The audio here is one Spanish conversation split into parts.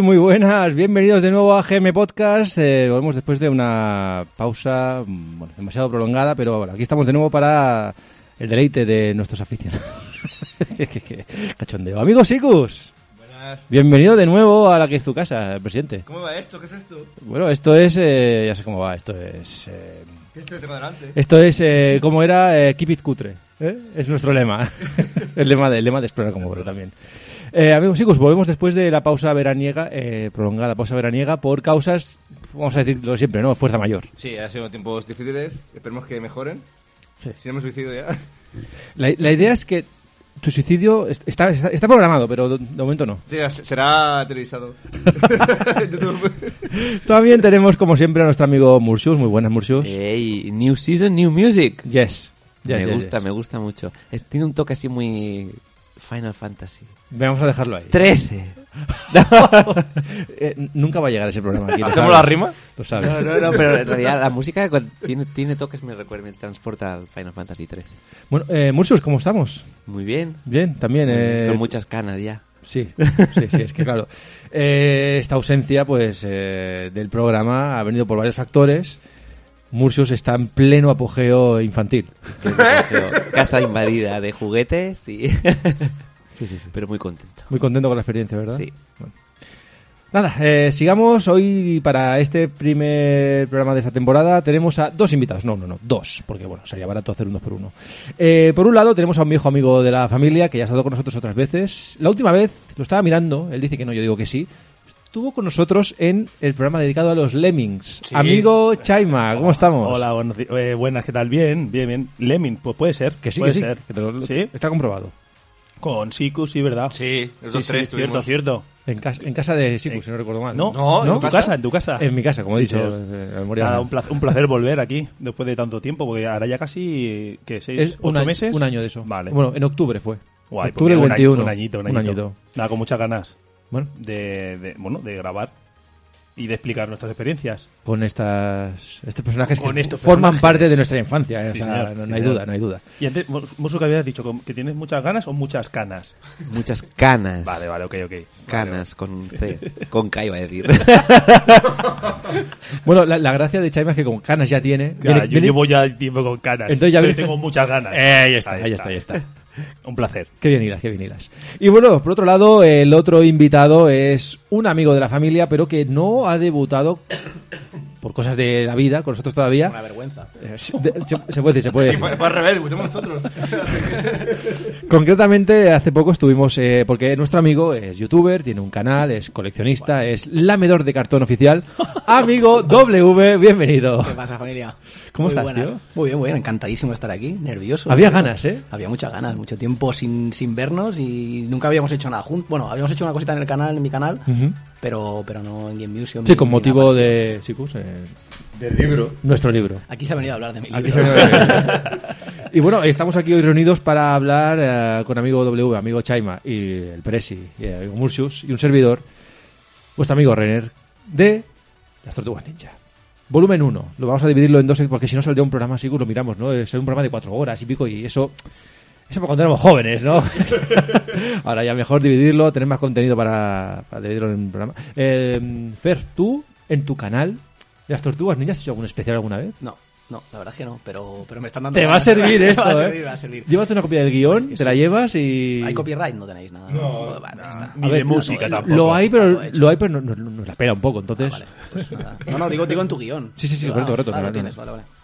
buenas, bienvenidos de nuevo a GM Podcast. Eh, volvemos después de una pausa mm, bueno, demasiado prolongada, pero bueno, aquí estamos de nuevo para el deleite de nuestros aficionados. Qué- qué- qué Cachondeo. Amigos Sicus, Buenas. bienvenido de nuevo a la que es tu casa, presidente. ¿Cómo va esto? ¿Qué es esto? Bueno, esto es. eh, ya sé cómo va, esto es. eh, ¿Qué es esto que tengo delante? esto es, eh, ¿cómo era? Eh, keep it cutre. ¿eh? Es nuestro lema. el, lema de, el lema de Explora como Bro también. Eh, amigos chicos, volvemos después de la pausa veraniega, eh, prolongada pausa veraniega, por causas, vamos a decirlo siempre, ¿no? Fuerza mayor. Sí, ha sido tiempos difíciles. Esperemos que mejoren. Sí. Si no me suicido ya. La, la idea es que tu suicidio est- está, está, está programado, pero de de momento no. Sí, se- será televisado. YouTube. También tenemos, como siempre, a nuestro amigo Mursius. Muy buenas, Mursius. Ey, new season, new music. yes. Yes, Eh, me yes, gusta, yes. me gusta mucho. Es- tiene un toque así muy Final Fantasy. Vamos a dejarlo ahí. 13. Eh, n- nunca va a llegar ese programa aquí. lo sabes. ¿Hacemos la rima? Lo sabes. No, no, no, pero en realidad la música cuando tiene, tiene toques me recuerda, me transporta al Final Fantasy 13. Bueno, eh, Mursius, ¿cómo estamos? Muy bien. Bien, también. Eh, Con muchas canas ya. Sí, sí, sí, es que claro. eh, esta ausencia pues eh, del programa ha venido por varios factores. Murcius está en pleno apogeo infantil. Que es demasiado. Casa invadida de juguetes y... Pero muy contento. Muy contento con la experiencia, ¿verdad? Sí. Nada, eh, sigamos. Hoy para este primer programa de esta temporada tenemos a dos invitados. No, no, no, dos, porque bueno, sería barato hacer un dos por uno. Eh, por un lado tenemos a un viejo amigo de la familia que ya ha estado con nosotros otras veces. La última vez lo estaba mirando, él dice que no, yo digo que sí. Estuvo con nosotros en el programa dedicado a los Lemmings. Sí. Amigo Chaima, ¿cómo estamos? Hola, buenos di- eh, buenas, ¿qué tal? Bien, bien, bien. Lemming, pues puede ser. Que sí, puede que sí. ser. que te lo- Sí, Está comprobado. con Siku, sí, ¿verdad? Sí, los sí, dos tres cierto, tuvimos. cierto. En, casa- en casa de Siku, si no recuerdo mal. No, No, en ¿en tu casa? casa, en tu casa. En mi casa, como he Sí, dicho. sí. eh, la memoria Nada, mala. un placer, un placer volver aquí después de tanto tiempo, porque ahora ya casi, ¿qué? ¿Seis, Es un ocho año- meses? Un año de eso. Vale. Bueno, en octubre fue. Guay, pues octubre del mira, un año- 21. Un añito, un Un añito. añito. Nada, con muchas ganas Bueno, de, de, bueno, de grabar y de explicar nuestras experiencias. con estas, estos personajes Con que estos forman personajes. parte de nuestra infancia. eh, Sí, o sea, señor, no, sí, no hay señor. duda, no hay duda. Y antes, Mos- Mosuke, habías dicho como que tienes muchas ganas o muchas canas. Muchas canas. Vale, vale, ok, ok. Canas con C. Con K iba a decir. Bueno, la, la gracia de Chaima es que como Canas ya tiene... Ya, viene- yo viene- llevo ya tiempo con canas. Entonces ya pero viene- tengo muchas ganas. Eh, ahí está, ahí está, ahí está. Un placer. Qué bien hilas, qué bien hilas. Y bueno, por otro lado, el otro invitado es un amigo de la familia, pero que no ha debutado por cosas de la vida con nosotros todavía. Una vergüenza. se, se puede decir, se puede Sí, decir. fue, fue al revés, votamos nosotros. Concretamente, hace poco estuvimos, eh, porque nuestro amigo es youtuber, tiene un canal, es coleccionista, es lamedor de cartón oficial. Amigo W, bienvenido. ¿Qué pasa, familia? ¿Cómo Muy estás, buenas. tío? Muy bien, muy bien. Encantadísimo de estar aquí. Nervioso. Había nervioso. ganas, ¿eh? Había muchas ganas. Mucho tiempo sin, sin vernos y nunca habíamos hecho nada juntos. Bueno, habíamos hecho una cosita en el canal, en mi canal, Ujú. pero, pero no en Game Museum. Sí, ni- con ni motivo nada. de Sicus, eh, Del libro. nuestro libro. Aquí se ha venido a hablar de mi Aquí libro. se- y bueno, estamos aquí hoy reunidos para hablar eh, con amigo W, amigo Chaima y el Presi, y el amigo Murcius y un servidor, vuestro amigo Renner, de Las Tortugas Ninja. Volumen 1, lo vamos a dividirlo en dos porque si no saldría un programa así, pues lo miramos, ¿no? Es un programa de cuatro horas y pico y eso... Eso para cuando éramos jóvenes, ¿no? Ahora ya mejor dividirlo, tener más contenido para, para dividirlo en el programa. Eh, Fer, tú, en tu canal, Las Tortugas Ninjas, ¿has hecho algún especial alguna vez? No, no, la verdad es que no, pero, pero me están dando. Te va a ganas. servir Me esto, va a ¿eh? servir, va a servir. Llévate una copia del guión, te la llevas y... Hay copyright, no tenéis nada. No, vale, ya está. Ni ver, de música no, tampoco. Lo hay, Está pero, todo hecho. lo hay, pero no- no- no- nos la espera un poco, entonces... Ah, vale, pues nada. No, no, digo, digo en tu guión. Sí, sí, sí, Ah, correcto, correcto, ah, lo claro, tienes, claro. vale, vale.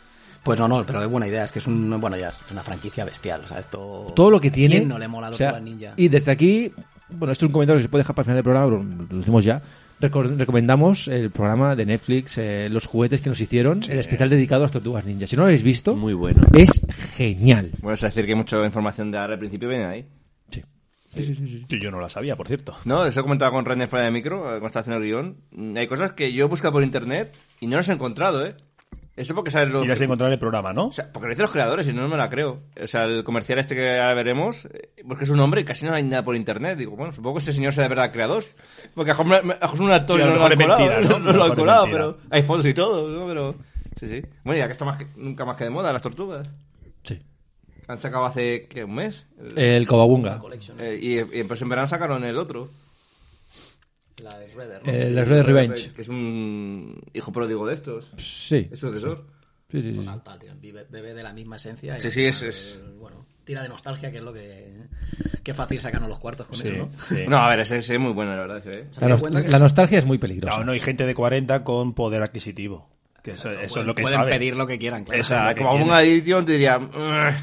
Pues no, no, pero es buena idea. Es que es, un, bueno, ya es una franquicia bestial. O sea, esto, Todo lo que ¿a tiene... quién no le mola o los sea, Ninja? Y desde aquí, bueno, esto es un comentario que se puede dejar para el final del programa, pero lo decimos ya. Recor- recomendamos el programa de Netflix, eh, los juguetes que nos hicieron, el especial dedicado a las tortugas ninja. Si no lo habéis visto, Muy bueno. es genial. Bueno, es decir que mucha información de ahora al principio viene ahí. Yo, yo no la sabía, por cierto. No, eso comentaba con René fuera de micro, eh, cuando estaba haciendo el guión. Mm, Hay cosas que yo he buscado por internet y no las he encontrado, ¿eh? Eso porque sabes lo Y ya eh, se encontrar el programa, ¿no? O sea, porque lo dicen los creadores y no me la creo. O sea, el comercial este que ahora veremos, eh, porque es un hombre y casi no hay nada por internet. Digo, bueno, supongo que ese señor sea de verdad creador. Porque a lo mejor me- a lo mejor es un actor Sí, y a no lo lo han mejor es colado. No, mentira, ¿no? lo A lo han mejor es colado, mentira. pero hay fotos y todo, ¿no? Pero, sí, sí. Bueno, ya que está más que- nunca más que de moda, las tortugas. Sí. Han sacado hace, ¿qué? ¿Un mes? El Cobabunga. Eh, y, y pues en verano sacaron el otro. La de Shredder, ¿no? El Red Dead Revenge. Eh, Que es un hijo pródigo de estos. Sí. Es sucesor. Sí, sí, sí. Total, tal, tío, vive- bebe de la misma esencia. y Sí, al sí, es- final, es- eh, Bueno, tira de nostalgia, que es lo que... Qué fácil sacarnos los cuartos con eso, ¿no? O sea, No, a ver, ese es muy bueno, la verdad. ese, ¿eh? me La, doy nos- cuenta que la es- nostalgia es muy peligrosa. No, no, hay gente de 40 con poder adquisitivo. Que eso, eso es lo que pueden sabe. pedir lo que quieran, claro. Esa- Ah, como un adicción te diría... "Ugh, Habida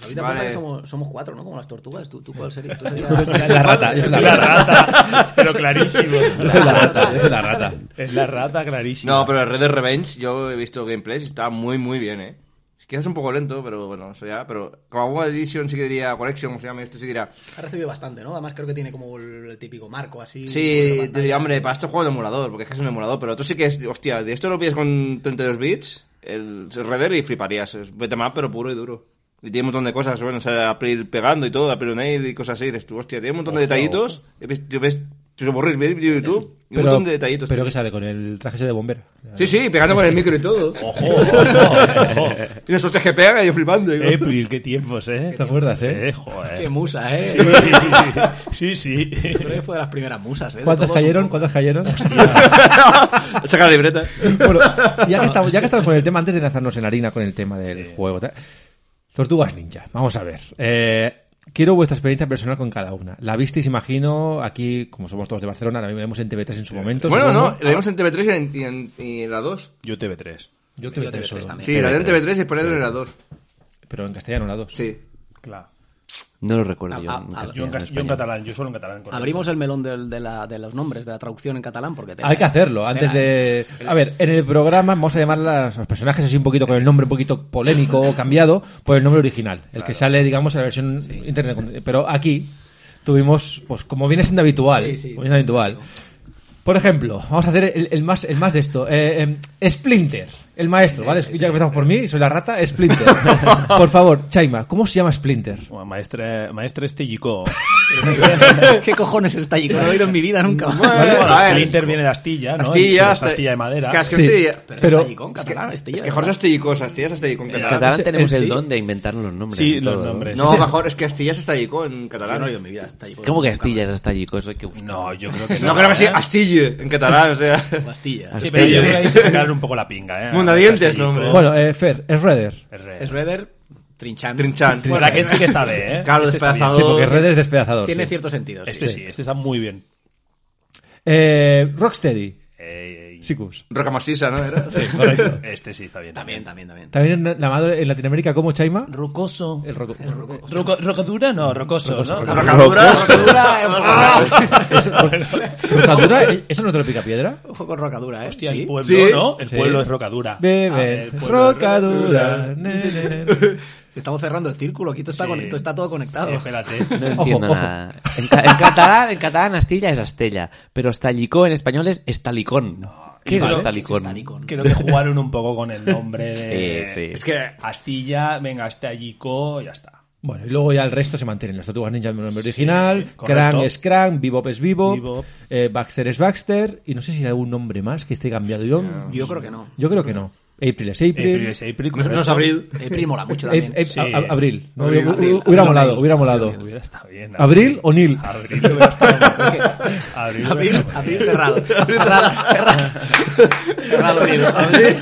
cuenta vale". que somos, somos cuatro, ¿no? Como las tortugas. ¿Tú, tú cuál serías? Tú serías- La rata, yo soy la La rata. rata, pero clarísimo. Yo soy la rata, yo soy la rata. Es la rata clarísima. No, pero el Red Dead Revenge, yo he visto gameplays y está muy, muy bien, ¿eh? Es que es un poco lento, pero bueno, eso ya... Pero como una edición sí que diría... Collection, como se llama, este sí que diría... Ha recibido bastante, ¿no? Además creo que tiene como el típico marco así. Sí, con la te diría, pantalla. hombre, para esto juego de emulador, porque es que es un emulador, pero tú sí que es, hostia, de esto lo pillas con 32 bits, el Red Dead y fliparías, es betamap pero puro y duro. Y tiene un montón de cosas, bueno, o sea, April pegando y todo, April Nail y cosas así, dices tú, hostia, tiene un montón de detallitos, y ves, tú ves, te aburrís, ves vídeo de YouTube, y un montón de detallitos. Pero tío. que sale con el traje ese de bombero. Sí, sí, pegando con el micro y todo. Ojo, ojo, ojo. Y las hostias que pega y yo flipando. Eh, digo. April, qué tiempos, ¿eh? ¿Te acuerdas, eh? Eh, joder. Qué musa, ¿eh? Sí, sí. Yo creo que fue de las primeras musas, ¿eh? De ¿Cuántas todos, cayeron? un poco. ¿Cuántas cayeron? Saca la libreta. Bueno, ya que, estamos, ya que estamos con el tema, antes de lanzarnos en harina con el tema del juego, tal. Tortugas Ninja, vamos a ver. Eh, quiero vuestra experiencia personal con cada una. La visteis, imagino, aquí, como somos todos de Barcelona, la vemos en TV3 en su momento. Bueno, supongo. Ah, no, eh, la vimos en TV3 y en, y en- y en la 2. Yo TV3. Yo TV3, TV3 solo. también. Sí, la vi en TV3 y por ahí en la 2. Pero en castellano, la 2. Sí. Claro. No lo recuerdo Ah, yo. ah, en Yo ah, en, castellano, cas- yo en español. catalán, yo solo en catalán. correcto. Abrimos el melón del- de, la- de los nombres, de la traducción en catalán, porque... tela, Hay que ¿eh? hacerlo antes Tela, ¿eh? de. A ver, en el programa vamos a llamar a los personajes así un poquito con el nombre un poquito polémico o cambiado por el nombre original, el que sale, digamos, en la versión internet. Pero aquí tuvimos, pues como viene siendo habitual, Sí, sí. como viene siendo habitual. Por ejemplo, vamos a hacer el, el más el más de esto. Eh, em, Splinter, el maestro, ¿vale? Ya que empezamos por mí, soy la rata. Splinter, por favor, Chaima, ¿cómo se llama Splinter? Bueno, Maestre, maestre Estellicó. ¿Qué cojones está allí? Que no lo he oído en mi vida nunca. Bueno, Bueno, a ver. Splinter viene de Astilla, ¿no? Astilla, Es Astilla de madera. Es que, es que sí. Pero, Pero- está allí con catalán, este Es ya, que ¿no? Jorge Astillicos, Astillas Astillicó en En catalán. catalán tenemos eh, el sí. don de inventar los nombres. Sí, en los todo. nombres. No, mejor, es que Astillas Astillicó en Yo no catalán. lo he oído en mi vida. Está allí con- ¿Cómo que con Astilla es Astallico? Eso hay que buscar. No, yo creo que no. ¿Eh? No creo que sea Astille en catalán, o sea. Castilla. Así- Sí, pero yo creo que ahí se sacaron un poco la pinga, ¿eh? Mondadientes, Estellicó. no, hombre. Bueno, eh, Fer, es Redder. Es Es re- Redder, Trinchan. Trinchan. Bueno, aquel sí que está bien, ¿eh? Carlos Este está bien. Despedazado. Sí, porque Redder es despedazador. Tiene sí. cierto sentido. sí. Este sí, este está muy bien. Eh, Rocksteady, Eh, Sicus. Roca Masisa, ¿no? Era? sí, correcto. Este sí está bien. También, también, también. También llamado en Latinoamérica como Chaima. Rocoso. El roco- Eh, Roco- ¿Rocadura? No, rocoso, ¿no? Rocadura. eh. ¿Rocadura? ¿E- ¿Eso no te lo pica piedra? Ojo con rocadura, ¿eh? Hostia, Sí. el pueblo, Sí. ¿no? El Sí. pueblo es rocadura. Ah, Bebe, el pueblo es rocadura. ne, ne, ne. Estamos cerrando el círculo. Aquí todo está, Sí. con- todo está todo conectado. Eh, Espérate. No entiendo Ojo, ojo. nada. En, ca- en catalán, en catalán Astilla es Astella, pero Estallicó en español es Estalicón. ¿Qué es vale. Estalicón? Talicón. Creo que jugaron un poco con el nombre de... Sí, sí. Es que Astilla, venga, Estallico, ya está. Bueno, y luego ya el resto se mantienen. Las tortugas ninja en el nombre original. correcto. Crank es Crank, Bebop es Bebop. Bebop. eh, Baxter es Baxter. Y no sé si hay algún nombre más que esté cambiado. Yo, Yo creo que no. yo creo que no. April es April. April es April, No, no es correcto. abril. April mola mucho Ap- también. Ap- Sí. Ah, a- a- Abril. No, Abril, hu- abril. hu- Hubiera molado, hubiera molado. Hubiera estado bien. ¿Abril o Nil? Abril hubiera estado bien. Abril. Abril, hubiera- abril cerrado. Cerrado, cerrado. Cerrado, abril.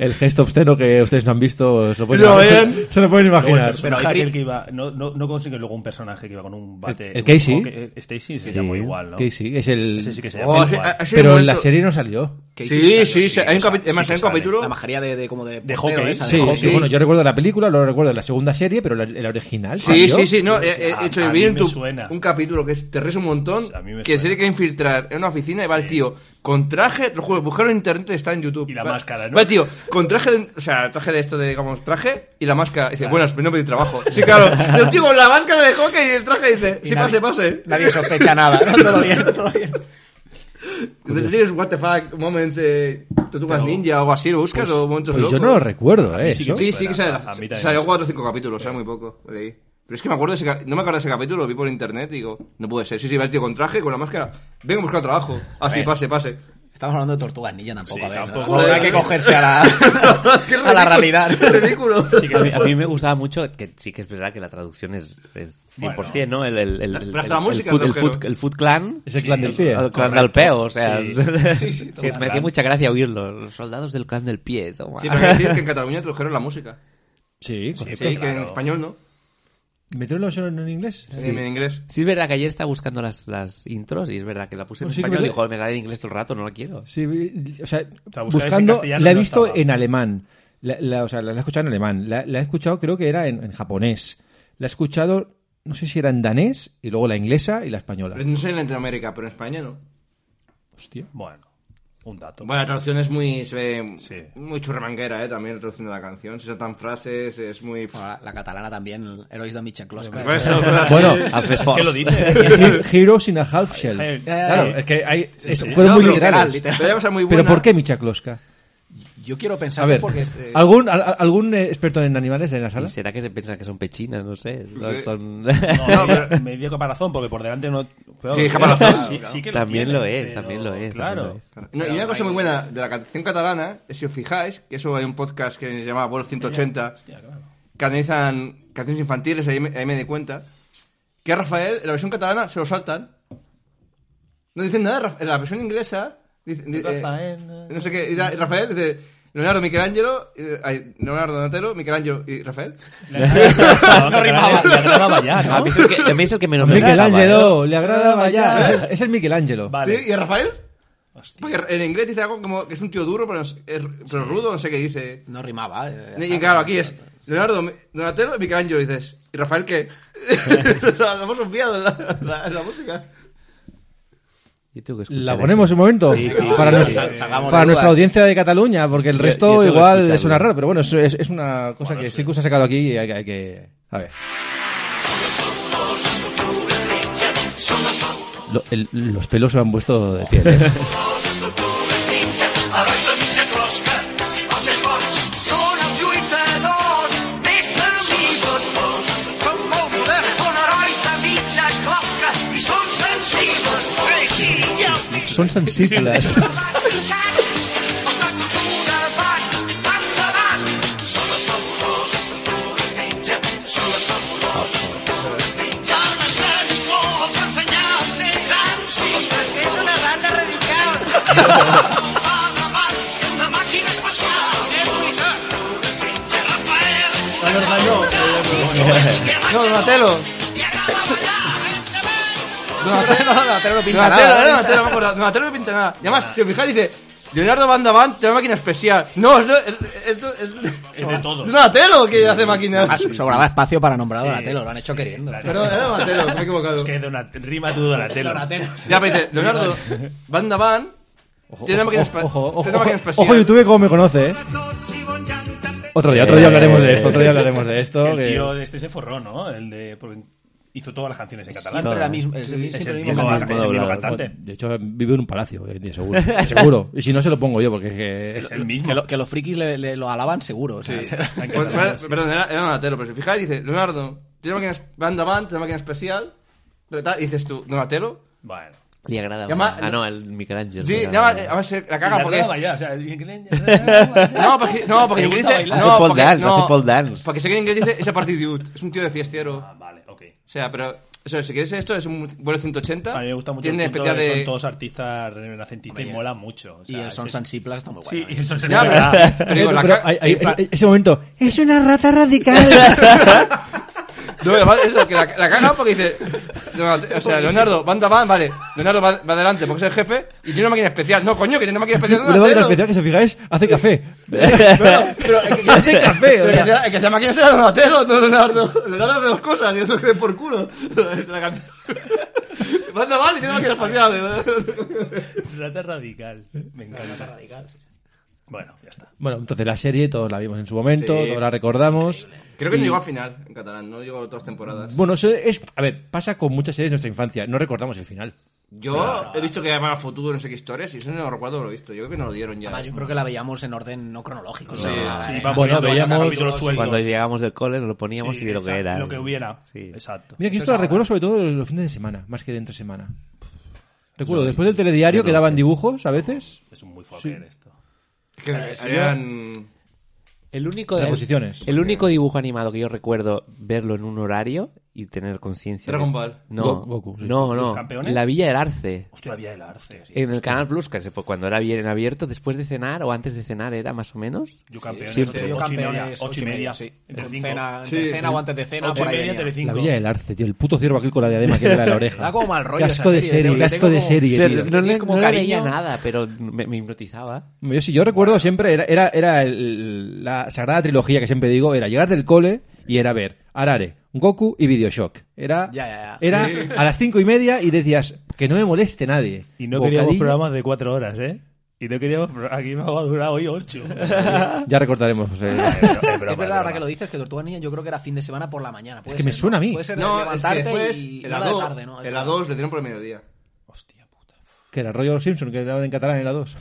El gesto obsceno que ustedes no han visto, se lo pueden, ¿Lo se- ven? se lo pueden Luego el imaginar. personaje Pero hay- aquel que iba, no, no, no consigue luego un personaje que iba con un bate. El- el Casey. o que- eh, Stacy se llama igual, ¿no? Que sí, es el. Ese sí que se llama Oh, ese- igual. ese Pero en momento- la serie no salió. Que Sí, hizo- sí, sí, hay un capi- además, sí que hay un sale. capítulo. La majería de, de como de... De portero hockey, esa, de Sí, hockey. sí, bueno, yo recuerdo la película, lo recuerdo de la segunda serie, pero la, la original. Sí, salió. sí, sí, no, he, he Pues, A- hecho a vi mí en me tu- suena. Pues, un capítulo que es, te resume un montón, A mí me que se tiene suena. que infiltrar en una oficina y va el tío con traje, lo juro, buscarlo en internet está en YouTube. Y la Va- máscara, ¿no? Va el tío con traje, de- o sea, traje de esto de, digamos, traje y la máscara. Dice, bueno, no pedí trabajo. Sí, claro, el tío con la máscara de hockey y el traje dice, sí, pase, pase. Nadie sospecha nada. ¿no? Todo bien, todo bien. Entonces tienes what the fuck moments, eh, tortugas ninja o algo así, lo buscas o momentos Pues yo locos. no lo recuerdo, ¿eh? sí eso. que- Sí, sí que Suena, sale, a mí también salió me cuatro o cinco capítulos, era muy poco. de ahí. Pero es que me acuerdo de ese, ca- no me acuerdo de ese capítulo, lo vi por internet y digo, no puede ser. Sí, sí, va el tío con traje, con la máscara. Vengo a buscar trabajo. Así, Ah, pase, pase. Estamos hablando de tortugas ninja tampoco. Sí, a ver, ¿no? tampoco. Joder, hay que cogerse a la, a la realidad. ridículo. Sí, que a, mí, a mí me gustaba mucho, que sí que es verdad que la traducción es, es 100%, ¿no? El, el, el, el, Pero hasta la el música Food- es el rockero. Food- el Food Clan. Es el clan del pie. El clan del peo, o sea. Sí, sí, que me hacía mucha gracia oírlo. Los soldados del clan del pie, toma. Sí, pero hay que decir que en Cataluña tradujeron la música. Sí, Sí, correcto. que en español no. ¿Metieron los en inglés? Sí. En inglés. Sí, es verdad que ayer estaba buscando las, las intros y es verdad que la puse en Pues sí, español y ¿verdad? dijo, me sale en inglés todo el rato, no la quiero. Sí, o sea, sea, buscabas en buscando, castellano la he no visto estaba. en alemán. La, la- o sea, la, la he escuchado en alemán. La, la he escuchado, creo que era en, en japonés. La he escuchado, no sé si era en danés, y luego la inglesa y la española. No sé en Latinoamérica, pero en España no. Hostia. Bueno, un dato. Bueno, la traducción es muy. Se ve Sí. Muy churremanguera, ¿eh? También la traducción de la canción. Se saltan frases, es muy. Bueno, la, la catalana también, Herois de Mitja Closca. Por eso, cosas así. Bueno, Haces es que lo Fox. dice. Heroes in a Half Shell. Ay, ay, Claro, sí. es que hay, es- sí. fueron No, muy pero literales. literal, literal. Pero era cosa muy ¿Pero buena. por qué Michaclosca? Yo quiero pensar A ver, porque... este- ¿algún, al- al- ¿algún eh, experto en animales en la ¿Y sala? será que se piensan que son pechinas? No sé. No Sí. son... No, pero me dio caparazón porque por delante no. Claro, Sí, caparazón. que También lo tiene, es, pero también lo es, Claro. también lo No, y una cosa muy buena de la canción catalana, es, si os fijáis, que eso hay un podcast que se llama Vol 180, Hostia, claro. que analizan canciones infantiles, ahí me, ahí me di cuenta, que a Rafael, en la versión catalana, se lo saltan. No dicen nada, Raf- en la versión inglesa... dice- di- eh, no sé qué, y da- y Rafael dice... Leonardo Michelangelo, eh, ay, Leonardo Donatello, Michelangelo y Rafael. No, no rimaba. Le agradaba ya, A ¿no? mí es el que, a mí es el que menos me gustaba, ¿eh? Michelangelo, le agrada vaya. Es, es el Michelangelo. Vale. ¿Sí? ¿Y Rafael? Hostia. Porque en inglés dice algo como que es un tío duro, pero, es- es- pero rudo, no sé qué dice. No rimaba. eh, Y claro, aquí es Leonardo, Donatello y Michelangelo, y dices. ¿Y Rafael qué? lo hemos obviado en la, la- en la música. Yo tengo que escuchar La eso. ponemos un momento para, sí, nuestra- sí. Salgamos de para dudas. nuestra audiencia de Cataluña, porque el Yo- yo resto tengo que igual escucharlo. es una rara, pero bueno, es, es- es una cosa que sí que se ha sacado aquí y hay, que- hay que... A ver. Lo- el- los pelos se me han puesto de piel. ¿eh? Són els lluitadors més temibles. Són molt moderns, són herois de mitja closca i són sensibles. Son sensibles. La cultura va endavant. Són els fabuloses tortugues ninja. Són les fabuloses tortugues ninja. Dones de ningú els va ensenyar a ser tan sigues. És una banda radical. Al davant, una màquina especial. És veritat. Rafael és No, Donatello. Donatello, Donatello no pinta Donatello, nada. eh, Donatello, me acuerdo, Donatello no pinta nada. Y además, si os fijáis, dice. Leonardo Van Damme tiene una máquina especial. No, es, es, es- es- Es de todos. Donatello que hace máquinas. Ah, Sobraba espacio para nombrar a Sí, Donatello, lo han hecho sí, queriendo. claro. Pero era Donatello, me he equivocado. Es que de una rima tú de la tela. Ya, pero dice, Leonardo Van Damme tiene una máquina Ojo, espa- ojo, tiene ojo, una máquina ojo, especial. ojo, YouTube como me conoce, ¿eh? Otro día, otro día hablaremos de esto, otro día hablaremos de esto. El que- tío de este se forró, ¿no? El de. porque Hizo todas las canciones en catalán. Siempre la misma, Es es, siempre el el mismo mismo cantante. es el mismo doblado. cantante. De hecho, vive en un palacio, hoy en día, seguro. seguro. Y si no, se lo pongo yo, porque es que... Es el mismo. Que, lo- que los frikis le, le- lo alaban seguro. o sea, se- Pues, per- perdón, era, era Donatello, pero si fijáis, dice Leonardo, tiene máquina es- Van Damme, tiene máquina especial, pero tal, y dices tú, Donatello. Bueno. Le agrada. Llama- más. ah, no, el Michelangelo. Sí, eh, le ya va, agrada. a ver, la Sí, caga la porque es. clava ya, o sea, el inglés- No, porque, no, porque Le en inglés gusta dice. bailar. no, Hace pole porque- dance, no, hace pole dance. Porque sé que en inglés dice esa partidude, es un tío de fiestero. Ah, O vale, ok. sea, pero. Eso, si quieres esto, es un vuelo 180. A mí me gusta mucho Tiene el punto especial de que de. son todos artistas renacentistas y mola mucho. o y sea, el Son ese- Sansiplas está muy bueno. Sí, ¿eh? y el son Ya, pero- es verdad. pero Eh, digo, la Eh, Pero ca- hay- hay- hay- ese momento, es una rata radical. No, además, eso, que la, la caga porque dice. Donate- o sea, Leonardo, Van Damme, vale. Leonardo va, va adelante porque es el jefe y tiene una máquina especial. No, coño, que tiene una máquina especial. Una máquina Donatello. especial que, si os fijáis, hace café. Pero, pero el que- hace café. o Pero que sea. sea- que la máquina será Donatello, no Leonardo. Leonardo hace dos cosas y eso cree por culo. La canción. Manda mal y tiene máquina espacial. Rata radical. Me encanta. Bueno, ya está. Bueno, entonces la serie todos la vimos en su momento, Sí. todos la recordamos. Creo que no llegó a final en catalán, no llegó a todas temporadas. Bueno, eso es... A ver, pasa con muchas series de nuestra infancia. No recordamos el final. Yo he visto que llamaba Futuro, no sé qué historias, y eso no recuerdo haberlo visto. Yo creo que no lo dieron ya. Además, yo creo que la veíamos en orden no cronológico. Sí, ¿no? sí, Eh, vamos bueno, poniendo veíamos capítulos sueltos. Cuando llegábamos del cole nos lo poníamos Sí, y de lo que exacto, era. Lo que hubiera. Sí. Exacto. Mira, que esto la recuerdo sobre todo los fines de semana, más que de entre semana. Recuerdo, después del telediario que daban dibujos a veces. Es un muy fucker esto. Que harían... El único, Las el- posiciones. el único dibujo animado que yo recuerdo verlo en un horario y tener conciencia. de- Dragon Ball. No, Go- Goku, sí. no, ¿Los no. campeones? La Villa del Arce. Hostia, la vía del arce. sí. En el canal Plus, que se- pues, cuando era bien abierto, después de cenar o antes de cenar era más o menos. Yo campeones. Sí, ocho- sí, ocho, Yo y media. campeones, Ocho y media. sí. Entre Con cinco. cena, entre Sí. cena o antes de cena, Ocho y por ahí media, venía. Telecinco. La Villa del Arce, tío. El puto ciervo aquel con la diadema que era la oreja. Da como mal rollo Casco esa de serie, serie, tío. casco de Tengo como- serie, O sea, tío. no le, Tiene como no le veía cariño. nada, pero me, me hipnotizaba. Yo sí, yo recuerdo siempre, era, era, era el- la sagrada trilogía que siempre digo, era llegar del cole y era ver Arare, Goku y Videoshock. Era, Ya, ya, ya. era a las cinco y media y decías, que no me moleste nadie. Y no queríamos Bocadillo. programas de cuatro horas, ¿eh? Y no queríamos... pro- Aquí me ha durado hoy ocho. Ya recordaremos, eh, José. Es verdad, ahora que lo dices, que Tortuga Ninja yo creo que era fin de semana por la mañana. Puede que me ser, ¿no? suena a mí. Puede ser de No, es que levantarte después, y el no era A2, de tarde, ¿no? el A2 le dieron por el mediodía. Hostia puta. que era rollo los Simpson, que daban en catalán en la 2.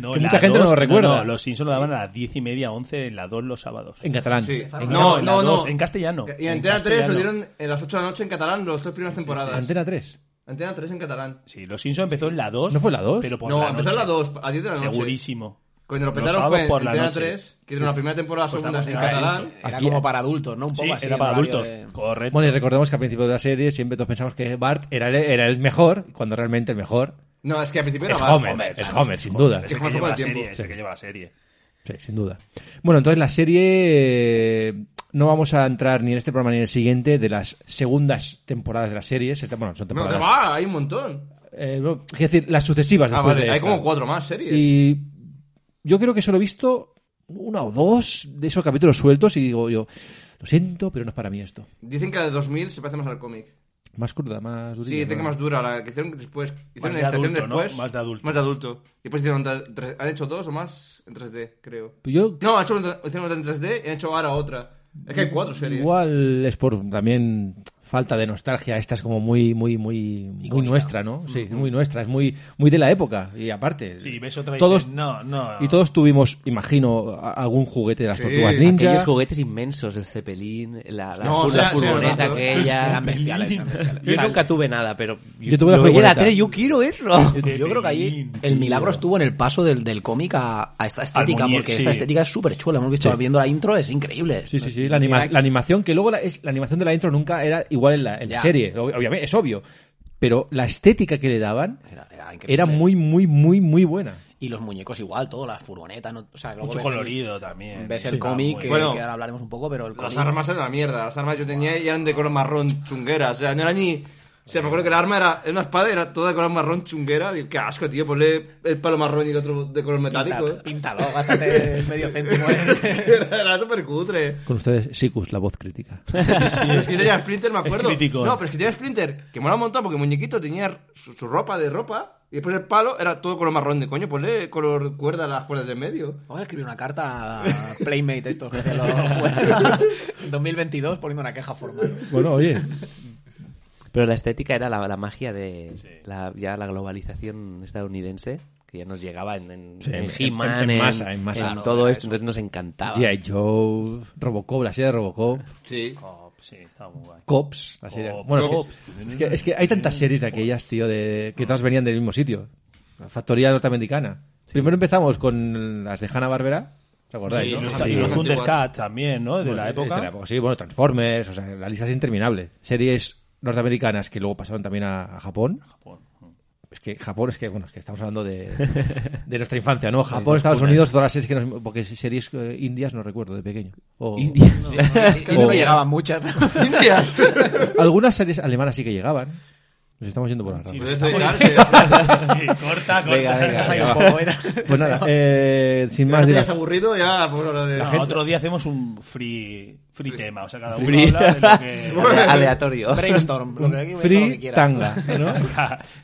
No, Que la mucha gente no dos- lo recuerda. No, los Simpsons lo daban a las diez y media, once, en la dos los sábados. En catalán. Sí. En No, catalán, no, la dos, no. en castellano. Y En Antena 3 lo castellano. dieron a las 8 de la noche en catalán las tres primeras temporadas. Antena 3. Antena 3 en catalán. Sí, los Simpsons empezó en la 2. ¿No fue la dos? Pero por no, la empezó a noche. las 2, a 10 de la noche. Segurísimo. Cuando lo Los petaron sábados fue en por la Antena noche. 3, que dieron la primera temporada, la Pues segunda en estamos en catalán. Era Aquí- como para adultos, ¿no? Un poco Sí, así. era en para horario adultos. de- Correcto. Bueno, y recordemos que al principio de la serie siempre todos pensamos que Bart era el, era el mejor, cuando realmente el mejor No, es que al principio es era Homer. es Ah, Homer, sin duda. Es el Es que como lleva el la tiempo. serie. Es el que lleva la serie. Sí, sin duda. Bueno, entonces la serie. eh, No vamos a entrar ni en este programa ni en el siguiente de las segundas temporadas de las series. Esta- Bueno, son No, que temporadas. va, hay un montón. Pues Eh, no, es decir, las sucesivas Ah, después vale, de hay esta. como cuatro más series. Y yo creo que solo he visto una o dos de esos capítulos sueltos y digo yo, lo siento, pero no es para mí esto. Dicen que la de 2000 se parece más al cómic. Más cruda, más durilla. Sí, dicen que ¿no? más dura, la que hicieron después. Hicieron de la estación adulto, ¿no? después. Más de adulto. Más de adulto. Y después hicieron otra- tres- han hecho dos o más en 3D, creo. Yo No, han hecho una- hicieron otra en 3D y han hecho ahora otra. Es que hay cuatro series. Igual es por también falta de nostalgia. Esta es como muy, muy, muy, muy nuestra, ¿no? Sí, muy nuestra. Es muy, muy de la época. Y aparte, Sí, ves otra y todos, dices, no, no. y todos tuvimos, imagino, a- algún juguete de las Sí, tortugas ninja. Aquellos juguetes inmensos, el Zeppelin, la, la, No, fur- la o sea, furgoneta sí, aquella. Eran bestiales, eran bestiales. Yo nunca tuve nada, pero Yo tuve la lo veía en la furgoneta. tele, yo quiero eso. Yo creo que ahí el milagro estuvo en el paso del, del cómic a, a esta estética, Al muñe- porque sí. esta estética es súper chula. Hemos visto viendo la intro, es increíble. Sí, sí, sí. La, anima- la animación, que luego la, es, la animación de la intro nunca era igual en la, en la Ya. serie. ob- Obviamente, es obvio. Pero la estética que le daban Era, era increíble. era muy, muy, muy, muy buena. Y los muñecos igual, todo, las furgonetas. No, o sea, luego Mucho ves el- colorido también. Ves Sí. el cómic, que, Bueno, Bueno. que ahora hablaremos un poco, pero el Las cómic... armas eran una mierda. Las armas que yo tenía y eran de color marrón chunguera. O sea, no era ni. O sea, me acuerdo que el arma era, era una espada y era toda de color marrón chunguera. Y qué asco, tío. Ponle el palo marrón y el otro de color metálico. Pinta- Píntalo, gástate medio céntimo. eh. Es que era era súper cutre. Con ustedes, Sikus, la voz crítica. Pero es que tenía Splinter, me acuerdo. crítico. no, pero es que tenía Splinter, que mola un montón porque el muñequito tenía su, su ropa de ropa y después el palo era todo color marrón de coño. Ponle color cuerda a las cuerdas del medio. Vamos a escribir una carta a Playmate esto, que lo juega. 2022 poniendo una queja formal. bueno, oye. Pero la estética era la, la magia de la, ya la globalización estadounidense, que ya nos llegaba en, en, Sí, en en- He-Man, en- en masa, en masa. Claro, todo esto, entonces nos encantaba. G.I. Joe, Robocop, la serie de Robocop. Sí. oh, sí, estaba muy guay. Cops, la serie. Cops. Bueno, es Cops. que- es, que, es que hay tantas series de aquellas, tío, de, que todas venían del mismo sitio. La factoría norteamericana. Primero empezamos con las de Hanna-Barbera. ¿Os acordáis? Sí, no? los- Sí. las Y antiguas. los Thundercats también, ¿no? De Bueno, este la sí, época. de la época, Sí, bueno, Transformers, o sea, la lista es interminable. Series norteamericanas que luego pasaron también a, a Japón. Japón. Es que Japón es que, bueno, es que estamos hablando de, de nuestra infancia, ¿no? Japón, Estados Unidos, todas las series que nos- Porque series eh, indias no recuerdo de pequeño. O- Indias. Y no me llegaban muchas. Indias. Algunas series alemanas sí que llegaban. Nos estamos yendo por la rama. Pero este es de llegarse. Sí, corta, corta. Nos ha ido un poco, era. Pues nada, eh, sin más Ya te has dilación. aburrido, ya vamos a hablar de. No, otro día hacemos un free, free tema. O sea, cada uno Free. habla de lo que, Aleatorio. Brainstorm, lo que, lo que Free quieras. Tanga, ¿no?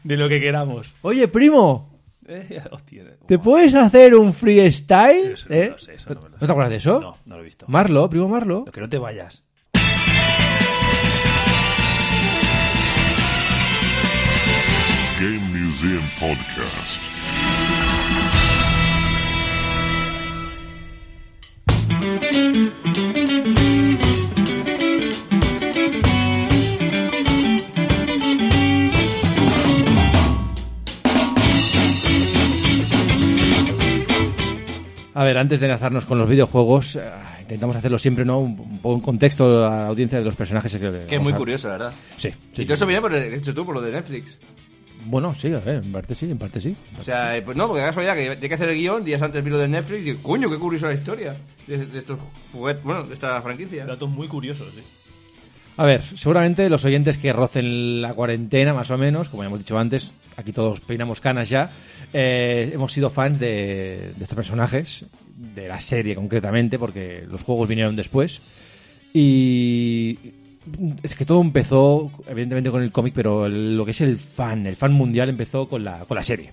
de lo que queramos. Oye, primo, Eh, hostia. ¿te puedes hacer un freestyle? Eso no ¿Eh? lo sé, eso no me lo te sé. acuerdas de eso? No, no lo he visto. Marlo, primo Marlo. Que no te vayas. Game Museum Podcast. ver, antes de enlazarnos con los videojuegos, eh, intentamos hacerlo siempre, ¿no? Un, un poco en contexto a la audiencia de los personajes. Que, Que es muy curioso, la verdad. Sí, sí, y todo sí. eso viene por el hecho tú, por lo de Netflix. Bueno, sí, a ver, en parte sí, en parte sí. O sea, eh, pues no, porque hagas idea que tiene que hacer el guión, días antes vi lo de Netflix y coño, qué curiosa la historia de, de estos juguetes, bueno, de esta franquicia. Datos muy curiosos, sí. A ver, seguramente los oyentes que rocen la cuarentena, más o menos, como ya hemos dicho antes, aquí todos peinamos canas ya, eh, hemos sido fans de, de estos personajes, de la serie concretamente, porque los juegos vinieron después. Y es que todo empezó, evidentemente, con el cómic, pero el- lo que es el fan, el fan mundial empezó con la, con la serie.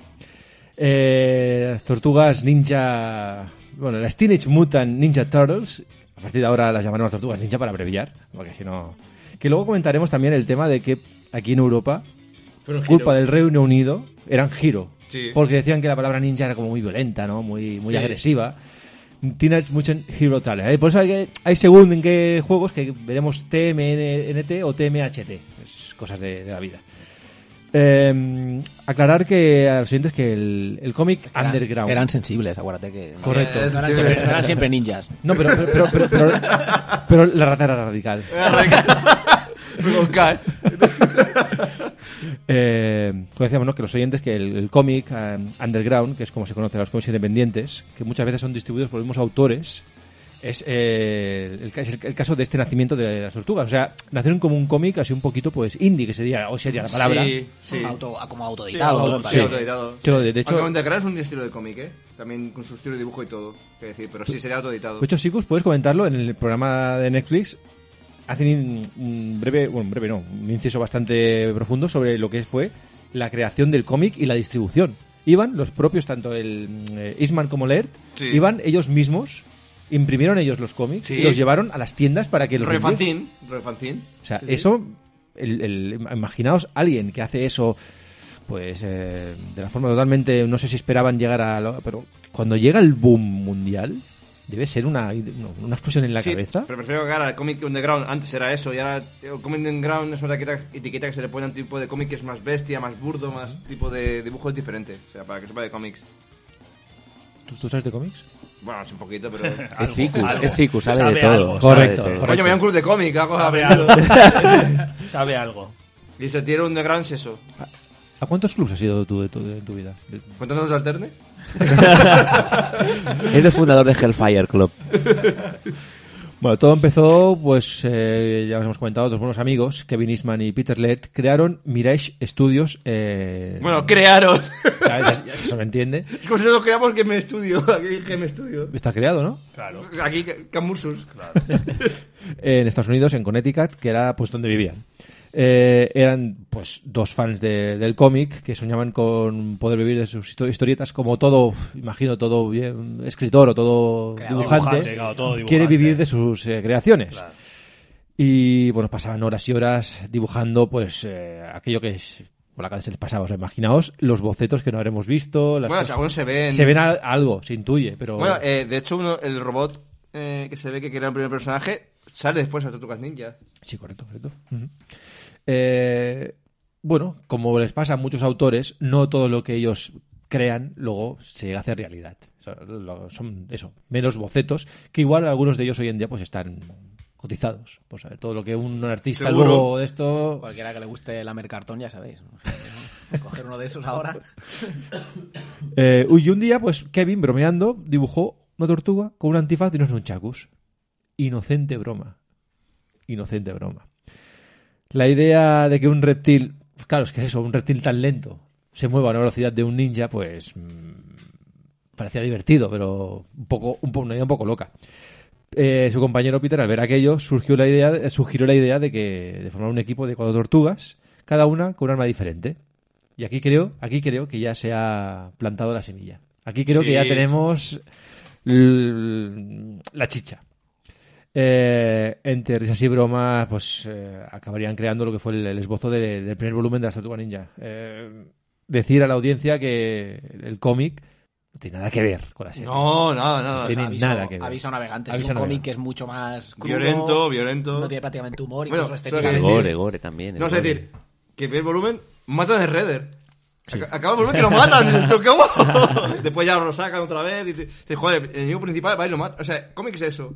Eh, las tortugas ninja. Bueno, las Teenage Mutant Ninja Turtles. A partir de ahora las llamaremos tortugas ninja para abreviar. Porque si no. Que luego comentaremos también el tema de que aquí en Europa, Fueron culpa giro. del Reino Unido, eran giro. Sí. Porque decían que la palabra ninja era como muy violenta, ¿no? Muy, muy agresiva. Teenage Mutant Hero Turtles. Eh, Por eso hay, que- hay según en qué juegos que veremos TMNT o TMHT. Es cosas de- de la vida. Eh, aclarar que a los siguientes que el, el cómic Eran- underground. Eran sensibles, acuérdate que. Correcto. No eran, siempre, no eran siempre ninjas. No, pero, pero, pero, pero- pero- pero la rata era radical. Con K, ¿eh? Eh, como decíamos, ¿no? que los oyentes, que el, el cómic eh, underground, que es como se conoce a los cómics independientes, que muchas veces son distribuidos por los mismos autores, es, eh, el, ca- es el, el caso de este nacimiento de las tortugas. O sea, nacieron como un cómic así un poquito pues indie, que sería, o sería la palabra. Sí, sí. Auto- ah, como Sí, autoeditado. ¿no? auto- Parece. sí, autoeditado. Yo, de- de hecho- Aunque Underground es un estilo de cómic, ¿eh? También con su estilo de dibujo y todo. Que decir, pero sí sería autoeditado. De hecho, Sikus, puedes comentarlo en el programa de Netflix. Hacen un- un breve, bueno, un breve no, un inciso bastante profundo sobre lo que fue la creación del cómic y la distribución. Iban los propios, tanto el eh, Eastman como Laird, Sí. iban ellos mismos, imprimieron ellos los cómics Sí. y los llevaron a las tiendas para que los Roy vendiesen. Fanzine, Roy Fanzine. O sea, eso, el, el- imaginaos alguien que hace eso, pues eh, de la forma totalmente, no sé si esperaban llegar a, lo- pero cuando llega el boom mundial, debe ser una, una explosión en la Sí, cabeza. Pero prefiero que ahora el cómic underground antes era eso y ahora eh, el cómic underground es una etiqueta, etiqueta que se le pone a un tipo de cómic que es más bestia, más burdo, más tipo de dibujos diferente. O sea, para que sepa de cómics. ¿Tú, tú sabes de cómics? Bueno, es un poquito, pero... Ah, Es Siku, algo. es Siku, sabe, Sabe de todo. sabe algo, correcto, de todo. correcto. Coño, me voy a un club de cómic, algo Sabe aprendido. algo. Sabe algo. Y se tira underground es eso. ¿A cuántos clubs has ido tú de tu, de tu vida? De- ¿Cuántos nos alterne? Es el fundador de Hellfire Club. Bueno, todo empezó, pues eh, ya os hemos comentado, dos buenos amigos, Kevin Eastman y Peter Lett, crearon Mirage Studios. eh, Bueno, crearon. ya- ya- ya se me entiende. es como si nosotros creamos que me estudio. Aquí que me estudio. Está creado, ¿no? Claro. Aquí, Camursus. Claro. en Estados Unidos, en Connecticut, que era pues donde vivían. Eh, eran pues dos fans de- del cómic que soñaban con poder vivir de sus histo- historietas como todo, imagino, todo bien, escritor o todo Creador, dibujante, dibujante, claro, todo dibujante. quiere vivir de sus eh, creaciones. Claro. Y bueno, pasaban horas y horas dibujando pues eh, aquello que es- por la cabeza les pasaba. O sea, imaginaos los bocetos que no habremos visto. las Bueno, cosas- si algunos se ven. se ven a- algo, se intuye, pero... Bueno, eh, de hecho, uno, el robot eh, que se ve que era el primer personaje sale después a Tortugas Ninja. Sí, correcto, correcto. Ujú. Eh, bueno, como les pasa a muchos autores, no todo lo que ellos crean luego se llega a hacer realidad. So- lo- Son eso, menos bocetos, que igual algunos de ellos hoy en día pues están cotizados. Pues a ver, todo lo que un artista Seguro. luego de esto... Cualquiera que le guste lamer cartón, ya sabéis. Coger uno de esos ahora. Eh, y un día, pues Kevin, bromeando, dibujó una tortuga con un antifaz y unos nunchakus. Inocente broma. Inocente broma. La idea de que un reptil, claro, es que eso, un reptil tan lento, se mueva a una velocidad de un ninja, pues mm, parecía divertido, pero un poco, un, po- una idea un poco loca. Eh, su compañero Peter, al ver aquello, surgió la idea, eh, sugirió la idea de que de formar un equipo de cuatro tortugas, cada una con un arma diferente. Y aquí creo, aquí creo que ya se ha plantado la semilla. Aquí creo que ya Sí. tenemos l- la chicha. Eh, entre risas y bromas, pues eh, acabarían creando lo que fue el, el esbozo de- del primer volumen de la Tortuga Ninja. Eh, decir a la audiencia que el cómic no tiene nada que ver con la serie. No, no, No no. tiene nada que ver. Avisa pues a navegante. Aviso es un cómic navegante. que es mucho más crudo, Violento, violento. No tiene prácticamente humor, Bueno, incluso solo estética. que- Gore, gore también. el No, es gore. decir, que el primer volumen mata de Redder. Ac- Acaba el volumen que lo matan. esto, ¿Cómo? Después ya lo sacan otra vez. Y te, te- joder, el enemigo principal va y lo mata. O sea, cómic es eso.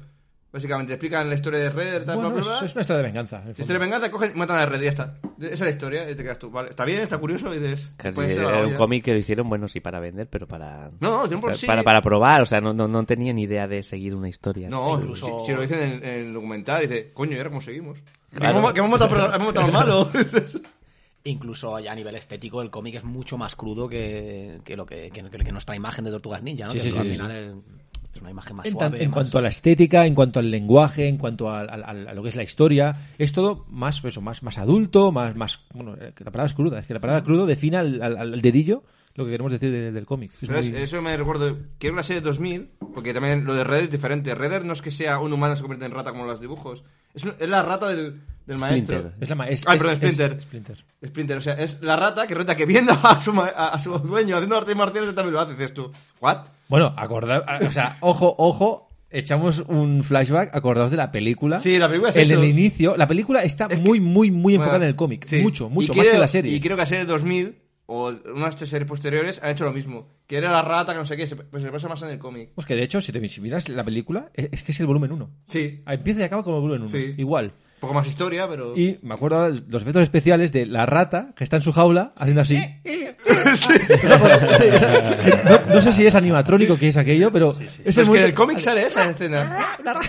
Básicamente, explican la historia de Redder, tal, Bueno, bla, es, bla, bla. es una historia de venganza. en el La historia fondo. de venganza, cogen y matan a Redder y ya está. Esa es la historia. Y te quedas tú, vale. Está bien, está curioso. Y dices, Claro, puede sí, ser la era un olla. cómic que lo hicieron, bueno, sí, para vender, pero para... Pues No, no, 100% para, sí. para, para probar, o sea, no, no, no tenía ni idea de seguir una historia. No, Incluso- si, si lo dicen en, en el documental, dice, coño, ¿y ahora cómo seguimos? Claro. Que hemos matado, pero hemos matado al malo. Incluso ya a nivel estético, el cómic es mucho más crudo que, que lo que, que- que nuestra imagen de Tortugas Ninja, ¿no? Sí, que sí, al sí, final es- es una imagen más En, tan- suave. en más- cuanto a la estética, en cuanto al lenguaje, en cuanto al- al- al- a, lo que es la historia, es todo más pues eso, más, más adulto, más, más bueno, eh, que la palabra es cruda, es que la palabra crudo define al, al- al dedillo lo que queremos decir de- del cómic. Es Pero es- muy- eso me recuerdo, que era una serie 2000, porque también lo de Redder es diferente. Redder no es que sea un humano que se convierte en rata como los dibujos. Es, un- es la rata del, del maestro. Splinter. es la ma- es- Ay, es- Ah, perdón, es- Splinter. Splinter. Splinter, o sea, es la rata que reta que viendo a su, ma- a, a su dueño haciendo artes marciales él también lo hace. Dices tú, ¿what? Bueno, acordad, a- o sea, ojo, ojo, echamos un flashback, acordaos de la película. Sí, la película es En eso. el inicio, la película está Es que- muy, muy, muy enfocada Bueno, en el cómic, sí. mucho, mucho, Y más que creo- la serie. Y creo que la serie 2000 o unas tres series posteriores han hecho lo mismo. Que era la rata, que no sé qué, se, pues se pasa más en el cómic. Pues que de hecho, si te si miras la película, es, es que es el volumen 1. Sí, Empieza y acaba con el volumen 1. Sí. Igual. poco más historia, pero... Y me acuerdo de los efectos especiales de la rata que está en su jaula haciendo así. Sí, esa- no, no sé si es animatrónico que es aquello, pero es Pero es Pues que en el cómic sale esa escena. momento-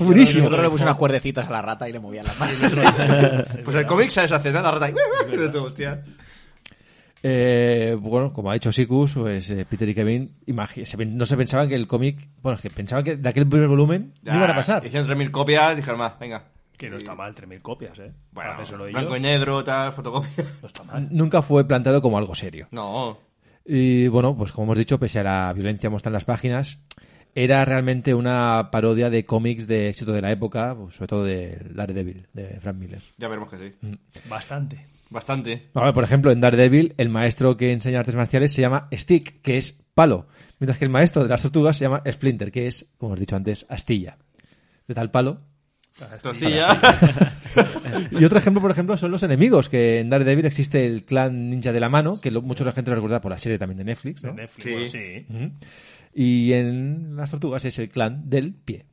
buenísimo. Yo creo que le puse unas cuerdecitas a la rata y le movían las manos. Pues en el cómic sale esa escena, la rata... y- y de todo, hostia. Eh, bueno, como ha hecho Sikus, pues eh, Peter y Kevin imagi- se pen- no se pensaban que el cómic, bueno, es que pensaban que de aquel primer volumen no iban a pasar. Hicieron 3.000 copias, dijeron más, venga. Que no está mal, 3.000 copias, ¿eh? Para Bueno, hacer solo ellos. blanco y negro, tal, fotocopia. No está mal. Nunca fue planteado como algo serio. No. Y bueno, pues como hemos dicho, pese a la violencia mostrada en las páginas, era realmente una parodia de cómics de éxito de la época, pues, sobre todo de Daredevil, de Frank Miller. Ya veremos que sí. Mm. Bastante. Bastante. A ver, por ejemplo, en Daredevil, el maestro que enseña artes marciales se llama Stick, que es palo, mientras que el maestro de las tortugas se llama Splinter, que es, como os he dicho antes, astilla. De tal palo. este Tortilla. Y otro ejemplo, por ejemplo, son los enemigos, que en Daredevil existe el clan ninja de la mano, que lo- mucha gente lo recuerda por la serie también de Netflix, ¿no? En Netflix, Sí. bueno, sí. Y en las tortugas es el clan del pie.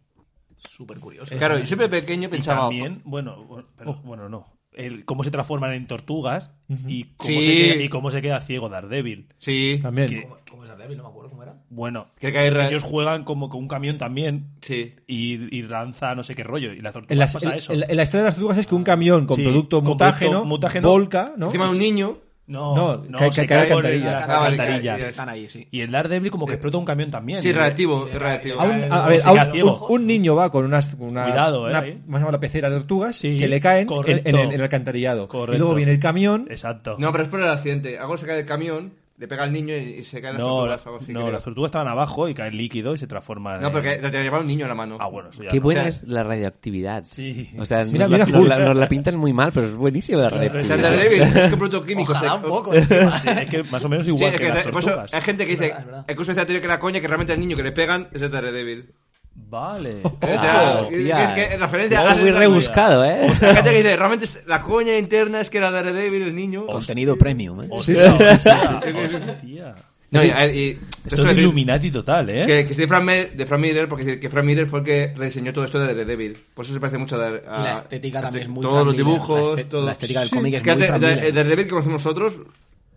Súper curioso. claro, yo siempre pequeño pensaba... Y también, bueno, bueno, pero- bueno, no. El, cómo se transforman en tortugas y, cómo Sí. se queda, y cómo se queda ciego Daredevil. Sí. También. Que- ¿Cómo es débil? No me acuerdo cómo era. Bueno, Que cae re- ellos juegan como con un camión también Sí. y, y lanza no sé qué rollo. Y las tortugas En las- pasa en- eso. en la- en la historia de las tortugas es que un camión con Sí, producto con mutágeno, producto mutágeno, volca, ¿no? Encima de un niño. No, No, no, que- que se cae cae por alcantarillas. las Ah, vale, alcantarillas. cae- Están ahí, sí. Y el Daredevil como que explota un camión también. ¿eh? Sí, Y- relativo, es relativo. A, un- a- a ver, Se a queda un, ciego. un- un niño va con unas, una, Cuidado, eh, una- ahí. vamos a llamarla pecera de tortugas Sí, se le caen en, correcto. en el, en el alcantarillado. Correcto. Y luego viene el camión. Exacto. No, pero es por el accidente. Algo se cae del camión, le pega al niño y y se caen las No, tortugas. algo así, no, creo. las tortugas estaban abajo y cae el líquido y se transforma No, porque la llevaba un niño en la mano. Ah, bueno, eso ya Qué no. buena O sea- es la radioactividad. Sí. O sea, Mira, nos, la- mira, nos la, Hulk. nos la pintan muy mal, pero es buenísima la O sea, radioactividad. Daredevil es que un producto químico. Ojalá se- un poco. encima. Sí, es que más o menos Sí, igual es que, que las te- por eso tortugas. hay gente que dice, verdad, es verdad. incluso esa teoría que la coña, que realmente el niño que le pegan es el Daredevil. Vale. O sea, Ah, es- hostia. es que en referencia Eso a- es muy rebuscado, ¿eh? Hay gente que dice, realmente es- la coña interna es que era Daredevil el niño. Oh. Contenido premium, ¿eh? Hostia, hostia, hostia. No, y, a ver, y- Esto esto es es- Illuminati total, ¿eh? Que, que sí, Frank Miller- de Frank Miller, porque sí, que Frank Miller fue el que rediseñó todo esto de Daredevil. Por eso se parece mucho a... Dar- a- Y la estética también es muy Todos los Frank Miller. dibujos, La este- todo- la estética del Sí, cómic es que muy antes- Frank da- Miller. El Daredevil que conocemos nosotros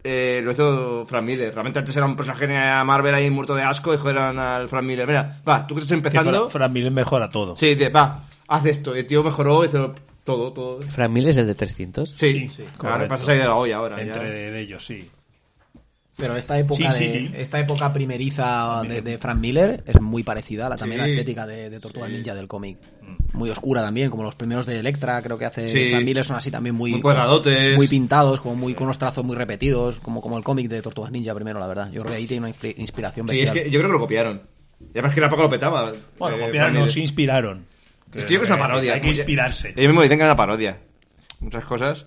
eh, lo hizo Frank Miller. Realmente antes era un personaje de Marvel ahí muerto de asco y joderan al Frank Miller. Mira, va, tú que estás Que Fra- empezando... Frank Miller mejora todo. Sí, de- va, haz esto. Y el tío mejoró, hizo todo, todo. Frank Miller es el de 300. Sí, sí, Ahora correcto. pasas ahí de la olla ahora. ya. Eh, Entre de ellos, sí. Pero esta época, Sí, de- sí. esta época primeriza de, de Frank Miller es muy parecida a la, también a la Sí. Mm. estética de, de Tortuga Ninja del cómic. Muy oscura también, como los primeros de Electra, creo que hace Sí. Frank Miller son así también muy, Muy cuadradotes. muy pintados, como muy, con unos trazos muy repetidos, como, como el cómic de Tortugas Ninja primero, la verdad. Yo creo que ahí tiene una inspi- inspiración Sí, es bestial. que yo creo que lo copiaron. Y además que la Paco lo petaba. Bueno, eh, copiaron, Frank no, Miller. se inspiraron. Eh, Estoy que es una parodia. Hay que como ya- inspirarse. Ellos mismos dicen que era una parodia. Muchas cosas.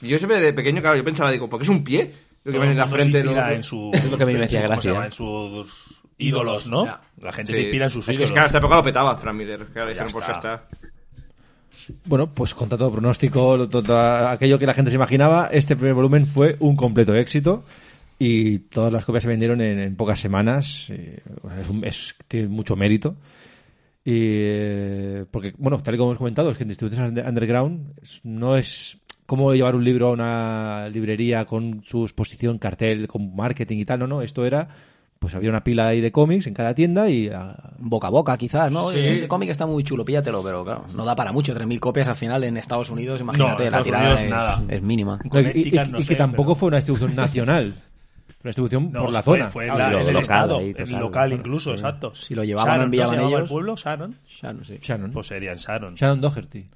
Y yo siempre de pequeño, claro, yo pensaba, digo, ¿por qué es un pie? Lo que Todo ven en el la mundo frente. se inspira lo- en su, Es lo que a mí me en hacía su- ¿cómo se gracia. llama? En sus ídolos, ¿no? Ya. La gente Sí. se inspira en sus Es que ídolos. es que esta época lo petaba Frank Miller. Claro, Ya dijeron, pues ya está. está. Bueno, pues contra todo pronóstico, lo- todo- todo aquello que la gente se imaginaba, este primer volumen fue un completo éxito. y todas las copias se vendieron en, en pocas semanas. eh, o sea, es un- es- tiene mucho mérito. Y, eh, porque, bueno, tal y como hemos comentado, es que en distribuciones under- underground es- no es como llevar un libro a una librería con su exposición, cartel, con marketing y tal. No, no, esto era, pues había una pila ahí de cómics en cada tienda y ah, Boca a boca, quizás, ¿no? Ese cómic está muy chulo, píllatelo, pero claro, no da para mucho. 3.000 copias al final en Estados Unidos, imagínate, en la Estados tirada Unidos es, nada. es En mínima. No, y- y, Connecticut, y- no y sé, que tampoco pero- fue una distribución nacional. Fue una distribución No, por la fue- zona. Fue Ah, la- lo en el local estado, ahí, el claro, local claro. Mm. incluso, exacto. Si lo llevaban, Sharon, ¿no enviaban se llamaba ellos. el pueblo? ¿Sharon? Ya no sé. Shannon. Pues serían Sharon. Shannon Doherty.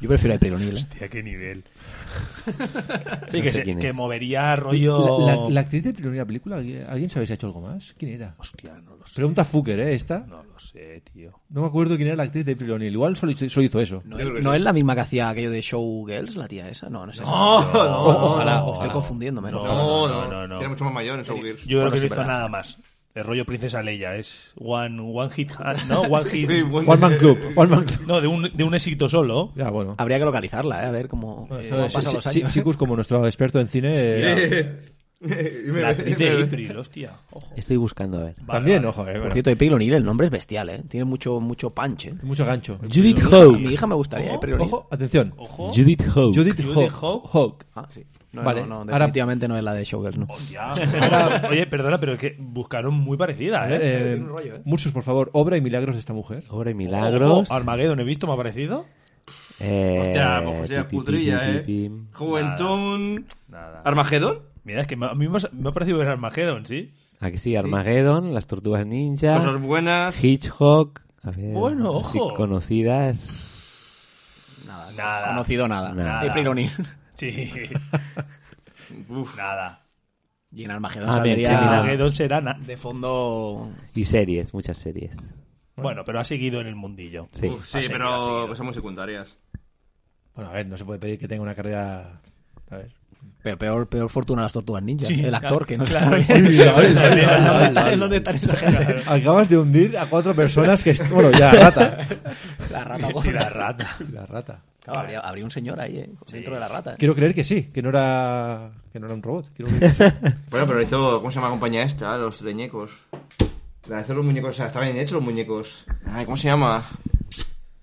Yo prefiero a April O'Neil, ¿eh? Hostia, qué nivel. No Sí, que, sé se- quién es. que movería rollo... La, la- la actriz de primera película, ¿alguien sabe si ha hecho algo más? ¿Quién era? Hostia, no lo sé. Pregunta Fucker, ¿eh? Esta. No lo sé, tío. No me acuerdo quién era la actriz de April O'Neil. Igual solo, hizo- solo hizo eso. No, es- no es la misma que hacía aquello de Showgirls, la tía esa. No, no es esa. ojalá, Estoy ojalá. confundiéndome. ¿no? No, no, no, no. Tiene mucho más mayor en Showgirls. Yo Bueno, creo que sí, no hizo verdad. nada más. El rollo Princesa Leia es one, one hit, hand, ¿no? One hit... Sí, One Man Club. One Man Club. No, de un, de un éxito solo. Ya, bueno. Habría que localizarla, ¿eh? A ver cómo, Bueno, cómo eso es- han pasado sí- los sí- años. ¿eh? Sikus, como nuestro experto en cine, eh, La actriz de April, hostia. Ojo. Estoy buscando, a ver. Vale, también, vale. ojo, eh, Por bueno. cierto, April O'Neil, el nombre es bestial, ¿eh? Tiene mucho, mucho punch, ¿eh? Mucho gancho. Judith A mi Hogue. hija me gustaría, ¿eh? April O'Neil. Ojo, atención. Ojo. Judith Hogue. Judith Judith Hogg. Hogg. Ah, sí. No, Vale, no, no, ahora- definitivamente no es la de Showgirls, ¿no? Hostia. Ahora- oye, perdona, pero es que buscaron muy parecida, ¿eh? Eh, tiene un rollo, eh. Mursus, por favor, obra y milagros de esta mujer. Obra y milagros. Ojo, Armageddon, ¿he visto? ¿Me ha parecido? Eh, Hostia, pues sea pi, pi, putrilla, pi, eh. pi, pi. Juventud. Nada. ¿Armagedón? Mira, es que me- a mí me ha- me ha parecido ver Armageddon, ¿sí? Ah, que sí, Armageddon, Las Tortugas Ninja, Cosas buenas. Hitchcock. A ver, Bueno, así ojo. conocidas. Nada. Nada. Conocido nada. Nada. April O'Neil. Sí. Uf. Nada. Y en Armagedón Ah, bien, saldría criminal. Armageddon será... na- de fondo... Y series, muchas series. Bueno, pero ha seguido en el mundillo. Sí. Uf, sí, Ha seguido, ha pero seguido. cosas muy secundarias. Bueno, a ver, no se puede pedir que tenga una carrera. A ver. Pe- Peor, peor fortuna de las tortugas ninja. Sí, el actor claro, que no claro. se sabe. Sí, ¿Dónde están, ¿Dónde están esa gente? Acabas de hundir a cuatro personas que. est- Bueno, ya, rata. La rata. Y la rata. La rata. Claro, habría, habría un señor ahí, ¿eh? Dentro de la rata. ¿eh? Quiero creer que sí, que no era, que no era un robot. Quiero creer Bueno, pero hizo. ¿Cómo se llama la compañía esta? Los leñecos. La de hacer los muñecos. O sea, estaban bien hechos los muñecos. Ay, ¿cómo se llama?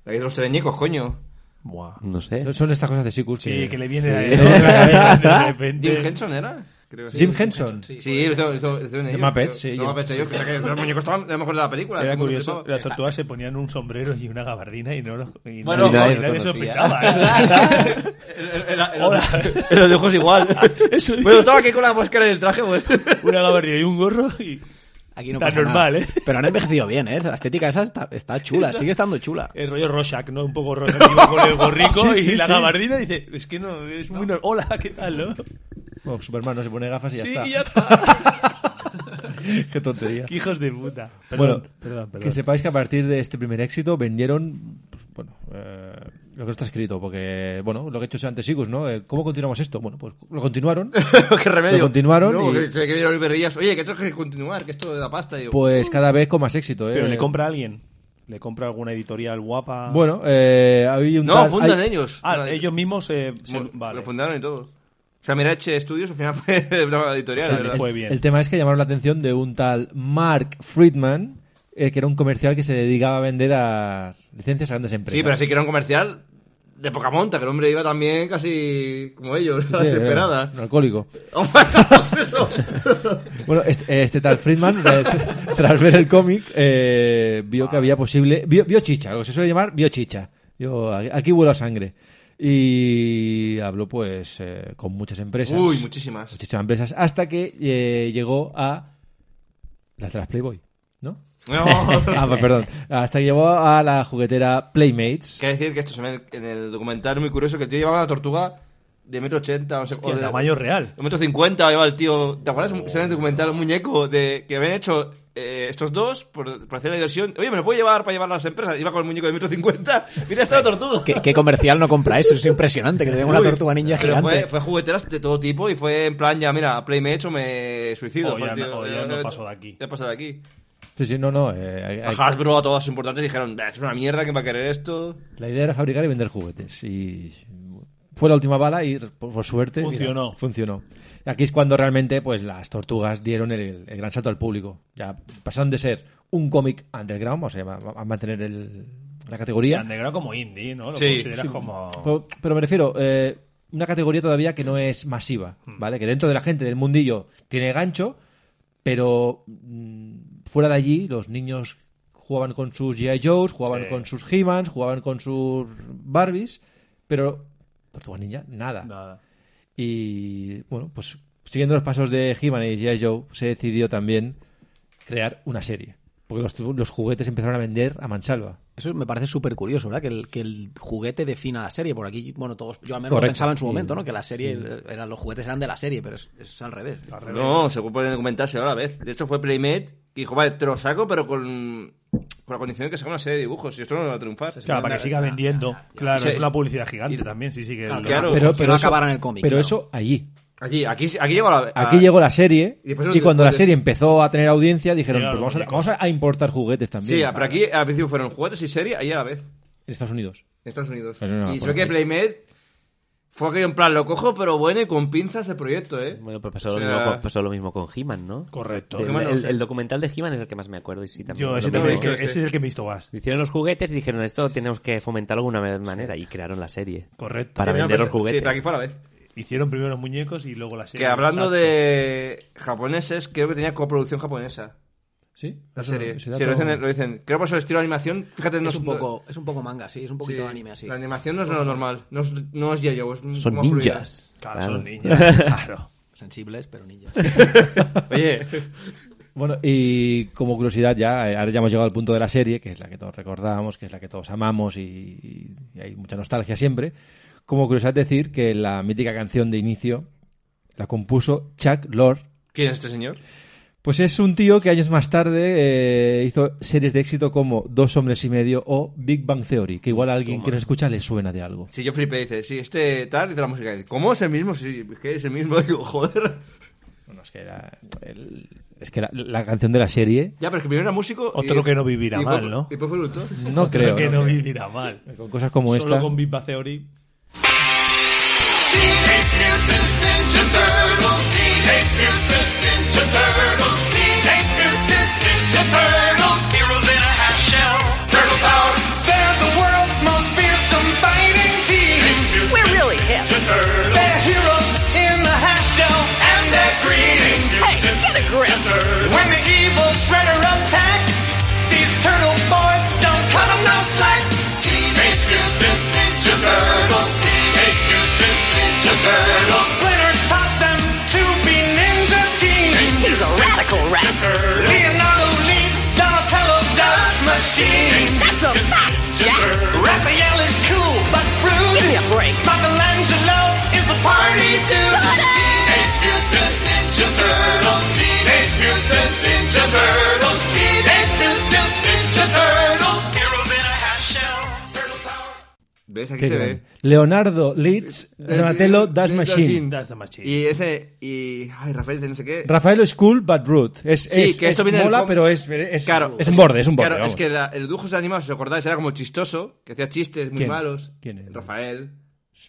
La que hizo los treñecos, coño. Buah. No sé. que- Son- Son estas cosas de Sikus Sí, que le viene Sí. de de repente. ¿Jim Henson era? Creo que sí. Jim Henson. Sí, lo hizo, hizo, hizo en ellos. Muppets, sí, De Jim- Muppets, ellos. que saca- Los muñecos estaban a lo mejor de la película. todo Era el mundo curioso, flipaba. las tortugas se ponían un sombrero y una gabardina y no lo, y Bueno, no- nadie y nadie desconocía. sospechaba. ¿eh? Hola. Pero los ojos igual. Eso digo. Bueno, estaba aquí con la máscara del traje, pues. una gabardina y un gorro y Aquí no Tan pasa normal, nada. ¿eh? Pero han envejecido bien, ¿eh? La estética esa está, está chula, sigue estando chula. el rollo Rorschach, ¿no? Un poco Rorschach con el gorrico Sí, sí, y la sí. gabardina. Dice, es que no, es muy normal. Hola, ¿qué tal, no? Bueno, Superman no se pone gafas y ya sí, está. y ya está. Qué tontería. Qué hijos de puta. Perdón, Bueno, perdón, que perdón. sepáis que a partir de este primer éxito vendieron, pues, bueno, eh, lo que no está escrito, porque, bueno, lo que he hecho antes Sigus, ¿no? Eh, ¿Cómo continuamos esto? Bueno, pues lo continuaron. ¿Qué remedio? Lo continuaron No, y- que Se ve que vieron y berrillas. Oye, que tengo que continuar, que esto de la pasta. Y yo, Pues cada vez con más éxito, ¿eh? Pero le compra a alguien. Le compra alguna editorial guapa. Bueno, eh, había un no, tal- fundan hay- ellos. Ah, Fundan- ellos mismos eh, se- Mo- vale. Lo fundaron y todo. O sea, mira, H Studios al final fue de la editorial, O sea, ¿verdad? que fue bien. El tema es que llamaron la atención de un tal Mark Friedman, eh, que era un comercial que se dedicaba a vender a licencias a grandes empresas. Sí, pero sí que era un comercial de poca monta, que el hombre iba también casi como ellos, Sí, eh. desesperada. era Un alcohólico. Eso. Bueno, este, este tal Friedman, eh, tr- tras ver el cómic, eh, Ah. vio que había posible. Vio, vio chicha, lo que se suele llamar vio chicha. Yo, aquí huele a sangre. Y habló, pues, eh, con muchas empresas. Uy, muchísimas. Muchísimas empresas. Hasta que eh, llegó a. Las de las Playboy, ¿no? No. Ah, pues, perdón. Hasta que llegó a la juguetera Playmates. Qué decir que esto se ve en el documental muy curioso que el tío llevaba una tortuga de metro ochenta, no sé, o Hostia, de tamaño real. de metro cincuenta lleva el tío. ¿Te acuerdas? Se ve en el documental un muñeco de que habían hecho eh, estos dos por, por hacer la diversión. Oye, me lo puedo llevar para llevar a las empresas. Iba con el muñeco de metro cincuenta. Mira, está la tortuga. ¿Qué, qué comercial no compra eso? Es impresionante que le den una Uy, tortuga ninja pero gigante. Fue, fue jugueteras de todo tipo y fue en plan ya, mira, Playmate o me suicido. O Oh, Fue ya el eh, no- o ya no paso de aquí. Ya paso de aquí. Sí, sí, no, no. eh, hay- A hay- Hasbro, a todos los importantes dijeron, "Bah, es una mierda, ¿quién va a querer esto? la idea era fabricar y vender juguetes. Y. fue la última bala y por, por suerte mira, Funcionó. funcionó. Aquí es cuando realmente pues las tortugas dieron el, el gran salto al público. Ya pasaron de ser un cómic underground, o sea, va- va- a mantener el- la categoría. Underground como indie, ¿no? Lo Sí, consideras como... Pero, pero me refiero, eh, una categoría todavía que no es masiva, Hmm. ¿vale? Que dentro de la gente del mundillo tiene gancho, pero mm, fuera de allí los niños jugaban con sus G.I. Joes, jugaban Sí. con sus He-Mans, jugaban con sus Barbies, pero Tortuga Ninja, nada. Nada. Y bueno, pues siguiendo los pasos de He-Man y G.I. Joe, se decidió también crear una serie. Porque los, tu- los juguetes empezaron a vender a mansalva. Eso me parece súper curioso, ¿verdad? Que el, que el juguete defina la serie. Por aquí, bueno, todos, yo al menos lo Correcto. pensaba en su Sí. momento, ¿no? Que la serie, eran, los juguetes eran de la serie, pero es, es al revés. No, según pueden comentarse ahora a la vez. De hecho, fue Playmate que dijo, vale, te lo saco, pero con, con la condición de que saca una serie de dibujos. Y esto no va a triunfar. Claro, para que siga Ya, vendiendo. ya, ya. Claro, Sí, es una sí. publicidad gigante también, sí, sí. Que Claro, lo- claro. Pero, que pero no eso- acabaran el cómic, Pero claro. eso allí. Aquí, aquí, aquí llegó la... Aquí a- llegó la serie Y y, después los cuando la juguetes. serie empezó a tener audiencia dijeron, Llegaron pues vamos los a, vamos a importar juguetes también Sí, pero aquí al principio fueron juguetes y serie, ahí a la vez. en Estados Unidos. En Estados Unidos. Pero no, y por sé que aquí. Playmate fue aquello en plan, lo cojo, pero bueno, y con pinzas el proyecto, ¿eh? Bueno, pero pasó, O lo, sea, mismo, pues, con- pasó lo mismo con He-Man, ¿no? Correcto. El, He-Man no el- sé. el documental de He-Man es el que más me acuerdo. Y sí, también Yo lo ese, no mismo. también- he visto, ese es ese. el que me he visto más. Hicieron los juguetes y dijeron, esto tenemos que fomentarlo de alguna manera. Y crearon la serie. Correcto. Para Primero vender los empezó- Sí, juguetes. pero aquí fue a la vez. Hicieron primero los muñecos y luego la serie. Que hablando Exacto. de japoneses, creo que tenía coproducción japonesa. Sí, La serie. ese Sí, dato- lo dicen, lo dicen. Creo por eso el estilo de animación, fíjate, no es un poco, es un poco manga, sí, es un poquito de anime así. La animación no es lo normal, no es, no es yayo, es Son como fluida. ninjas. Claro, Claro. son niñas. Claro. Sensibles, pero ninjas. Oye, Bueno, y como curiosidad ya, eh, ahora ya hemos llegado al punto de la serie, que es la que todos recordamos, que es la que todos amamos y, y hay mucha nostalgia siempre. Como curiosidad decir que la mítica canción de inicio la compuso Chuck Lord. ¿quién es este señor? Pues es un tío que años más tarde eh, hizo series de éxito como Dos hombres y medio o Big Bang Theory, que igual a alguien que nos escucha le suena de algo. Si yo flipé, dice, sí, este tal, dice la música. Dice, ¿Cómo es el mismo? Sí, es que es el mismo, digo, joder. Bueno, es que era, el- es que era la canción de la serie. Ya, pero es que primero era músico. Otro que no vivirá y fue- mal, ¿no? Y fue productor. No creo. que no no creo. vivirá mal. Con cosas como Solo esta. con Big Bang Theory. Teenage Mutant Ninja Turtles. Teenage Mutant Ninja Turtles. Teenage Mutant Ninja Turtles. Heroes in a half shell. Turtle power. They're the world's most fearsome fighting team. We're really hip. They're heroes in the half shell. And they're green. Hey, get a grip. When the evil shredder attacks, these turtle boys don't cut 'em no slack. Teenage Mutant Ninja Turtles. Teenage Mutant Ninja Turtles. Splinter taught them to be ninja teens. He's a radical rat. Leonardo leads Donatello does machines. That's a fact, Jack. Raphael is cool, but rude. Give me a break. Michelangelo is a party dude. Teenage Mutant Ninja Turtles. Teenage Mutant Ninja Turtles. Teenage Mutant Ninja Turtles. Heroes in a half shell. Turtle power. ¿Ves? Aquí Qué se gran. ve. Leonardo Eh, Litz, Donatello Dash Machine. That's the Machine. Y ese. Y. Ay, Rafael dice no sé qué. Rafael is cool but rude. Es, Sí, es, que esto es viene del mola, com- pero es, es, Claro, es un borde, es un borde. Claro, vamos. es que la- el dibujo de animado, si os acordáis, era como chistoso, que hacía chistes muy ¿Quién? malos. ¿Quién es? Rafael.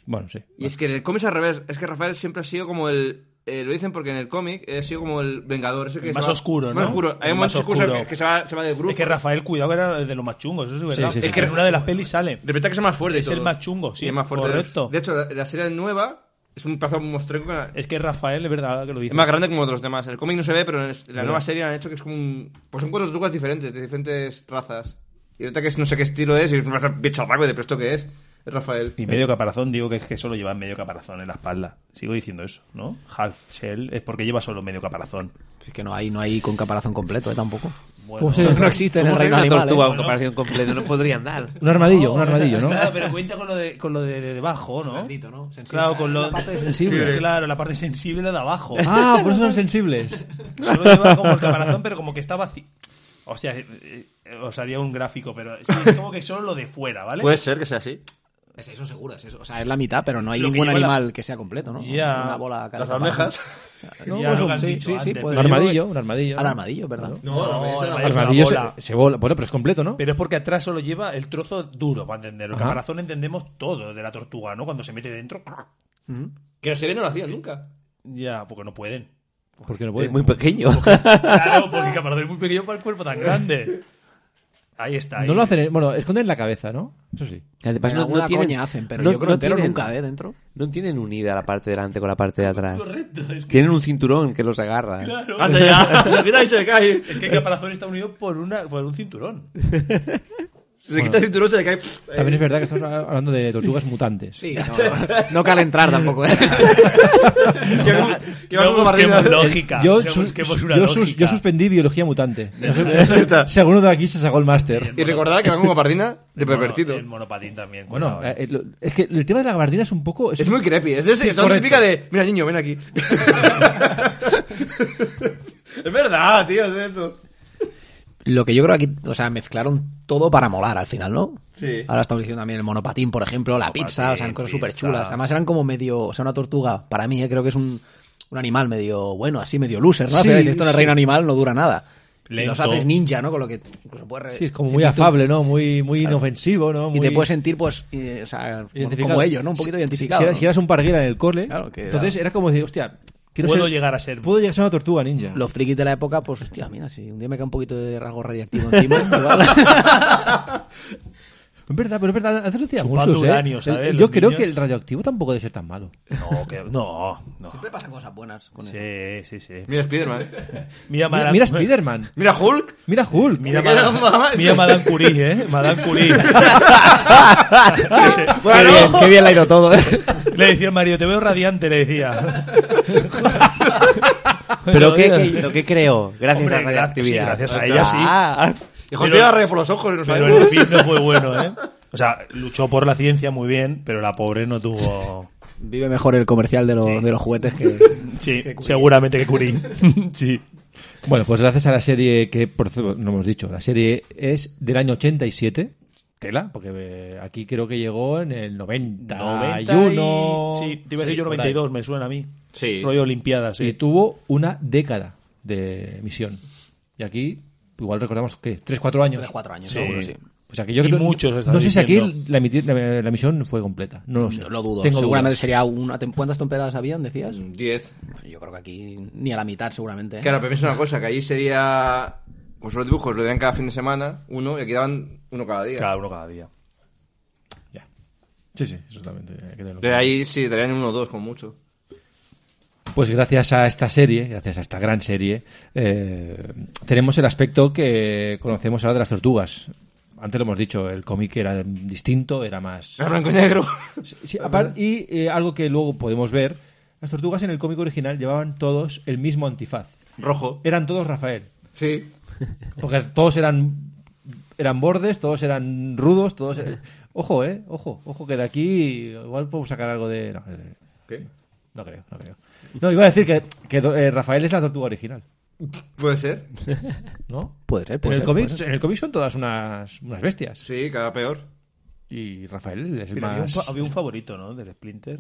Bueno, sí. Y es que en el cómic es al revés. Es que Rafael siempre ha sido como el. eh, lo dicen porque en el cómic eh, ha sido como el vengador. ese que El se más va- oscuro, el ¿no? Más oscuro. Hay El un más más oscuro oscuro. que, que se, va, se va del grupo. Es que Rafael, cuidado, que era de los más chungos, eso sí es verdad. sí, es sí. que en una de las pelis sale. De repente que es el más fuerte. y Es el todo. más chungo, sí, Y el más fuerte. de los- correcto. De hecho, la, la serie nueva es un pazo mostreco. que la- Es que Rafael, es verdad que lo dice. Es más grande como los demás. El cómic no se ve, pero en es- la nueva serie han hecho que es como un. Pues son cuatro tortugas diferentes, de diferentes razas. Y ahorita que es, no sé qué estilo es, y es un raza bicharraco y de presto que es. Es Rafael. Y medio caparazón, digo que es que solo lleva medio caparazón en la espalda. Sigo diciendo eso, ¿no? Half shell es porque lleva solo medio caparazón. Es que no hay, no hay con caparazón completo, ¿eh? Tampoco. ¿Cómo se- No existe en el ¿Cómo sería reino una animal. tortuga ¿eh? con comparación completa? No podrían dar. Un armadillo, un armadillo, ¿no? Ah, Claro, pero cuenta con lo de, con lo de, de debajo, ¿no? Blandito, ¿no? Sensible. Claro, con lo... La parte sensible. Sí, claro, la parte sensible de abajo. Ah, por eso son sensibles. Solo lleva como el caparazón, pero como que está vacío. Hostia, eh, eh, os haría un gráfico, pero sí, es como que solo lo de fuera, ¿vale? Pues, Puede ser que sea así. Es eso seguro, es eso. O sea, es la mitad, pero no hay Lo que ningún lleva la- animal que sea completo, ¿no? Ya. Una bola cada Las caparazón. almejas. No, Ya pues lo que un- han sí, dicho sí, sí, antes, puede Un ser. armadillo, un armadillo. Al armadillo, ¿verdad? No, la mesa el era- El armadillo es una armadillo se, bola. se bola. Bueno, pero es completo, ¿no? Pero es porque atrás solo lleva el trozo duro, para entender. El Ajá. caparazón entendemos todo de la tortuga, ¿no? Cuando se mete dentro. Que se ve no lo hacían nunca. Ya, porque no pueden. Porque no puede. Es muy pequeño. Claro, porque el caparazón es muy pequeño para el cuerpo tan grande. Ahí está. ahí. No lo hacen. Bueno, esconden la cabeza, ¿no? Eso sí. Además, pues no, no, no tienen, coña hacen, pero no- yo creo no entero tienen- nunca, ¿eh? Dentro. No tienen unida la parte de delante con la parte de atrás. Correcto, es que. Tienen un cinturón que los agarra. Claro. Anda ya. Se quita y se cae. Es que el caparazón está unido por, una, por un cinturón. Si se quita el cinturón, se le cae. También es verdad que estamos hablando de tortugas mutantes. Sí, no, no calentrar tampoco, ¿eh? Que va- eh, que va No como busquemos barriga. lógica. Yo, no sus- busquemos una yo sus- lógica. yo suspendí biología mutante. Eso está. Seguro de aquí se sacó el máster. Y recordad que va como pardina de Mono- pervertido. el monopatín también. Bueno, cuidado, eh. eh, lo- es que el tema de la gabardina es un poco. Es muy creepy. Es de ese- son correcto. típica de. Mira, niño, ven aquí. es verdad, tío, es eso. Lo que yo creo aquí, o sea, mezclaron todo para molar al final, ¿no? Sí. Ahora estamos diciendo también el monopatín, por ejemplo, la pizza, o sea, Monopatín, cosas pizza. súper chulas. Además eran como medio, o sea, una tortuga, para mí, ¿eh? creo que es un, un animal medio, bueno, así medio loser, ¿no? Sí, Pero dices, esto en el sí. reino animal no dura nada. Y los Lento. haces ninja, ¿no? Con lo que incluso puedes... re- Sí, es como si muy tú- afable, ¿no? Muy, muy inofensivo, ¿no? Y te Muy puedes sentir, pues, eh, o sea, identificado. como ellos, ¿no? Un poquito Si- identificado. Si, eras- ¿no? si eras un parguera en el cole, Claro que era- entonces era como decir, hostia, quiero Puedo ser- llegar a ser. puedo llegar a ser una tortuga ninja. Los frikis de la época, pues, hostia, mira, si un día me cae un poquito de rasgo radiactivo encima, igual. Es verdad, pero es verdad, antes lo decía Chupando Mursus, ¿eh? uranio, El- ¿sabes? Yo Los creo niños. que el radioactivo tampoco debe ser tan malo. No, que- no, no. Siempre pasan cosas buenas con eso. Sí, sí, sí. Mira Spiderman. ¿eh? Mira, Mira, Madame- mira Spiderman, Mira Hulk. mira Hulk. Mira, Mira, Madame- mamá. mira Madame Curie, ¿eh? Madame Curie. Ese- Qué Bueno. bien, qué bien le ha ido todo, ¿eh? Le decía el marido, te veo radiante, le decía. Pero ¿qué, qué- lo que creo, gracias Hombre, a la radioactividad. sí, gracias a Ah, ella, sí. ah. Dijo, Pero- te agarré por los ojos y no Pero sabes. el fin no fue bueno, ¿eh? O sea, luchó por la ciencia muy bien, pero la pobre no tuvo... Vive mejor el comercial de, los- de los juguetes que... Sí, seguramente que Curie. sí. Bueno, pues gracias a la serie que, por cierto, no hemos dicho, la serie es del año 87. Tela, porque eh, aquí creo que llegó en el 91. Sí, te iba a decir Sí, yo por ahí. 92, me suena a mí. Sí. Rollo eh. Olimpiada, Y sí. tuvo una década de emisión. Y aquí, igual recordamos, ¿qué? ¿Tres, cuatro años? Tres, cuatro años, Sí. seguro, sí. Pues aquí yo Y creo muchos están No sé si aquí diciendo. la, emiti- la- la emisión fue completa. No lo sé. No lo dudo. Tengo seguramente dudas. sería una... tem- ¿Cuántas temporadas habían, decías? 10. Yo creo que aquí ni a la mitad, seguramente. ¿eh? Claro, pero piensa una cosa, que allí sería... Pues los dibujos lo daban cada fin de semana, uno, y aquí daban uno cada día. Cada uno cada día. Ya. Sí, sí, exactamente. hay que tenerlo De claro. ahí sí, darían uno o dos, con mucho. Pues gracias a esta serie, gracias a esta gran serie, eh, tenemos el aspecto que conocemos ahora de las tortugas. Antes lo hemos dicho, el cómic era distinto, era más... Era blanco y negro. Sí, apar- y eh, algo que luego podemos ver, las tortugas en el cómic original llevaban todos el mismo antifaz. Rojo. Eran todos Rafael. Sí. Porque todos eran eran bordes, todos eran rudos, todos... eran- Ojo, eh, ojo, ojo, que de aquí igual podemos sacar algo de... no, eh, ¿Qué? no creo, no creo. No, iba a decir que, que eh, Rafael es la tortuga original. ¿Puede ser? ¿No? Puede ser, puede en, el ser, cómic, puede ser. en el cómic son todas unas, unas bestias. Sí, cada peor. Y Rafael es el Pero había, un, más. fa- había un favorito, ¿no? Del Splinter.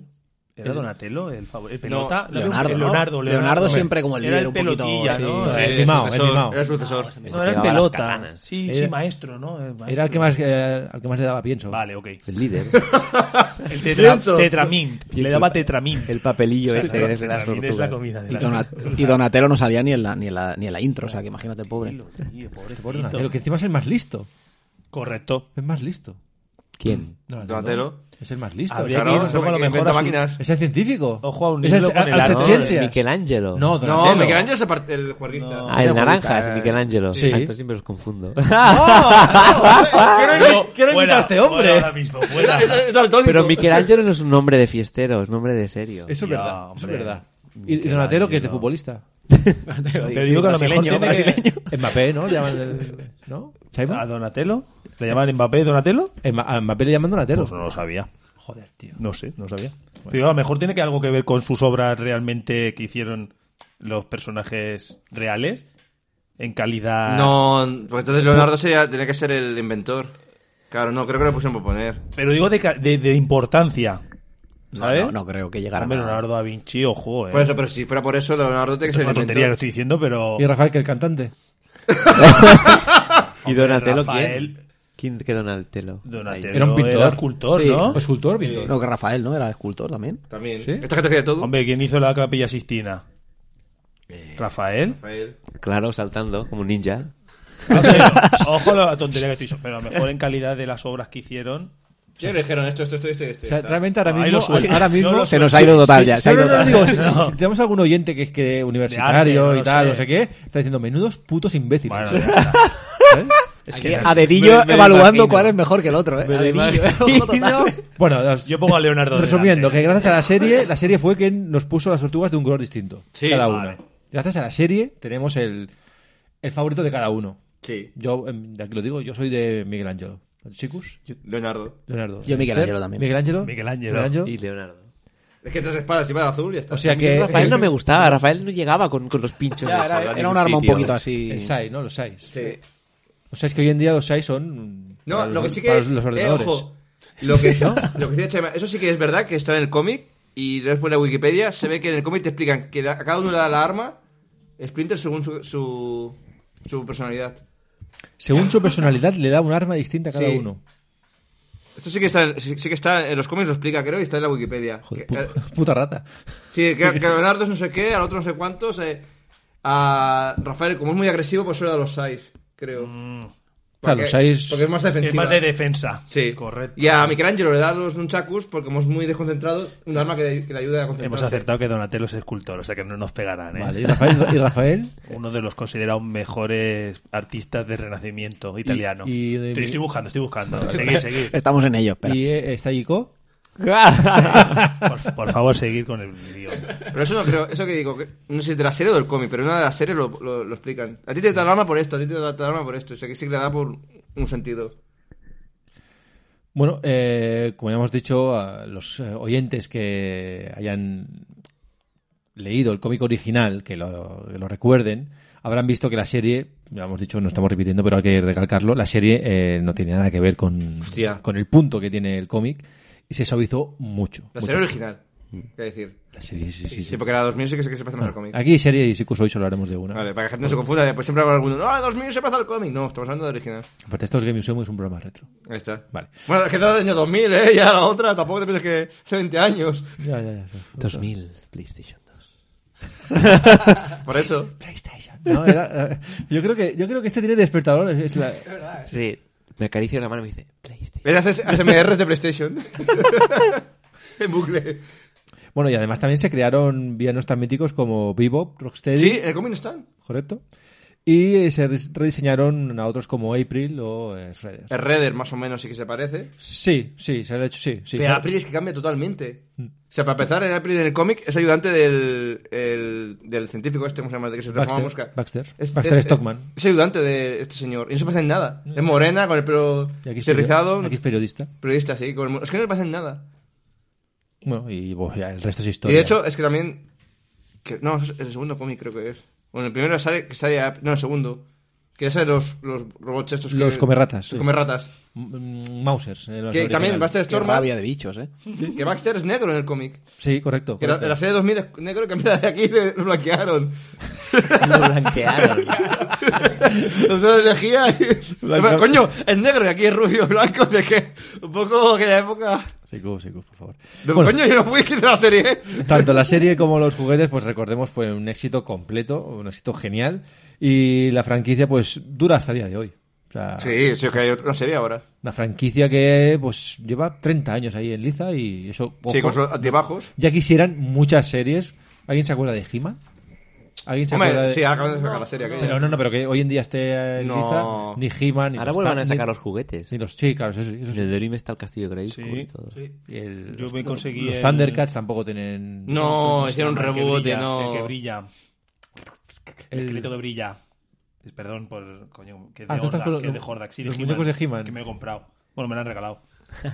¿Era El- Donatello? ¿El favorito? No, ¿Pelota? ¿No había un- Leonardo, el ¿no? Leonardo, Leonardo siempre como el Era líder un poquito, pelotilla, ¿no? sí. Sí, el es mimao, el sucesor, mimao. Era su sucesor. No, era el Llevaba las pelota. katanas. Sí, sí, Era- maestro, ¿no? Era el que más, eh, al que más le daba pienso. Vale, ok. El líder. El tetra, Pienso. tetramint. Le daba tetramint. El papelillo ese de las Tetramint es la tortugas. comida de Y, las Dona- y Donatello no salía ni en, la, ni, en la, ni en la intro, o sea, que imagínate, pobre. tortugas. Pero que encima es Ah, el más listo. Correcto. Es más listo. ¿Quién? Donatello. Es el más listo. Habría es el- que ir un Claro, poco a lo que mejor inventa a su- máquinas. Es el científico. Ojo a es unirlo el, con el al arte. set ciencias. No, Michelangelo. No, Donatello. Michelangelo es el part- el juerguista. Ah, el Ese naranja bonita, es eh. Michelangelo. Sí. Ah, entonces siempre los confundo. Quiero, invi- quiero invitar Fuera, a este hombre. fuera ahora mismo, fuera. Es- es- es daltónico. Pero Michelangelo no es un nombre de fiestero, es un nombre de serio. Eso es Ya, verdad. Eso es hombre. verdad. Y y Donatello, que es de Michelangelo. futbolista. Te digo que a lo mejor Brasileño, tiene Pues brasileño. Mbappé, ¿no? Le llaman el- ¿No? que- ¿A ¿Simon? Donatello? ¿Le llaman Mbappé Donatello? Emma- A Mbappé le llaman Donatello. Pues no lo sabía. Joder, tío. No sé, no sabía. Pero a lo mejor tiene que algo que ver con sus obras realmente que hicieron los personajes reales en calidad. No, porque entonces Leonardo sería, tenía que ser el inventor. Claro, no, creo que lo pusieron por poner. Pero digo de, ca- de, de importancia. No, ¿Sabes? no, no creo que llegara. Hombre, nada. Pues, Leonardo da Vinci, ojo, eh. Por eso, pero si fuera por eso, Leonardo tiene que es ser una el tontería lo inventor. estoy diciendo, pero. Y Rafael, que el cantante. ¿Y Donatello Rafael- quién? ¿Quién que Donatello? Donatello Era un pintor. Era escultor, Sí. ¿no? Escultor, pintor. No, que Rafael, ¿no? Era escultor también. También. ¿Sí? Esta gente hacía de todo. Hombre, ¿quién hizo la capilla Sistina? Eh, Rafael. Rafael. Claro, saltando, como un ninja. Ah, Ojo a la tontería que estoy diciendo, pero a lo mejor en calidad de las obras que hicieron. Sí, le dijeron esto, esto, esto, esto. esto O sea, esto. realmente ahora Ahí mismo, lo suelto. ahora Yo mismo lo Se nos ha ido total ya. Sí, Se ha no, ido no, no, total. digo, si, si- si tenemos algún oyente que es que universitario De arte, y tal, no no sé. sé qué, está diciendo menudos putos imbéciles. Bueno, ya está. Es que a dedillo me- me evaluando imagino. cuál es mejor que el otro, ¿eh? A dedillo. ojo, total. Bueno, las- Yo pongo a Leonardo. resumiendo, delante. que gracias a la serie, la serie fue quien nos puso las tortugas de un color distinto. Sí, cada una. vale. Gracias a la serie tenemos el, el favorito de cada uno. Sí, Yo, em, de aquí lo digo, yo soy de Miguel Ángel. Chicos, Leonardo. Leonardo. Yo Michelangelo ¿Fer? también. Michelangelo. Michelangelo. Y Leonardo. Es que tres espadas iba de azul y ya está. O sea que. Rafael no me gustaba, Rafael no llegaba con, con los pinchos. Ya, Eso, era, de era un arma un sitio. poquito así. El SAI, ¿no? Los SAIs. Sí. O sea, es que hoy en día los SAI son. No, para lo que los- sí que. para los eh, ordenadores. ojo, lo que, ¿no? lo que decía Chema, eso sí que es verdad que está en el cómic y después de la Wikipedia se ve que en el cómic te explican que a cada uno le da la arma Splinter según su, su, su personalidad. Según su personalidad, le da un arma distinta a cada Sí. uno. Esto sí que está, en- sí, sí que está en los cómics, lo explica, creo, y está en la Wikipedia. Joder, Que- pu- eh, puta rata. sí, que, que a Leonardo es no sé qué, al otro no sé cuántos. eh, a Rafael, como es muy agresivo, pues suele a los 6, creo. Claro, Porque- los SAIs. Porque es más defensivo. Mm. Es más de defensa. Sí. Correcto. Y a Michelangelo le da los nunchakus porque como es muy desconcentrado, un arma que le, que le ayuda a Hemos concentrarse. acertado que Donatello es escultor, o sea que no nos pegarán, ¿eh? Vale, y Rafael. y Rafael? Uno de los considerados mejores artistas del Renacimiento italiano. y de estoy, mi- estoy buscando, estoy buscando. Seguir, seguir. Estamos en ello, espera. ¿Y eh, está Ico? Por, por favor, seguir con el vídeo. Pero eso no creo, eso que digo, que- no sé si es de la serie o del cómic, pero en una de las series lo, lo- lo explican. A ti te da el arma por esto, a ti te da el arma por esto. O sea que sí que le da por un sentido. Bueno, eh, como ya hemos dicho, a los eh, oyentes que hayan leído el cómic original, que lo, que lo recuerden, habrán visto que la serie, ya hemos dicho, no estamos repitiendo, pero hay que recalcarlo, la serie eh, no tiene nada que ver con, Hostia. con el punto que tiene el cómic y se suavizó mucho. La mucho. serie original, quiero decir. La serie, sí, sí, sí. Sí, porque la 2000 sí que, sí que se pasa más al cómic. Aquí serie y Sicus hoy solo hablaremos de una. Vale, para que la gente no se confunda, eh, pues siempre habrá alguno, no, 2000 se pasa al cómic. No, estamos hablando de original. Aparte, esto es Game Museum, es un programa retro. Ahí está. Vale. Bueno, es que todo el año 2000, eh, ya la otra, tampoco te pienses que hace 20 años. Ya, ya, ya. 2000, PlayStation 2. Por eso. PlayStation. No, era, eh, yo, creo que, yo creo que este tiene despertador. es- es la- Sí, me acaricia la mano y me dice, PlayStation. Él hace ASMRs de PlayStation. en bucle. Bueno, y además también se crearon villanos tan míticos como Bebop, Rocksteady, Sí, en el cómic no están. correcto. Y eh, se res- rediseñaron a otros como April o eh, Shredder. El Redder más o menos sí que se parece. Sí, sí, se le ha hecho, sí. Mm. sí. Pero April es que cambia totalmente. O sea, para empezar, en April en el cómic es ayudante del, el- del científico este, ¿cómo se llama? El que se transforma en Baxter, mosca. Baxter. Es- Baxter es- Stockman. Mm. Es ayudante de este señor. Y no se pasa en nada. Es morena, con el pelo Y aquí es perio- rizado. Aquí es periodista. Periodista, sí. con el mo- es que no le pasa en nada. Bueno, y bueno, ya, el resto es Y historia. de hecho, es que también. Que, no, es el segundo cómic creo que es. Bueno, el primero sale. Que sale Ap- no, el segundo. Que sale los, los robots estos. que- Los comerratas, sí. Los comerratas. Mm, Mausers. eh, los Que también originales. Baxter Qué Storm. rabia de bichos, ¿eh? Que Baxter es negro en el cómic. Sí, correcto. Que la, correcto. la serie 2000 es negro que en vez de aquí le, lo blanquearon. Lo blanquearon. Los de la energía. y- Blanca- Coño, es negro y aquí es rubio, blanco. De que un poco que la época. Siku, Siku, por favor. De, Bueno, Coño, yo no fui de la serie. ¿eh? Tanto la serie como los juguetes, pues recordemos, fue un éxito completo, un éxito genial. Y la franquicia, pues, dura hasta el día de hoy. O sea, Sí, sí, es que hay otra serie ahora. una franquicia que, pues, lleva 30 años ahí en liza y eso. ojo, Sí, con sus altibajos. Ya quisieran muchas series. ¿Alguien se acuerda de Hima? ¿Alguien se acuerda Hombre, de.? sí, acaban de sacar la serie. aquella. Pero no, no, pero que hoy en día esté en No. liza, ni He-Man, ni Ahora los vuelvan Tang- a sacar ni- los juguetes. ni los- sí, claro, eso sí. eso sí. Desde Dorim está el castillo Grey. Sí. y todo. El- Yo los, me conseguí los el- Thundercats tampoco tienen. No, hicieron un El que reboot y brilla, no. El que brilla. El, El- esqueleto que brilla. Es- Perdón por. Coño, que es de Ah, tú estás Horda, con lo- que es de lo- Horda. Sí, los He-Man. muñecos de He-Man. Es que me lo he comprado. Bueno, me lo han regalado.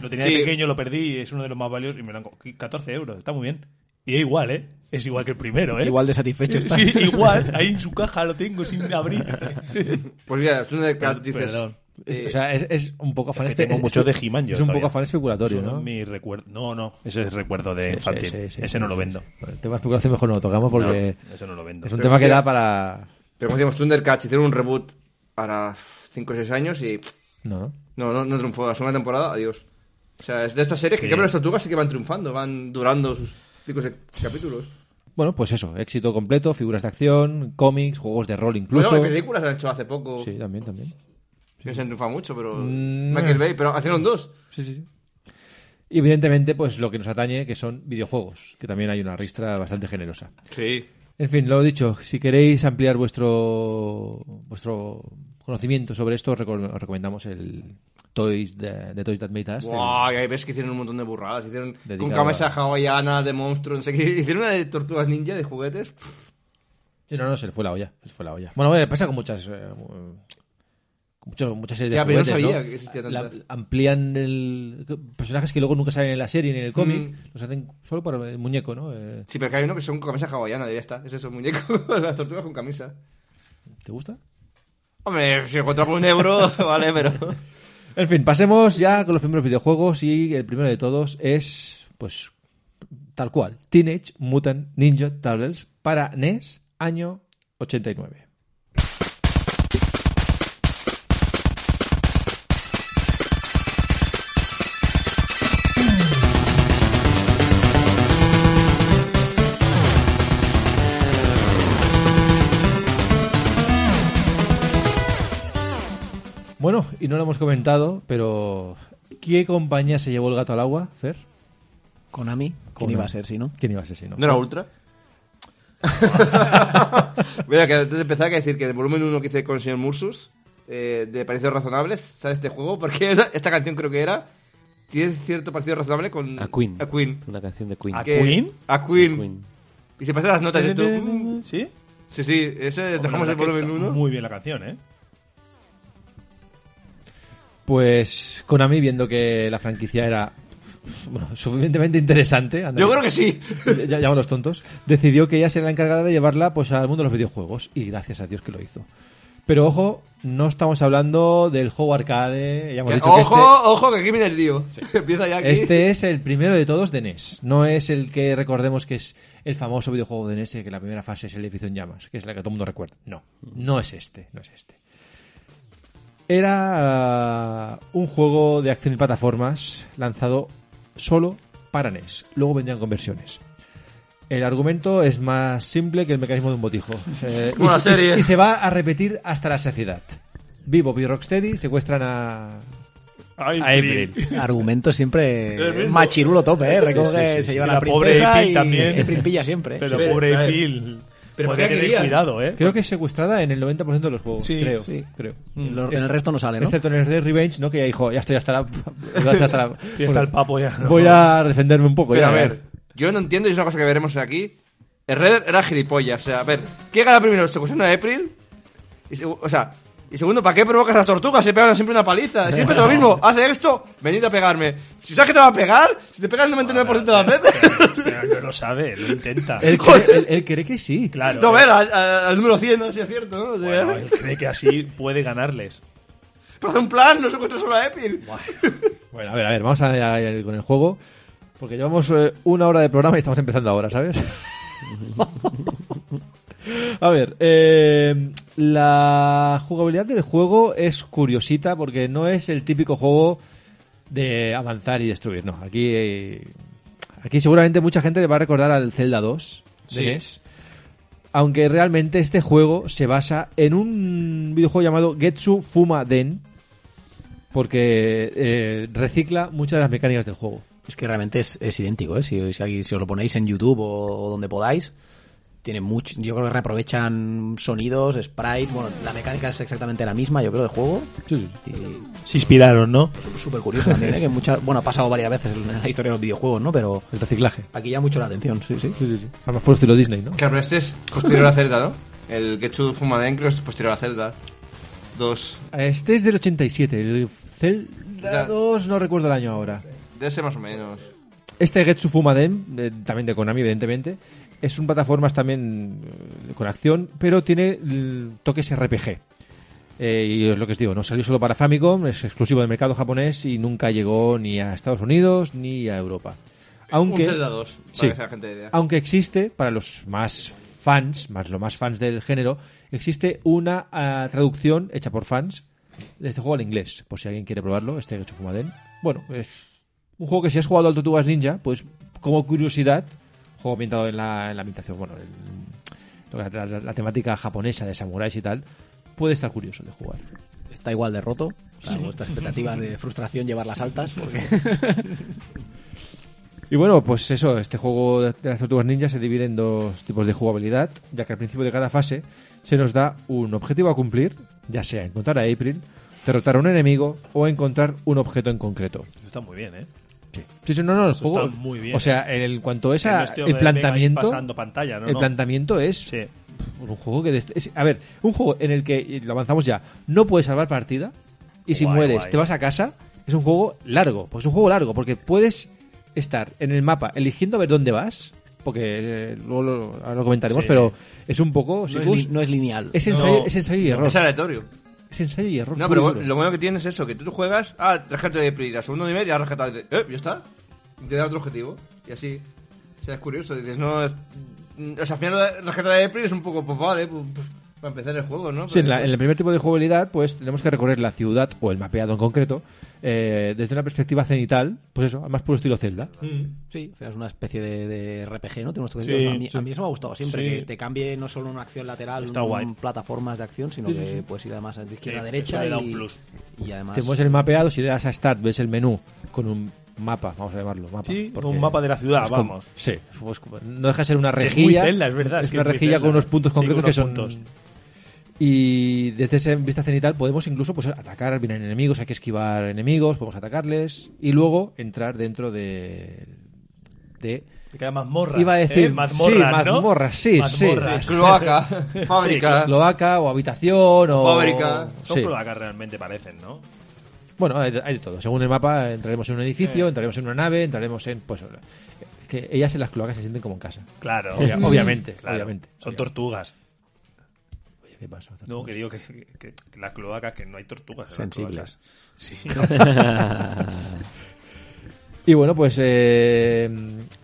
Lo tenía Sí. de pequeño, lo perdí y es uno de los más valiosos y me lo han co- 14 euros, está muy bien. Y es igual, ¿eh? Es igual que el primero, ¿eh? Igual de satisfecho está. Sí, igual. Ahí en su caja lo tengo sin abrir. Pues mira, tú de Cat dices. Perdón. Es- o sea, es, es un poco afán. que espe- tengo es- mucho de es- He-Man yo Es un todavía. poco afán especulatorio, Eso ¿no? Mi recuerdo. No, no, ese es recuerdo de Sí, infantil. sí, sí, sí, ese no lo vendo. El tema de especulación mejor no lo tocamos porque No, ese no lo vendo. es un tema que da para. Pero como decíamos, Thundercats hicieron un reboot ahora 5 o 6 años y pff, No. no, no, no triunfó. La segunda temporada, adiós. O sea, es de estas series que Sí. creo que las tortugas sí que van triunfando, van durando sus 5 capítulos. Bueno, pues eso, éxito completo, figuras de acción, cómics, juegos de rol incluso. Bueno, hay películas han hecho hace poco. Sí, también, también. Que se han triunfado mucho, pero. Mm. Michael Bay, pero hicieron dos. Sí, sí, sí. Y evidentemente, pues lo que nos atañe, que son videojuegos, que también hay una ristra bastante generosa. Sí. En fin, lo dicho, si queréis ampliar vuestro vuestro conocimiento sobre esto, os reco- os recomendamos el Toys de, de Toys That Made Us. Buah, y ahí ves que hicieron un montón de burradas. Hicieron Dedicado con a- camisa hawaiana, de monstruo, no sé qué. Hicieron una de tortugas ninja, de juguetes. Pff, Sí, no, no, se le fue la olla. Se le fue la olla. Bueno, eh, pasa con muchas. eh, mu- con muchas, muchas series Ya, de pero no juguetes, sabía que existían La- tantas. amplían el, personajes que luego nunca salen en la serie ni en el cómic. Mm. Los hacen solo para el muñeco, ¿no? Eh, Sí, pero que hay uno que son con camisa hawaiana, ya está. Es eso, muñeco. Las tortugas con camisa. ¿Te gusta? Hombre, si encontramos un euro, vale, pero. En fin, pasemos ya con los primeros videojuegos. Y el primero de todos es, pues, tal cual: Teenage Mutant Ninja Turtles para NES, año 89. Bueno, y no lo hemos comentado, pero. ¿Qué compañía se llevó el gato al agua, Fer? Konami, ¿quién Konami. iba a ser si no? ¿Quién iba a ser si no? ¿No era ultra? Mira, que antes de empezar, que decir que el volumen 1 que hice con el señor Mursus, eh, de parecidos razonables, sale este juego, porque esta, esta canción creo que era. Tiene cierto parecido razonable con. A Queen. A Queen. Una canción de Queen. ¿A Que- Queen? A Queen. Y se pasan las notas y dices tú, mm, ¿Sí? Sí, sí, ese dejamos Hombre, el la verdad volumen que 1. Muy bien la canción, ¿eh? Pues Konami, viendo que la franquicia era bueno, suficientemente interesante, anda, Yo creo que sí. ya, ya- los tontos, decidió que ella sería la encargada de llevarla pues al mundo de los videojuegos y gracias a Dios que lo hizo. Pero ojo, no estamos hablando del juego arcade, ya hemos dicho ojo, que este- ojo, que aquí viene el lío. Empieza ya aquí. este es el primero de todos de NES. No es el que recordemos que es el famoso videojuego de NES, que la primera fase es el edificio en llamas, que es la que todo el mundo recuerda. No, no es este, no es este. Era ah, un juego de acción y plataformas lanzado solo para NES. Luego vendrían conversiones. El argumento es más simple que el mecanismo de un botijo. Eh, y, Como la se- y se- serie. y se va a repetir hasta la saciedad. Vivo y Rocksteady secuestran a, Ay, a April. Argumento El siempre mismo. machirulo tope, ¿eh? Recoge, se lleva Sí, la, la pobre princesa April y también. y April pilla siempre. Pero Sí, pobre a ver. April. Pero Podría ¿para qué tener querían? cuidado, ¿eh? Creo que es secuestrada en el 90% de los juegos. Sí, creo, sí. creo. En mm, lo- este en el resto no sale, ¿no? Excepto en el Red Revenge, ¿no? Que ya dijo, ya estoy hasta la... ya estoy hasta la- Y está Bueno, el papo ya. ¿no? Voy a defenderme un poco. Pero ya, a ver, yo no entiendo y es una cosa que veremos aquí. El Redder era gilipollas. O sea, a ver, ¿qué gana primero? ¿Secuestrando a April? Y segu- o sea, y segundo, ¿para qué provocas a las tortugas? Se pegan siempre una paliza. Siempre es lo mismo. Hace esto, venid a pegarme. Si sabes que te va a pegar, si te pegas el 99% de las veces. Pero no lo sabe, lo intenta. Él cree, él- él cree que sí. Claro. No, eh. a ver, al, al- al número 100, ¿no? Si es cierto, ¿no? O sea, ¿eh? Bueno, él cree que así puede ganarles. Pero hace un plan, no secuestras solo a April. Bueno, a ver, a ver, vamos a ir con el juego. Porque llevamos eh, una hora de programa y estamos empezando ahora, ¿sabes? a ver, eh, la jugabilidad del juego es curiosita porque no es el típico juego de avanzar y destruir, no. Aquí, eh, aquí seguramente mucha gente le va a recordar al Zelda 2 de Sí. NES. Aunque realmente este juego se basa en un videojuego llamado Getsu Fuma Den, porque eh, recicla muchas de las mecánicas del juego. Es que realmente es, es idéntico, ¿eh? Si, si, aquí- si os lo ponéis en YouTube o, o donde podáis, tiene mucho. Yo creo que reaprovechan sonidos, sprite. Bueno, la mecánica es exactamente la misma, yo creo, de juego. Y Se inspiraron, ¿no? súper curioso también, ¿eh? Que muchas, bueno, ha pasado varias veces en la historia de los videojuegos, ¿no? Pero El reciclaje. aquí ya mucho la atención, sí, sí. Además, por estilo Disney, ¿no? Claro, pero este es posterior a Zelda, ¿no? El Getsu Fumaden creo que es posterior a Zelda. Dos. Este es del 87. El Zelda Ya. 2, no recuerdo el año ahora. Debe ser más o menos. Este Getsu Fumaden, eh, también de Konami, evidentemente, es mm, un plataformas también eh, con acción, pero tiene eh, toques RPG. Eh, y es lo que os digo, no salió solo para Famicom, es exclusivo del mercado japonés y nunca llegó ni a Estados Unidos ni a Europa. Aunque, Un Zelda 2, para Sí. que se haga gente de idea. aunque existe, para los más fans, más los más fans del género, existe una ah, traducción hecha por fans de este juego al inglés. Por si alguien quiere probarlo, este hecho fumaden. Bueno, es un juego que si has jugado al Tortugas Ninja, pues como curiosidad, juego ambientado en la, en la ambientación, bueno, en la, la- la temática japonesa de samuráis y tal, puede estar curioso de jugar. Está igual de roto. Para vuestras expectativas de frustración llevarlas altas. Porque... Y bueno, pues eso, este juego de de las tortugas ninja se divide en dos tipos de jugabilidad, ya que al principio de cada fase se nos da un objetivo a cumplir, ya sea encontrar a April, derrotar a un enemigo o encontrar un objeto en concreto. Eso está muy bien, ¿eh? Sí, sí, no, no, el Eso juego. está muy bien. ¿eh? O sea, en el- cuanto es a- No estoy el que venga ahí planteamiento. pasando pantalla, ¿no? el No. planteamiento es Sí. pff, un juego que. dest- es- a ver, un juego en el que, y lo avanzamos ya, no puedes salvar partida y si Guay, mueres guay. te vas a casa. Es un juego largo, pues es un juego largo, porque puedes estar en el mapa eligiendo a ver dónde vas, porque eh, luego lo, ahora lo comentaremos, Sí. pero es un poco. No es, Sikus, li- no es lineal. es ensayo, No. es ensayo y error. Oh, Es aleatorio. Es ensayo y error. No, puro y pero duro. lo bueno que tienes es eso, que tú juegas, ah, rescate de Prida, segundo nivel, ya rescatado, y dices, eh, ya está. Y te da otro objetivo, y así. O sea, es curioso, dices, no... es- mm, O sea, al final rescate de Prida es un poco, pues vale, pues, pues, para empezar el juego, ¿no? Sí, en, la- Pero- en el primer tipo de jugabilidad, pues tenemos que recorrer la ciudad o el mapeado en concreto eh, desde una perspectiva cenital, pues eso, al más puro estilo Zelda. Sí, al final es una especie de, de RPG, ¿no? Tenemos que Sí, deciros. a, mí, sí. a mí eso me ha gustado siempre, Sí. que te cambie no solo una acción lateral, Está un- guay. plataformas de acción, sino que puedes ir además de izquierda a Sí, eso derecha le da y, un plus. y además... Tenemos el mapeado, si le das a Start, ves el menú con un mapa, vamos a llamarlo mapa. Sí, porque un mapa de la ciudad, es como- vamos. Sí, es como- es como- no deja de ser una muy rejilla. Zelda, es verdad, es que una es muy rejilla Zelda. con unos puntos Sí, con concretos unos que puntos. son. Y desde esa vista cenital podemos incluso pues, atacar, vienen enemigos, hay que esquivar enemigos, podemos atacarles y luego entrar dentro de. de Te queda mazmorra. Iba a decir, ¿eh? Mazmorra, sí, ¿no? mazmorra, sí, Mazmorras. Cloaca, fábrica. cloaca o habitación o. Fábrica. Ah. Son Sí. cloacas realmente, parecen, ¿no? Bueno, hay de, hay de todo. Según el mapa, entraremos en un edificio, Eh. entraremos en una nave, entraremos en. Pues. Que ellas en las cloacas se sienten como en casa. Claro. Obvia- obviamente, Claro. obviamente. Son Obviamente. tortugas. Oye, ¿qué pasa? No, que digo que, que- que las cloacas, que no hay tortugas. en las Sensibles. cloacas. Sí. Y bueno, pues eh,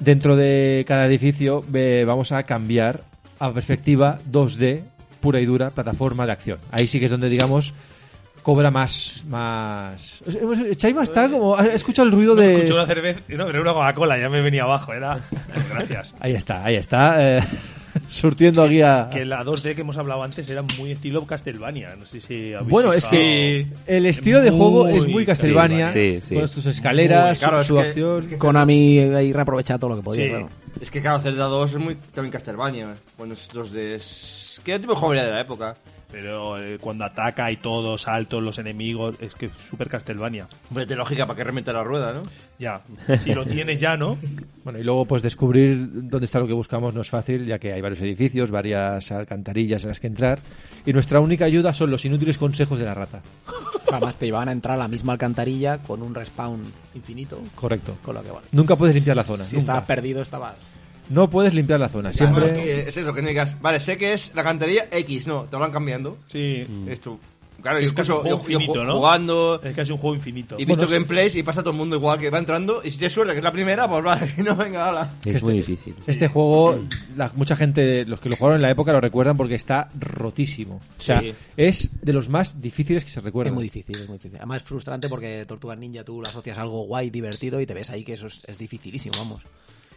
dentro de cada edificio eh, vamos a cambiar a perspectiva 2D, pura y dura, plataforma de acción. Ahí sí que es donde, digamos, cobra más... más... Chaima está como... ¿Ha escuchado el ruido No, me de...? escuché una cerveza, no, pero una Coca-Cola, ya me venía abajo, era. Gracias. Ahí está, ahí está. eh, surtiendo aquí a... Que la 2D que hemos hablado antes era muy estilo Castlevania. No sé si habéis Bueno, es usado- que el estilo de juego es muy Muy Castlevania, Castlevania. Sí, sí. con sus escaleras, Muy, su, claro, es su que- acción. Konami ahí reaprovechaba todo lo que podía, Sí. claro. Es que claro, Zelda 2 es muy también Castlevania. Bueno, es 2D. Que era tipo de jugabilidad de la época. Pero eh, cuando ataca y todo, saltos, los enemigos, es que es súper Castlevania. Hombre, de lógica para que remeta la rueda, ¿no? Ya, si lo tienes ya, ¿no? Bueno, y luego pues descubrir dónde está lo que buscamos no es fácil, ya que hay varios edificios, varias alcantarillas en las que entrar, y nuestra única ayuda son los inútiles consejos de la rata. Además te iban a entrar a la misma alcantarilla con un respawn infinito, Correcto. con lo que vale. Nunca puedes limpiar la zona. Si nunca. estabas perdido estabas... No puedes limpiar la zona. Además, Siempre. que es eso, que no digas, vale, sé que es la cantería X, no, te lo van cambiando. Sí. Mm. Esto. Claro, Mm. Es yo incluso casi un yo, juego yo infinito, ju- ¿no? jugando. Es casi un juego infinito. He visto Bueno, sí. gameplays y pasa todo el mundo igual que va entrando. Y si tienes suerte que es la primera, pues vale, si no, venga, hala. Es muy difícil. Este juego, la- mucha gente, los que lo jugaron en la época, lo recuerdan porque está rotísimo. O sea, Sí. es de los más difíciles que se Es recuerdan. muy difícil, es muy difícil. Además es frustrante porque Tortugas Ninja tú lo asocias a algo guay, divertido y te ves ahí que eso es, es dificilísimo, vamos.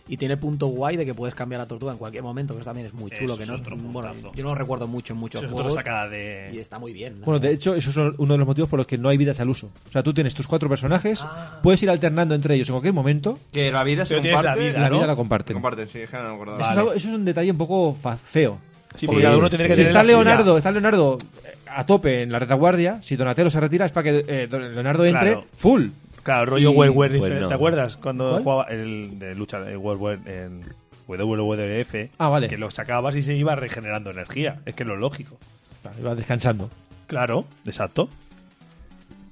Y tiene punto guay de que puedes cambiar la tortuga en cualquier momento, que eso también es muy chulo. Eso que es no, otro bueno, puntazo. yo no lo recuerdo mucho en muchos Eso es otra juegos. sacada de- Y está muy bien. la Bueno, de verdad. hecho, eso es uno de los motivos por los que no hay vidas al uso. O sea, tú tienes tus cuatro personajes, Ah. puedes ir alternando entre ellos en cualquier momento, Que la vida se Pero tienes comparte. la vida, la ¿no? vida la Te comparten. comparten, sí, es que no me acordaba. Eso, es algo- eso es un detalle un poco fa- feo. Sí, porque cada uno tiene que Si tener la está suya. Leonardo, está Leonardo eh, a tope en la retaguardia, si Donatello se retira es para que eh, Don- Leonardo entre Claro. full. Claro, rollo Y- pues, WarWare diferente. no. ¿Te acuerdas cuando ¿Cuál? jugaba el de lucha de WarWare en WWF? Ah, vale. Que lo sacabas y se iba regenerando energía. Es que es lo lógico. Claro, y va descansando. Claro, exacto.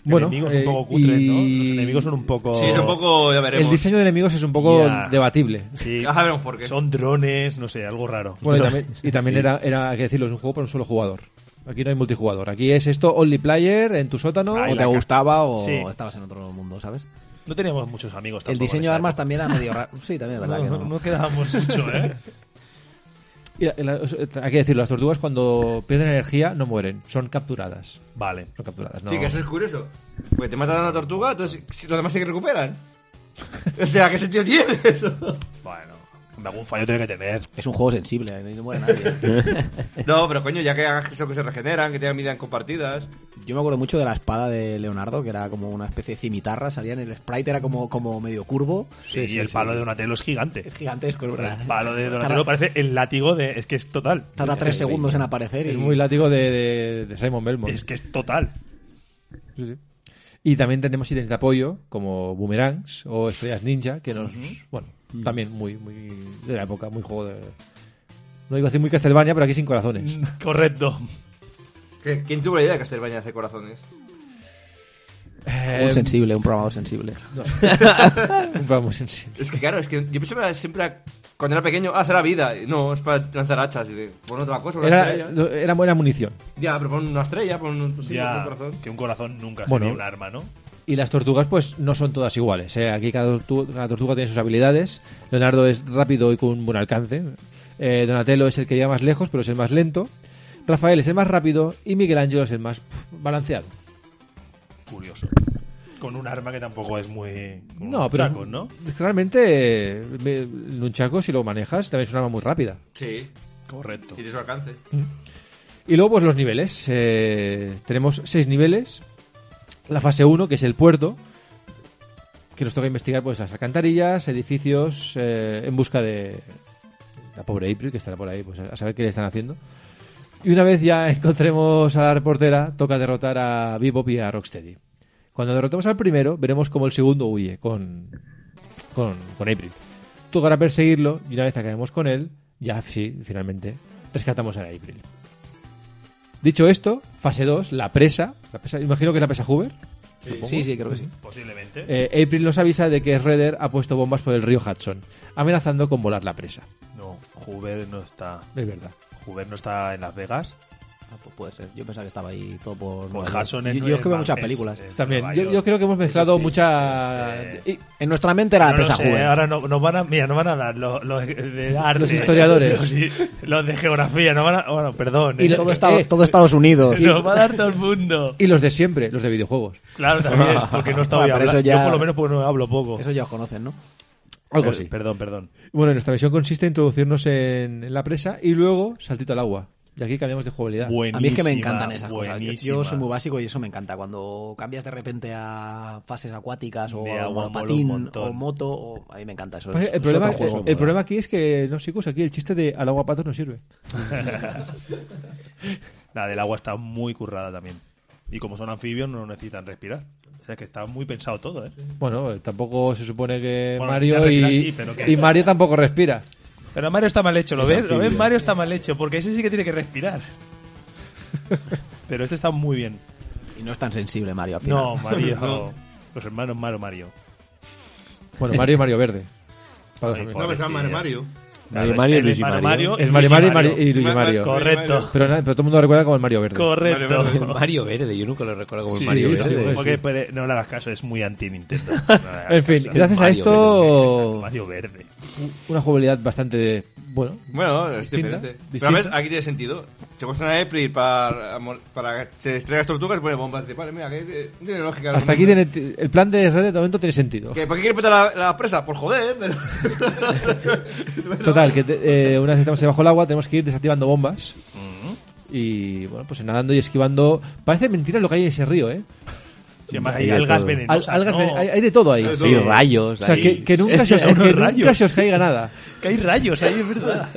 Bueno, enemigos eh, un poco cutres, ¿no? y- Los enemigos son un poco. Sí, es un poco, ya El veremos. diseño de enemigos es un poco Ya. debatible. Sí. Ya veremos por qué. Son drones, no sé, algo raro. Bueno, y también, y también Sí. era, era, hay que decirlo, es un juego para un solo jugador. Aquí no hay multijugador. Aquí es esto only player en tu sótano. Ay, O te la ca- gustaba o Sí. estabas en otro mundo, ¿sabes? No teníamos muchos amigos El tampoco. diseño en de esa armas época. también era medio raro. Sí, también es verdad que No, no. no quedábamos mucho, ¿eh? Y la- la- hay que decirlo, las tortugas cuando pierden energía no mueren, son capturadas. Vale. Son capturadas, no. Sí, que eso es curioso. Porque te matan a una tortuga, entonces si los demás se recuperan. O sea, ¿qué sentido tiene eso? Bueno, algún fallo tiene que tener. Es un juego sensible, ahí no muere nadie. No, pero coño, ya que hagas eso que se regeneran, que tengan vida en compartidas. Yo me acuerdo mucho de la espada de Leonardo, que era como una especie de cimitarra, salía en el sprite, era como, como medio curvo. Sí, y el palo de Donatello es gigante. Es gigantesco, es verdad. El palo de Donatello Tarda- parece el látigo de. Es que es total. Tarda tres segundos en aparecer Es y muy látigo de, de- de Simon Belmont. Es que es total. Sí, sí. Y también tenemos ítems de apoyo como boomerangs o estrellas ninja que nos, bueno, también muy, muy de la época, muy juego de. No iba a decir muy Castlevania, pero aquí sin corazones. Correcto. ¿Qué- ¿Quién tuvo la idea de Castlevania hace corazones? Eh, un sensible, un programador sensible. Mm. un programa muy sensible. Es que claro, es que yo pensaba siempre cuando era pequeño, ah, será vida. Y No, es para lanzar hachas. Y de, pon otra cosa, una Era, estrella. era buena munición. Ya, pero pon una estrella, pon un, sí, pon un ya, corazón. que un corazón nunca Bueno. sería un arma, ¿no? Y las tortugas, pues no son todas iguales. ¿eh? Aquí cada tortu- cada tortuga, tiene sus habilidades. Leonardo es rápido y con buen alcance. Eh, Donatello es el que llega más lejos, pero es el más lento. Rafael es el más rápido y Miguel Ángel es el más pff, balanceado. Curioso. Con un arma que tampoco es muy. con No, unos pero chacos, ¿no? realmente eh, me- el nunchaco si lo manejas también es un arma muy rápida. Sí, Correcto. tiene su alcance. Y luego pues los niveles. Eh, tenemos seis niveles. La fase 1, que es el puerto, que nos toca investigar pues las alcantarillas, edificios, eh, en busca de la pobre April, que estará por ahí, pues a saber qué le están haciendo. Y una vez ya encontremos a la reportera, toca derrotar a Bebop y a Rocksteady. Cuando derrotemos al primero, veremos cómo el segundo huye con, con, con April. Tocará perseguirlo y una vez acabemos con él, ya sí, finalmente rescatamos a April. Dicho esto, fase 2, la presa, la presa- Imagino que es la presa Hoover. supongo. Sí, sí, creo que sí. Posiblemente. Eh, April nos avisa de que Redder ha puesto bombas por el río Hudson, amenazando con volar la presa. No, Hoover no está. Es verdad. Hoover no está en Las Vegas. Ah, pues puede ser. Yo pensaba que estaba ahí todo por. Con Nueva York. Hudson en yo, yo es que veo en- muchas es- eh, películas. es También, Nueva yo, York. yo creo que hemos mezclado sí. mucha... Sí. y- En nuestra mente era la No lo presa sé, joven. ahora no, nos van a, mira, nos van a dar los, los de arte, Los historiadores. los, hi- los de geografía, nos van a, bueno, perdón, Y ¿eh? lo- Todo, eh, Estados, eh, todo Estados Unidos. nos va a dar todo el mundo. y los de siempre, los de videojuegos. Claro, también, porque no está hoy Ah, pero hablando. eso ya- Yo por lo menos porque no hablo poco. Eso ya os conocen, ¿no? Algo Eh, así. Perdón, perdón. Bueno, nuestra misión consiste en introducirnos en, en la presa y luego saltito al agua. Y aquí cambiamos de jugabilidad. Buenísima, a mí es que me encantan esas cosas. Yo- buenísima. Yo, soy muy básico y eso me encanta. Cuando cambias de repente a fases acuáticas o De a agua mola un patín montón. o moto, o- a mí me encanta eso. Pues, es- el, es problema, otro juego. el, el problema aquí es que no chicos, aquí el chiste de al agua patos no sirve. La del agua está muy currada también. Y como son anfibios no necesitan respirar. O sea que está muy pensado todo, ¿eh? Bueno, eh, tampoco se supone que Bueno, Mario la regla y, sí, pero que- y Mario tampoco respira. Pero Mario está mal hecho, ¿lo Es ves? ¿Lo anfibio. ves? Mario está mal hecho, porque ese sí que tiene que respirar. Pero este está muy bien. Y no es tan sensible, Mario, al final. No, Mario. Los hermanos Mario Mario. Bueno, Mario y Mario Verde. Para los Ay, amigos. No, Pobre pensaba en tío. Mario. Claro, Mario, es que Luigi, Mario, Mario. Mario Es Mario Mario y Mari- y Luigi Mar- Mario. Mar- Correcto. Pero, na- pero todo el mundo lo recuerda como el Mario Verde. Correcto. Mario Mario Verde, yo nunca lo recuerdo como Sí, Mario sí, Verde. sí, Porque puede- no le hagas caso, es muy anti-Nintendo. En fin, gracias a Mario esto, Mario Verde. una jugabilidad bastante, bueno, Bueno, es Distinta, diferente. Pero distinta. a ver, aquí tiene sentido. Secuestran a April para, para que se extraigan las tortugas y pone bombas. Vale, mira, que que- tiene lógica. hasta aquí tiene, el plan de Red de momento tiene sentido. ¿Que, ¿Por qué quiere petar la, la presa? Por joder, pero... Total, que te- eh, una vez estamos debajo del agua tenemos que ir desactivando bombas. Y bueno, pues nadando y esquivando. Parece mentira lo que hay en ese río, ¿eh. Sí, además hay Hay de algas todo. Al- venenosas. algas ¿no? ven- hay, hay de todo ahí. Hay de todo. Sí, rayos. O sea, ahí. que, que nunca, Es se os, que unos que nunca rayos. se os caiga nada. Que hay rayos ahí, es verdad.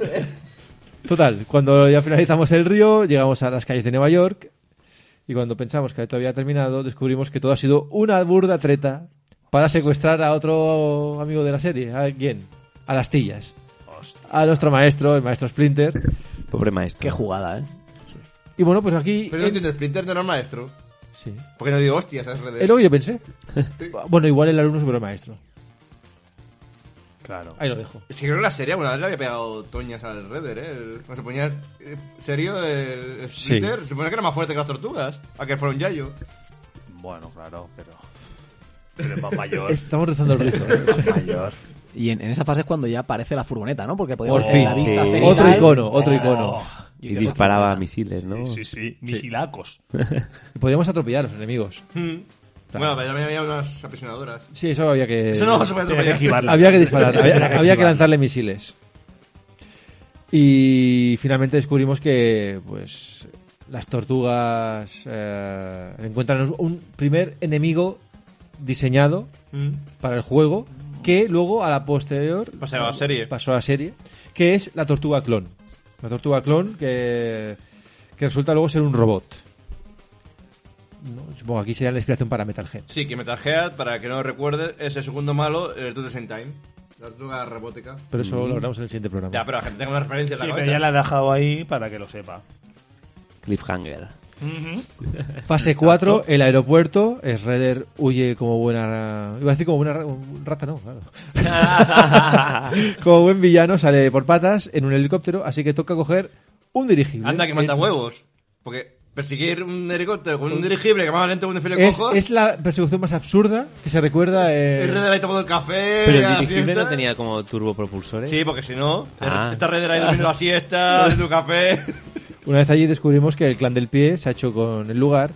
Total, cuando ya finalizamos el río, llegamos a las calles de Nueva York y cuando pensamos que todo había terminado, descubrimos que todo ha sido una burda treta para secuestrar a otro amigo de la serie. ¿A quién? A las tillas. A nuestro maestro, el maestro Splinter. Pobre maestro. Qué jugada, ¿eh? Y bueno, pues aquí... pero no entiendo, Splinter no era un maestro. Sí. Porque no digo hostias, es RD. Es lo que yo pensé. Bueno, igual el alumno superó al maestro. Claro. Ahí lo dejo. Es que creo que la serie alguna vez le había pegado toñas al Redder, ¿eh? El- Cuando se ponía eh, serio el el Sí. Splitter, se supone que era más fuerte que las tortugas, a que fuera un yayo. Bueno, claro, pero. Pero es más mayor. Estamos rezando el rizo. ¿eh? más mayor. Y en, en esa fase es cuando ya aparece la furgoneta, ¿no? Porque podemos Por ver fin. la vista Sí. cenital. Otro icono, Oh. otro icono. Y Yo digo, disparaba misiles, ¿no? Sí, sí, sí. Misilacos. Y podíamos atropellar a los enemigos. Bueno, pero también había unas aprisionadoras. Sí, eso había que. Eso no se puede Tenía que atropellar. esquivarla. Había que disparar, Tenía había, había que esquivarla. lanzarle misiles. Y finalmente descubrimos que, pues, las tortugas eh, encuentran un primer enemigo diseñado Mm. para el juego que luego a la posterior Pasaba a la serie. pasó a la serie, que es la tortuga clon. La tortuga clon que, que resulta luego ser un robot. No, supongo que aquí sería la inspiración para Metal Gear. Sí, que Metal Gear, para que no lo recuerdes, es el segundo malo, el Tutus in Time. La tortuga robótica. Pero eso lo hablamos en el siguiente programa. Mm. Ya, pero la gente tenga una referencia en la Sí, pero cabeza. ya la he dejado ahí para que lo sepa. Eh, Cliffhanger. Fase 4, el aeropuerto. Shredder huye como buena. Iba a decir como buena ra- un rata, no, claro. como buen villano, sale por patas en un helicóptero, así que toca coger un dirigible. Anda, que manda Eh, huevos. Porque perseguir un helicóptero con un dirigible que va más lento que un desfile de Es, cojos... es la persecución más absurda que se recuerda. eh, El Redder ahí tomando el café... Pero a el la dirigible fiesta. no tenía como turbopropulsores. Sí, porque si no, Ah. está Redder ahí durmiendo la siesta, haciendo café... Una vez allí descubrimos que el clan del pie se ha hecho con el lugar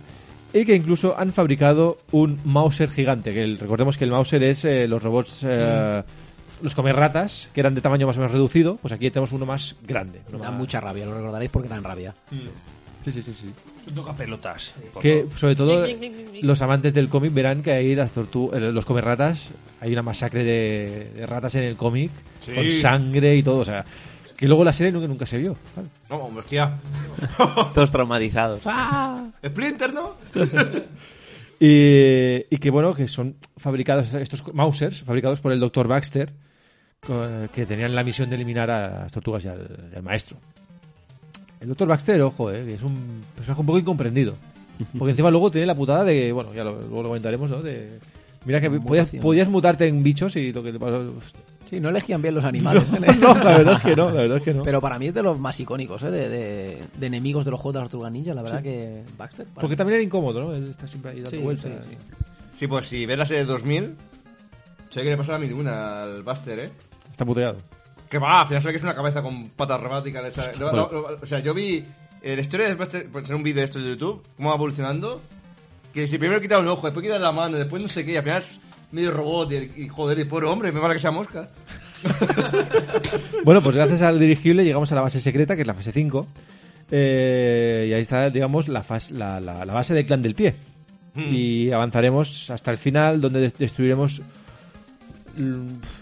y que incluso han fabricado un Mauser gigante. Que el- recordemos que el Mauser es eh, los robots, eh, Mm. los comer ratas, que eran de tamaño más o menos reducido. Pues aquí tenemos uno más grande. uno Da más- mucha rabia, lo recordaréis porque dan rabia. Sí, sí, sí, sí. Toca pelotas. Que sobre todo los amantes del cómic verán que ahí las tortu- eh, los come ratas, hay una masacre de, de ratas en el cómic, Sí. con sangre y todo, o sea, que luego la serie nunca, nunca se vio. claro. No, hombre, hostia. Todos traumatizados. Splinter, ¿no? Y, y que bueno, que son fabricados estos Mausers, fabricados por el Dr. Baxter, co- que tenían la misión de eliminar a las tortugas y al, y al maestro. El Dr. Baxter, ojo, eh, que es un personaje un poco incomprendido. Porque encima luego tiene la putada de, bueno, ya lo, luego lo comentaremos, ¿no? De, mira que podías, Mutación. podías mutarte en bichos y lo que te pasó... Sí, no elegían bien los animales. ¿eh? No, la verdad es que no, la verdad es que no. Pero para mí es de los más icónicos, ¿eh? de, de- de enemigos de los juegos de las Tortugas Ninja, la verdad que Baxter. para Porque mí- también era incómodo, ¿no? Él está siempre ahí dando Sí, vueltas. sí, sí. Sí, pues si ves la serie de 2000, sé que le pasa a ninguna al Buster, ¿eh? Está puteado. Que va, al final se ve que es una cabeza con patas robóticas. le sale- lo- lo- lo- o sea, yo vi eh, la historia de Buster, pues, en un vídeo de estos de YouTube, cómo va evolucionando. Que si primero quita un ojo, después quita la mano, después no sé qué, y al final es medio robot y, el- y joder, y pobre hombre, me vale que sea mosca. Bueno, pues gracias al dirigible llegamos a la base secreta, que es la fase 5. Eh, y ahí está, digamos, la, fas- la, la- la base del clan del pie. Hmm. Y avanzaremos hasta el final, donde des- destruiremos. l-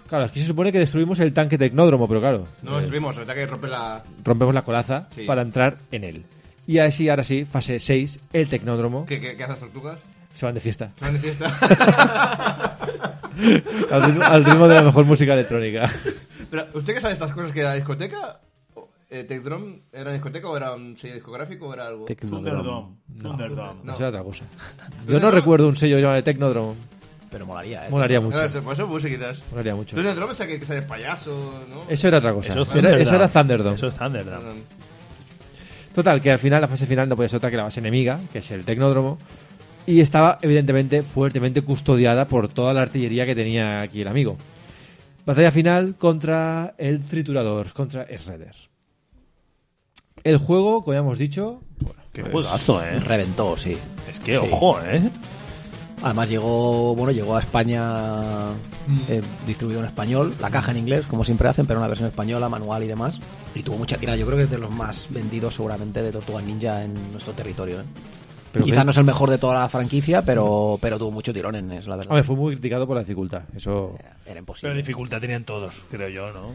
Claro, aquí se supone que destruimos el tanque tecnódromo, pero claro, No lo estuvimos, ahorita que rompe la. rompemos la colaza Sí. para entrar en él. Y así, ahora sí, fase 6, el tecnódromo. ¿Qué, qué, qué hacen las tortugas? Se van de fiesta. ¿Se van de fiesta? al, ritmo, al ritmo de la mejor música electrónica. Pero, ¿usted qué sabe de estas cosas que era discoteca? O- Eh, ¿Tech Drum era discoteca o era un sello discográfico o era algo? Thunderdome. Thunderdome. No. será otra cosa. Yo no recuerdo un sello llamado Tecnódromo. Pero molaría, ¿eh? Molaría No, mucho. eso, pues eso musiquitas. Molaría mucho. Tú en el drama que, que sale payaso, ¿no? Eso era otra cosa. Eso es Era- eso era Thunderdome. Thunderdome. Eso es Thunderdome. Perdón. Total, que al final la fase final no podía ser otra que la base enemiga, que es el Tecnódromo. Y estaba, evidentemente, fuertemente custodiada por toda la artillería que tenía aquí el amigo. Batalla final contra el triturador, contra Shredder. El juego, como ya hemos dicho, Qué juegazo, ¿eh? Reventó, sí. Es que, ojo, ¿eh? Además llegó, bueno, llegó a España Mm. eh, distribuido en español, la caja en inglés, como siempre hacen, pero una versión española, manual y demás. Y tuvo mucha tira, yo creo que es de los más vendidos seguramente de Tortugas Ninja en nuestro territorio. ¿eh? Pero Quizás que- no es el mejor de toda la franquicia, pero, pero tuvo mucho tirón en eso, la verdad. hombre, fue muy criticado por la dificultad. Eso. Era- era Pero imposible. dificultad tenían todos, creo yo, ¿no?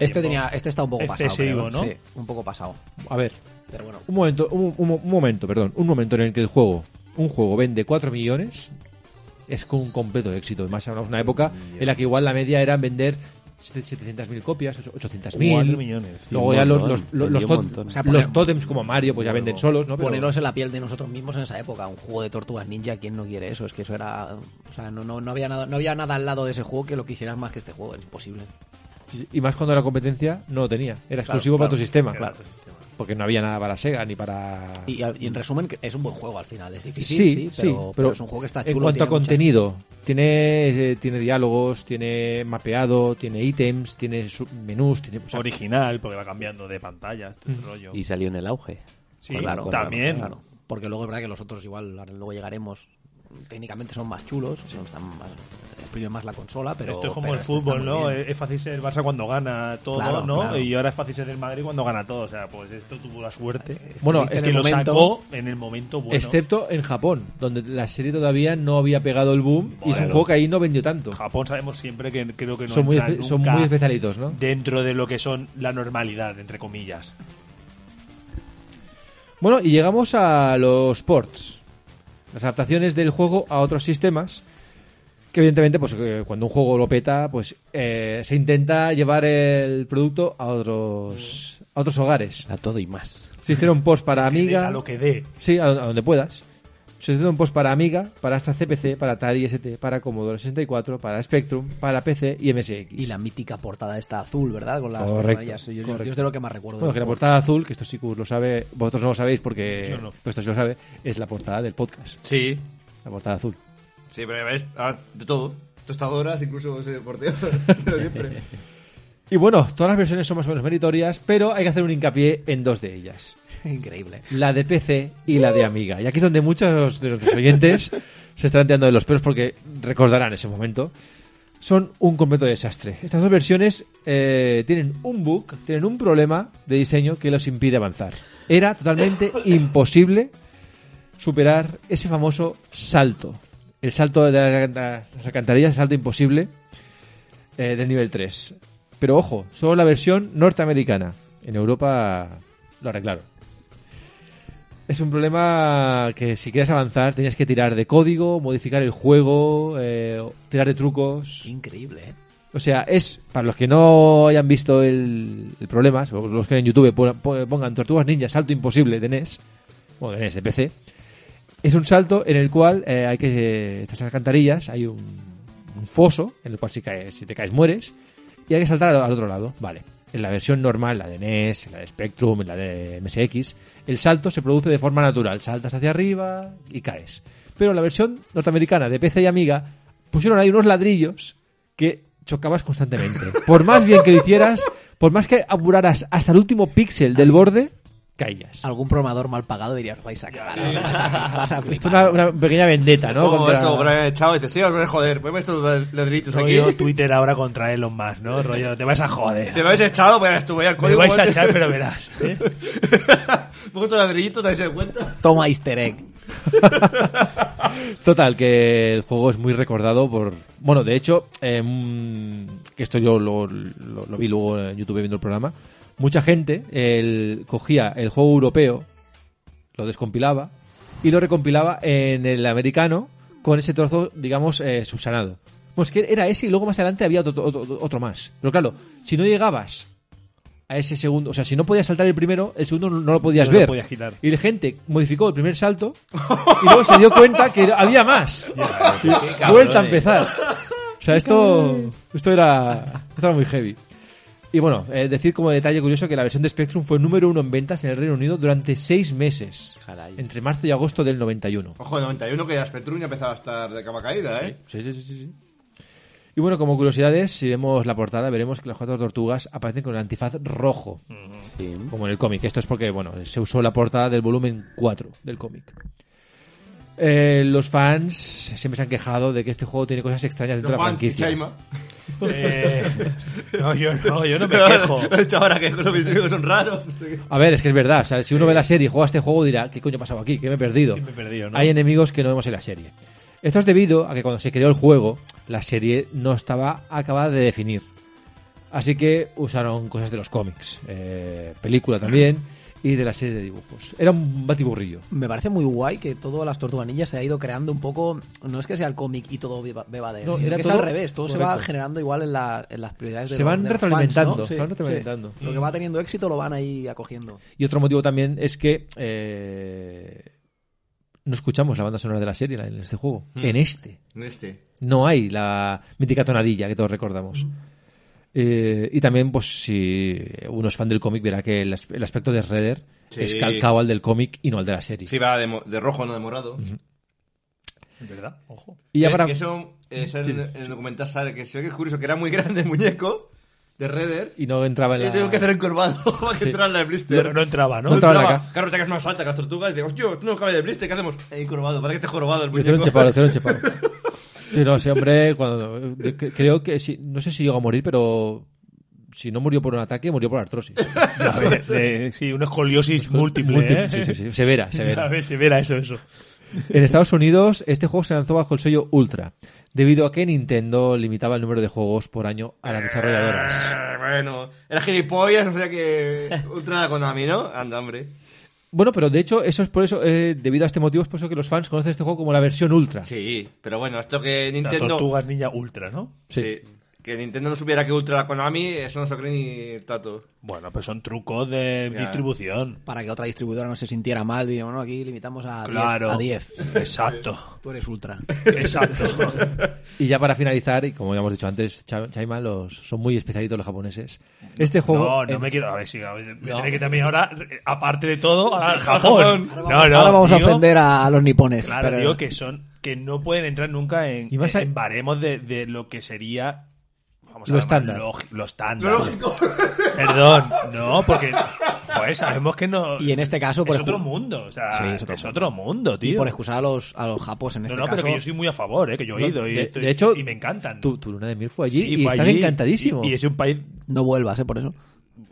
Este, tenía, este está un poco pasado. Excesivo, creo. ¿no? Sí, un poco pasado. A ver, Pero bueno, un momento, un, un- un momento, perdón, un momento en el que el juego, un juego vende 4 millones, es con un completo éxito. Y Más hablamos de una época en la que igual la media era vender 700.000 copias, 800.000. Cuatro millones. Luego Un ya los, montón, los, los, vendió los un tot- montón. o sea, los tótems como Mario pues ya venden solos, ¿no? Pero- poneros en la piel de nosotros mismos en esa época. Un juego de tortugas ninja, ¿quién no quiere eso? Es que eso era. O sea, no, no, no, había, nada, no había nada al lado de ese juego que lo quisieras más que este juego. Es imposible. Y más cuando la competencia no lo tenía. Era exclusivo para tu sistema. Porque no había nada para Sega ni para. Y, y en resumen, que es un buen juego al final. Es difícil, sí, sí, sí, pero, pero es un juego que está chulo. En cuanto a tiene mucha- contenido, tiene, eh, tiene diálogos, tiene mapeado, tiene ítems, tiene sub- menús, tiene. o sea, este, Original, porque va cambiando de pantalla, este Mm. rollo. Y salió en el auge. Sí, claro, también. claro, claro. Porque luego es verdad que los otros igual, ahora luego llegaremos, técnicamente son más chulos, son- están más, exprimen más la consola, pero... Esto es como pero el este está fútbol, muy ¿no? Eh, bien. Es es fácil ser el Barça cuando gana todo, Claro, ¿no? claro. Y ahora es fácil ser el Madrid cuando gana todo. O sea, pues esto tuvo la suerte. Bueno, es Estuviste en que el lo momento- sacó en el momento bueno. Excepto en Japón, donde la serie todavía no había pegado el boom y es un Bueno. juego que ahí no vendió tanto. Japón sabemos siempre que creo que no son, muy, entran espe- son nunca muy especialitos, ¿no? dentro de lo que son la normalidad, entre comillas. Bueno, y llegamos a los ports. Las adaptaciones del juego a otros sistemas. Que evidentemente, pues eh, cuando un juego lo peta, pues eh, se intenta llevar el producto a otros, a otros hogares. A todo y más. Se hicieron posts para Amiga. A lo que dé. Sí, a, a donde puedas. Se hizo un post para Amiga, para Astra CPC, para Atari ST, para Commodore 64, para Spectrum, para PC y MSX. Y la mítica portada esta azul, ¿verdad? Con las Correcto, tornillas. Yo, yo- correcto. yo es de lo que más recuerdo. Bueno, del que la juego. portada azul, que esto sí que os lo sabe, vosotros no lo sabéis porque Yo no. pues esto sí lo sabe, es la portada del podcast, Sí. la portada azul. Sí, pero ya ves, ahora de todo. Tostadoras, incluso ese deporteo. siempre. Y bueno, todas las versiones son más o menos meritorias, pero hay que hacer un hincapié en dos de ellas, Increíble. la de PC y la de Amiga. Y aquí es donde muchos de nuestros oyentes se están tirando de los pelos porque recordarán ese momento. Son un completo desastre. Estas dos versiones eh, tienen un bug, tienen un problema de diseño que los impide avanzar. Era totalmente imposible superar ese famoso salto. El salto de las alcanta- las alcantarillas, el salto imposible eh, del nivel 3. Pero ojo, solo la versión norteamericana. En Europa lo arreglaron. Es un problema que si quieres avanzar tenías que tirar de código, modificar el juego, eh, tirar de trucos. Increíble, ¿eh? O sea, es, para los que no hayan visto el, el problema, los que en YouTube pon- pon- pongan Tortugas Ninja, salto imposible de E NES, bueno, de NES, de PC, es un salto en el cual eh, hay que, estas alcantarillas, hay un, un foso en el cual si, caes, si te caes mueres y hay que saltar al, al otro lado, vale. En la versión normal, la de NES, en la de Spectrum, en la de MSX, el salto se produce de forma natural, saltas hacia arriba y caes. Pero en la versión norteamericana de PC y Amiga pusieron ahí unos ladrillos que chocabas constantemente. Por más bien que lo hicieras, por más que apuraras hasta el último píxel del borde, caías. Algún programador mal pagado dirías, vais a cagar. Vas a, vas a Esto flipar. es una, una pequeña vendetta, ¿no? Como Contra- eso, bro, eh, chao, y te sigo, bro, joder, ponme estos lad- ladrillitos aquí. Rollo Twitter ahora contra Elon Musk, ¿no? Rollo, te vas a joder. Te me habéis echado, pues tú, vaya el Me código. vais a ¿eh? echar, pero verás. ¿eh? Pongo estos ladrillitos, ¿te dais cuenta? Toma easter egg. Total, que el juego es muy recordado por... Bueno, de hecho, em, que esto yo lo, lo- lo vi luego en YouTube viendo el programa, mucha gente el, cogía el juego europeo, lo descompilaba y lo recompilaba en el americano con ese trozo, digamos, eh, subsanado. Pues que era ese y luego más adelante había otro, otro- otro más. Pero claro, si no llegabas a ese segundo, o sea, si no podías saltar el primero, el segundo no, no lo podías No lo ver. podías quitar. Y la gente modificó el primer salto y luego se dio cuenta que había más. Vuelta a empezar. O sea, esto, esto, era, esto era muy heavy. Y bueno, eh, decir como detalle curioso que la versión de Spectrum fue número uno en ventas en el Reino Unido durante seis meses. Caray. Entre marzo y agosto del 91. Ojo, el 91 que ya Spectrum ya empezaba a estar de cama caída, ¿eh? Sí, sí, sí, sí, sí. Y bueno, como curiosidades, si vemos la portada, veremos que las cuatro tortugas aparecen con el antifaz rojo, Sí. como en el cómic. Esto es porque, bueno, se usó la portada del volumen 4 del cómic. Eh, los fans siempre se han quejado de que este juego tiene cosas extrañas dentro de Los la fans, franquicia. Chaima. Eh, no, yo no, yo no me quejo. Ahora que los videojuegos son raros. A ver, es que es verdad. o sea, si uno ve la serie y juega a este juego, dirá, ¿qué coño ha pasado aquí? ¿Qué me he perdido? ¿Qué me he perdido, no? Hay enemigos que no vemos en la serie. Esto es debido a que cuando se creó el juego, la serie no estaba acabada de definir. Así que usaron cosas de los cómics, eh, película también, y de la serie de dibujos. Era un batiburrillo. Me parece muy guay que todas las tortuganillas se ha ido creando un poco. No es que sea el cómic y todo beba beba de él, No, sino era que es todo- al revés. Todo se va correcto. generando igual en, la- en las prioridades de Se los- van de los fans, retroalimentando, ¿no? se van retroalimentando. Lo que va teniendo éxito lo van ahí acogiendo. Y otro motivo también es que eh, no escuchamos la banda sonora de la serie la- en este Hmm. juego. En este. Este. Mm. No hay la mítica tonadilla que todos recordamos. Eh, y también, pues, si uno es fan del cómic, verá que el, as- el aspecto de Redder Sí. es calcado al del cómic y no al de la serie. Sí, va de, mo- de rojo, no de morado. ¿Verdad? Ojo. Y ya Que- para... que eso, eh, sale en, en el documental sale que se ve que es curioso, que era muy grande el muñeco de Redder. Y no entraba en Y la... tengo que hacer encorvado para que entrara la de blister. No, no entraba, ¿no? No entraba. Claro, acá. Claro, te es más alta que las tortugas y digo, hostia, tú no cabe de blister, ¿qué hacemos? Eh, encorvado, parece que esté jorobado el Lo hicieron muñeco. chepado, lo hicieron chepado. Sí, no, ese hombre, cuando, de- que- creo que, sí, no sé si llegó a morir, pero si no murió por un ataque, murió por artrosis. Ya ves, eh, sí, una escoliosis múltiple. Múltiple, ¿eh? sí, sí, sí, severa, severa. Ya ves, severa, eso, eso. En Estados Unidos, este juego se lanzó bajo el sello Ultra, debido a que Nintendo limitaba el número de juegos por año a las desarrolladoras. Eh, Bueno, era gilipollas, no sabía que ultra la Konami, ¿no? Anda, hombre. Bueno, pero de hecho, eso es por eso, eh, debido a este motivo, es por eso que los fans conocen este juego como la versión Ultra. Sí, pero bueno, esto que Las Nintendo... tortugas ninja ultra, ¿no? Sí. Que Nintendo no supiera que Ultra la Konami, eso no se lo cree ni Tato. Bueno, pues son trucos de Ya. distribución. Para que otra distribuidora no se sintiera mal, digo, bueno, aquí limitamos a 10. Claro. A 10. Exacto. Tú eres ultra. Exacto. Y ya para finalizar, y como ya hemos dicho antes, Cha- Chaima, los, son muy especialitos los japoneses. Este juego... No, no en- me quiero. A ver, sí, a ver, me tiene que también ahora, eh, aparte de todo, a Japón. Japón. No, no. Ahora vamos digo- a ofender a, a los nipones. Claro, pero- digo que son. Que no pueden entrar nunca en, Y más a- en baremos de, de lo que sería. Vamos a Lo llamar estándar. log- lo estándar. Perdón, no, porque. Pues sabemos que no. Y en este caso, por Es ejem- otro mundo, o sea, Sí, es otro, mundo, tío. Y por excusar a los, a los japos en no, este no, caso. pero que yo soy muy a favor, eh, que yo he No, ido y, de- estoy- de hecho, y me encantan. Tu, tu luna de miel fue allí Sí, y fue estás allí, encantadísimo. Y, y es un país, No vuelvas, ¿eh? Por eso.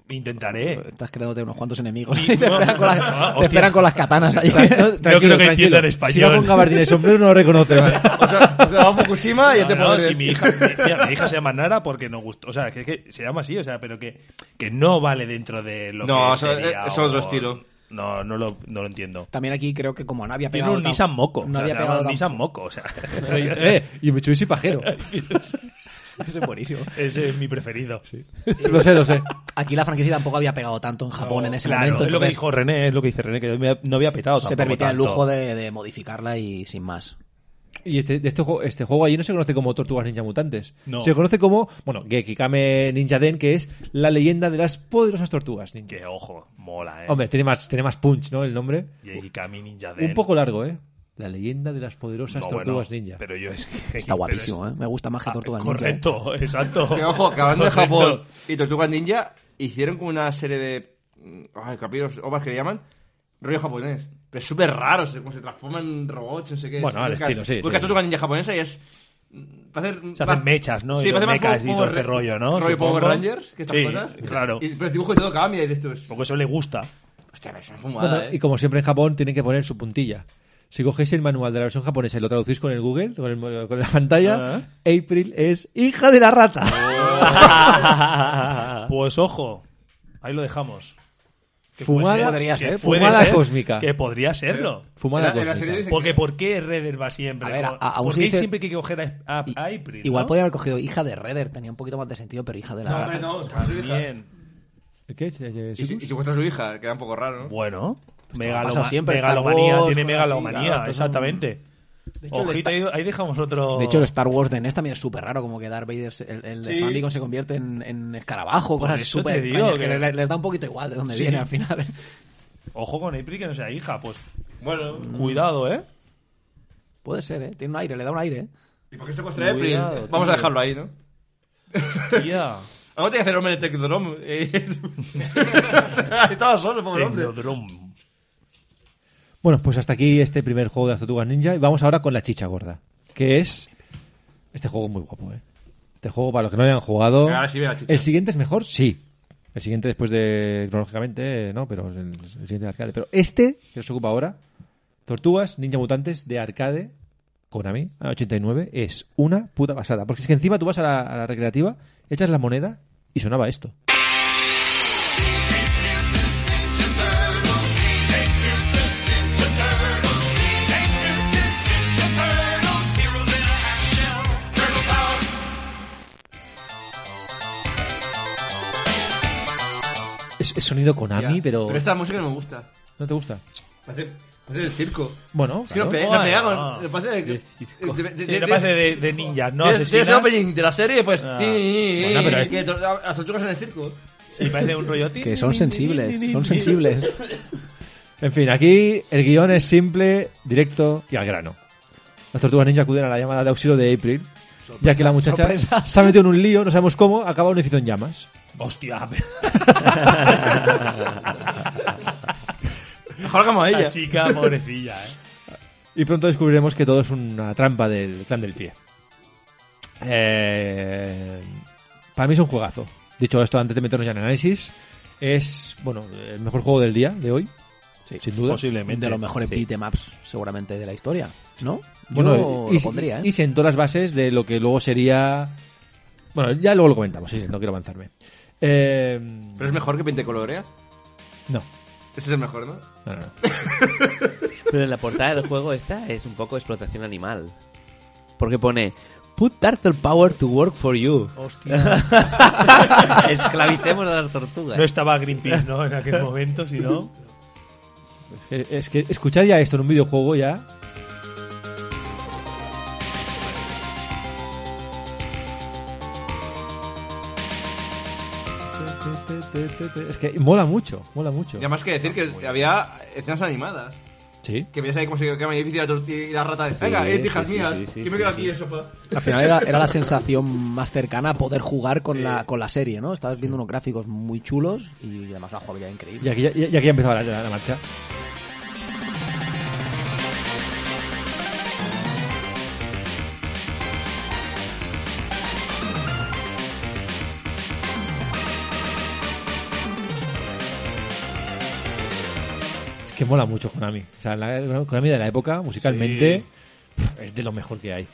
intentaré. Estás creándote unos cuantos enemigos. Y- te esperan con, las- Ah, te hostia. esperan con las katanas allí. Tra- no, creo que tranquilo, entiendan tranquilo. español. Si va con gabardina y sombrero no lo reconoce. ¿vale? O sea, o sea, vamos a Fukushima y Ah, ya No, te no, podrás... si mi hija, mi- mira, mi hija se llama Nara porque no gustó, o sea, que, que se llama así, o sea, pero que, que no vale dentro de lo No, que eso- sería eh, eso es otro o- estilo. No, no lo, no lo entiendo. También aquí creo que como no había Tiene pegado. un tan- Nissan Moco, No o sea, había se llama pegado. tan- Nissan Moco, o sea, eh, y Mitsubishi pajero. Ese es buenísimo. ese es mi preferido. Lo sé, lo sé. Aquí la franquicia tampoco había pegado tanto en Japón en ese Claro, momento. es lo que entonces dijo René, es lo que dice René, que no había petado se tampoco permitía el tanto. lujo de, de modificarla y sin más. Y este, de este, juego, este juego allí no se conoce como Tortugas Ninja Mutantes. No. Se conoce como, bueno, Gekikame Ninja Den, que es la leyenda de las poderosas tortugas ninja. Que ojo, mola, eh. Hombre, tiene más, tiene más punch, ¿no? El nombre. Y Kami Ninja Den. Un poco largo, ¿eh? La leyenda de las poderosas No, tortugas bueno, ninja. Pero yo es que- Está guapísimo, ¿eh? Me gusta más que Ah, Tortuga Ninja, ¿eh? correcto, exacto. Que, ojo, que hablando de Correcto. Japón y Tortugas Ninja, hicieron como una serie de mm, ay, capítulos, ovas que le llaman, rollo japonés. Pero es súper raro, se- como se transforman en robots, no sé qué. Bueno, al estilo, sí, Porque sí. Tortuga Ninja japonesa y es... mm, parece- Se hacen más- mechas, ¿no? Sí, y los parece más mechas y como todo este Power- rollo, ¿no? Rollo Power Supongo. Rangers, que estas sí, cosas. claro. Y, pero el dibujo y todo cambia y esto es... Porque eso le gusta. Hostia, pero es una Bueno, fumada, Y ¿eh? como siempre en Japón, tienen que poner su puntilla. Si cogéis el manual de la versión japonesa y lo traducís con el Google, con, el- con la pantalla, Ah. April es hija de la rata. Oh. Ah. Pues ojo, ahí lo dejamos. Que Fumada- puede podría que ser, puede fumada cósmica. Que podría serlo. Fumada En la- en la cósmica. serie dice Porque que- ¿por qué Redder va siempre? A ver, Como- a- aún ¿Por se qué dice- siempre hay que coger a, a- Y- a April? Igual ¿no? podría haber cogido hija de Redder, tenía un poquito más de sentido, pero hija de la No, rata. hombre, no, es como su hija. También. ¿Qué? Eh, Y si, Sisus? y si cuesta su hija, queda un poco raro, ¿no? Bueno, Pues pasa megaloma- siempre, Star megalomanía, Wars, tiene cosas megalomanía, así, claro, estos son- exactamente. De hecho, el Ojito, Star- ahí, ahí dejamos otro. De hecho, el Star Wars de NES también es súper raro, como que Darth Vader, se- el, el de Sí. Famicom se convierte en, en escarabajo, cosas eso súper te digo extrañas, que- que le- les da un poquito igual de dónde viene al final. ¿eh? Ojo con April que no sea hija, pues. Bueno, cuidado, ¿eh? Puede ser, ¿eh? Tiene un aire, le da un aire. ¿eh? ¿Y por qué esto cuesta April? Cuidado, Vamos tío. a dejarlo ahí, ¿no? Tía. Algo tiene que hacer el hombre en el Tecnodrome. eh. O sea, Estaba solo el pobre hombre. Tecnodrome. Bueno, pues hasta aquí este primer juego de las tortugas ninja. Y vamos ahora con la chicha gorda. Que es. Este juego es muy guapo, ¿eh? Este juego, para los que no lo hayan jugado. Ahora sí veo la chicha. ¿El siguiente es mejor? Sí. El siguiente, después de. Cronológicamente, eh, no, pero es el, el siguiente de arcade. Pero este, que os ocupa ahora, Tortugas Ninja Mutantes de arcade, Konami, a 89, es una puta pasada. Porque es que encima tú vas a la, a la recreativa, echas la moneda y sonaba esto. Es, es sonido Konami, Ya. pero. esta música no me gusta. ¿No te gusta? Parece- Es el circo. Bueno, Es que no pe- Bueno, no pegaba, no. le pasé de- Sí, de- de- de- Era parte de, de ninjas, ¿no? Tienes- Tienes el Asesinas. opening de la serie, pues. Ah. ti- Bueno, pero es- que to- Las tortugas en el circo. Sí, parece un rollo. tin, Que tin, son tin, tin, sensibles, tin, tin, son tin. sensibles. En fin, aquí el guión es simple, directo y al grano. Las tortugas ninja acuden a la llamada de auxilio de April, ya que la muchacha sorpresa. se ha metido en un lío, no sabemos cómo, acaba un edificio en llamas. Hostia, Mejor hagamos a ella. ella. chica, pobrecilla, ¿eh? Y pronto descubriremos que todo es una trampa del clan del pie. Eh, para mí es un juegazo. Dicho esto, antes de meternos ya en análisis, es bueno el mejor juego del día de hoy, sin duda. Posiblemente. De los mejores Sí. beat'em ups, seguramente, de la historia, ¿no? Bueno, Yo lo pondría, ¿eh? y sentó las bases de lo que luego sería. Bueno, ya luego lo comentamos, sí, sí, no quiero avanzarme. Eh, Pero es mejor que pinte coloreas. no, Ese es el mejor, ¿no? no, no. Pero en la portada del juego esta es un poco explotación animal. Porque pone, put turtle power to work for you. Esclavicemos a las tortugas. No estaba Greenpeace, ¿no? En aquel momento, si no. Eh, Es que escuchar ya esto en un videojuego ya. Es que mola mucho, mola mucho. Y además que decir que había escenas animadas. Sí. Que veías ahí cómo se quedaba el edificio y la tor- y la rata de. Venga, eh, hijas mías. Yo me quedo aquí en el sofá. Al final era, era la sensación más cercana a poder jugar con, la, con la serie, ¿no? Estabas viendo unos gráficos muy chulos y además la jugabilidad Y increíble. aquí ya, y aquí ya empezaba la, la- la marcha. Es que mola mucho Konami. O sea, la, Konami de la época, musicalmente, pf, es de lo mejor que hay.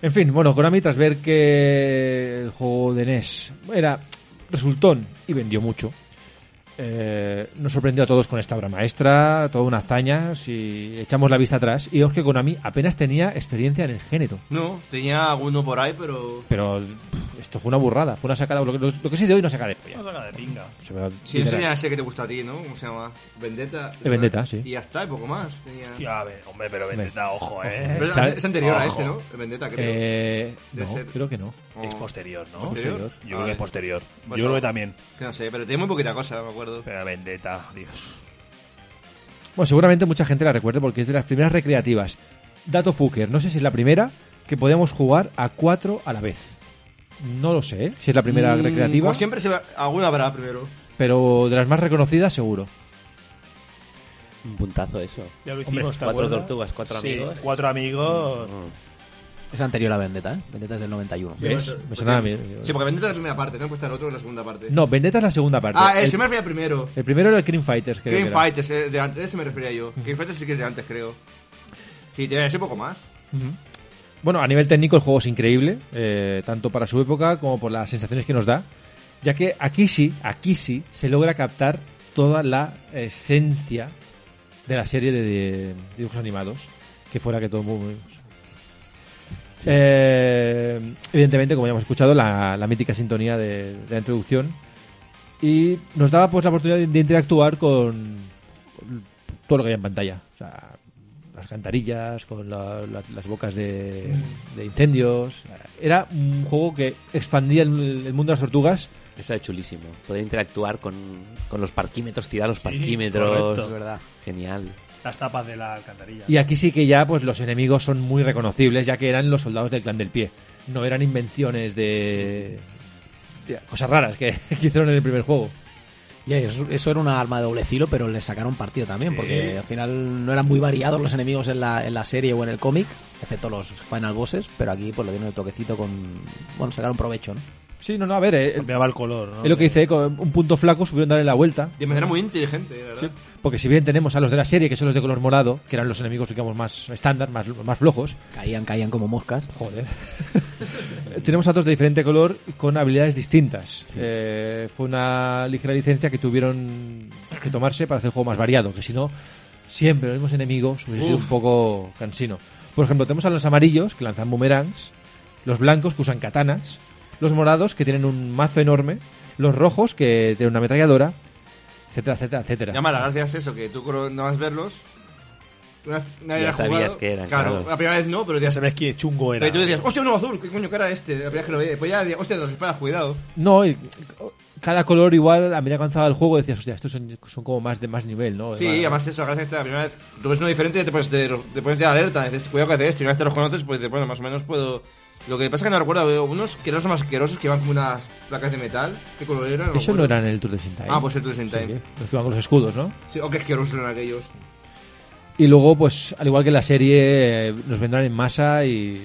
En fin, bueno, Konami tras ver que el juego de NES era resultón y vendió mucho, eh, nos sorprendió a todos con esta obra maestra, toda una hazaña, si echamos la vista atrás, y vemos que Konami apenas tenía experiencia en el género. No, tenía alguno por ahí, pero. Pero pff, esto fue una burrada, fue una sacada, lo que, lo, lo que se de hoy no saca de polla. Vamos a sacar de pinga. Se me va- Si literal. enseña ese que te gusta a ti, ¿no? ¿Cómo se llama? Vendetta. Eh, Vendetta, sí. Y ya está, y poco más. Tenía... Ya, a ver, hombre, pero vendetta, ojo, ¿eh? Pero ¿sabes? es anterior a Ojo. este, ¿no? El Vendetta, creo. Eh, no, De ser- creo que no. O- Es posterior, ¿no? ¿Posterior? Yo creo Vale. que es posterior. Yo Pues creo no. que también. que no sé, pero tenía muy poquita cosa, me acuerdo. Pero vendetta, Dios. Bueno, seguramente mucha gente la recuerde porque es de las primeras recreativas. Dato Fucker, no sé si es la primera que podemos jugar a cuatro a la vez. No lo sé, ¿eh? si es la primera Mm, recreativa, Como siempre, se va- alguna habrá primero. pero de las más reconocidas seguro. Un puntazo eso. Ya lo Hombre, cuatro tortugas, cuatro amigos. Cuatro Mm. amigos. Es anterior a Vendetta, ¿eh? Vendetta es del 91. ¿Ves? Pues Me sonaba a mí. sí. Sí, porque Vendetta es la primera parte, ¿no? Pues está el otro en la segunda parte. No, Vendetta es la segunda parte. Ah, eh, El- se me refería primero. El primero era el Cream Fighters, creo Game que era. Fighters, eh, de antes, ese me refería yo. Game Fighters sí que es de antes, creo. Sí, tiene ese poco más. Bueno, a nivel técnico el juego es increíble, eh, tanto para su época como por las sensaciones que nos da, ya que aquí sí, aquí sí, se logra captar toda la esencia de la serie de, de dibujos animados, que fuera que todo el mundo... Eh, evidentemente, como ya hemos escuchado, la, la mítica sintonía de, de la introducción y nos daba pues la oportunidad de, de interactuar con, con todo lo que había en pantalla. O sea, las cantarillas, con la- la- las bocas de, de incendios. Era un juego que expandía el, el mundo de las tortugas. Eso era chulísimo. Poder interactuar con, con los parquímetros, tirar los correcto. parquímetros. Es verdad. Genial. Las tapas de la alcantarilla. Y aquí sí que ya pues los enemigos son muy reconocibles, ya que eran los soldados del clan del pie. No eran invenciones de... de cosas raras que, que hicieron en el primer juego. Y eso, eso era una arma de doble filo, pero le sacaron partido también, porque al final no eran muy variados los enemigos en la, en la serie o en el cómic, excepto los final bosses, pero aquí pues le dieron el toquecito con... Bueno, sacaron provecho, ¿no? Sí, no, no, a ver, eh, eh, Cambiaba el color, ¿no? es lo que dice, eh, con un punto flaco supieron darle la vuelta. De manera muy inteligente, la ¿verdad? Porque si bien tenemos a los de la serie, que son los de color morado, que eran los enemigos, digamos, más estándar, más, más flojos, Caían, caían como moscas. Joder. Tenemos datos de diferente color con habilidades distintas. Eh, fue una ligera licencia que tuvieron que tomarse para hacer el juego más variado, que si no, siempre los mismos enemigos hubiese sido un poco cansino. Por ejemplo, tenemos a los amarillos que lanzan boomerangs, los blancos que usan katanas, los morados que tienen un mazo enorme, los rojos que tienen una ametralladora, etcétera, etcétera, etcétera. Llama la gracia es eso, que tú cro- no vas a verlos, Una- nadie Ya la ha sabías jugado. que eran, Claro, claro. la primera vez no, pero ya Ya sabes. sabes qué chungo era. Pero tú decías, hostia, uno azul, qué coño cara este. La primera vez que lo veía. Pues ya, decía, hostia, los espadas, cuidado. No, y- cada color igual, a medida que avanzaba el juego, decías, hostia, estos son, son como más de más nivel, ¿no? Sí, Además- además eso, gracias a la primera vez. Tú ves uno diferente y te pones de, te pones de alerta. Dices, cuidado que haces esto. Y una vez te lo conoces, pues dices, bueno, más o menos puedo. Lo que pasa es que no recuerdo, veo unos que eran los más asquerosos que iban con unas placas de metal. ¿Qué color eran? Eso no recuerdo. era en el Tour de Shintai. Ah, pues el Tour de Shintai. Sí, los que iban con los escudos, ¿no? Sí, o qué asquerosos eran aquellos. Y luego, pues, al igual que la serie, eh, nos vendrán en masa y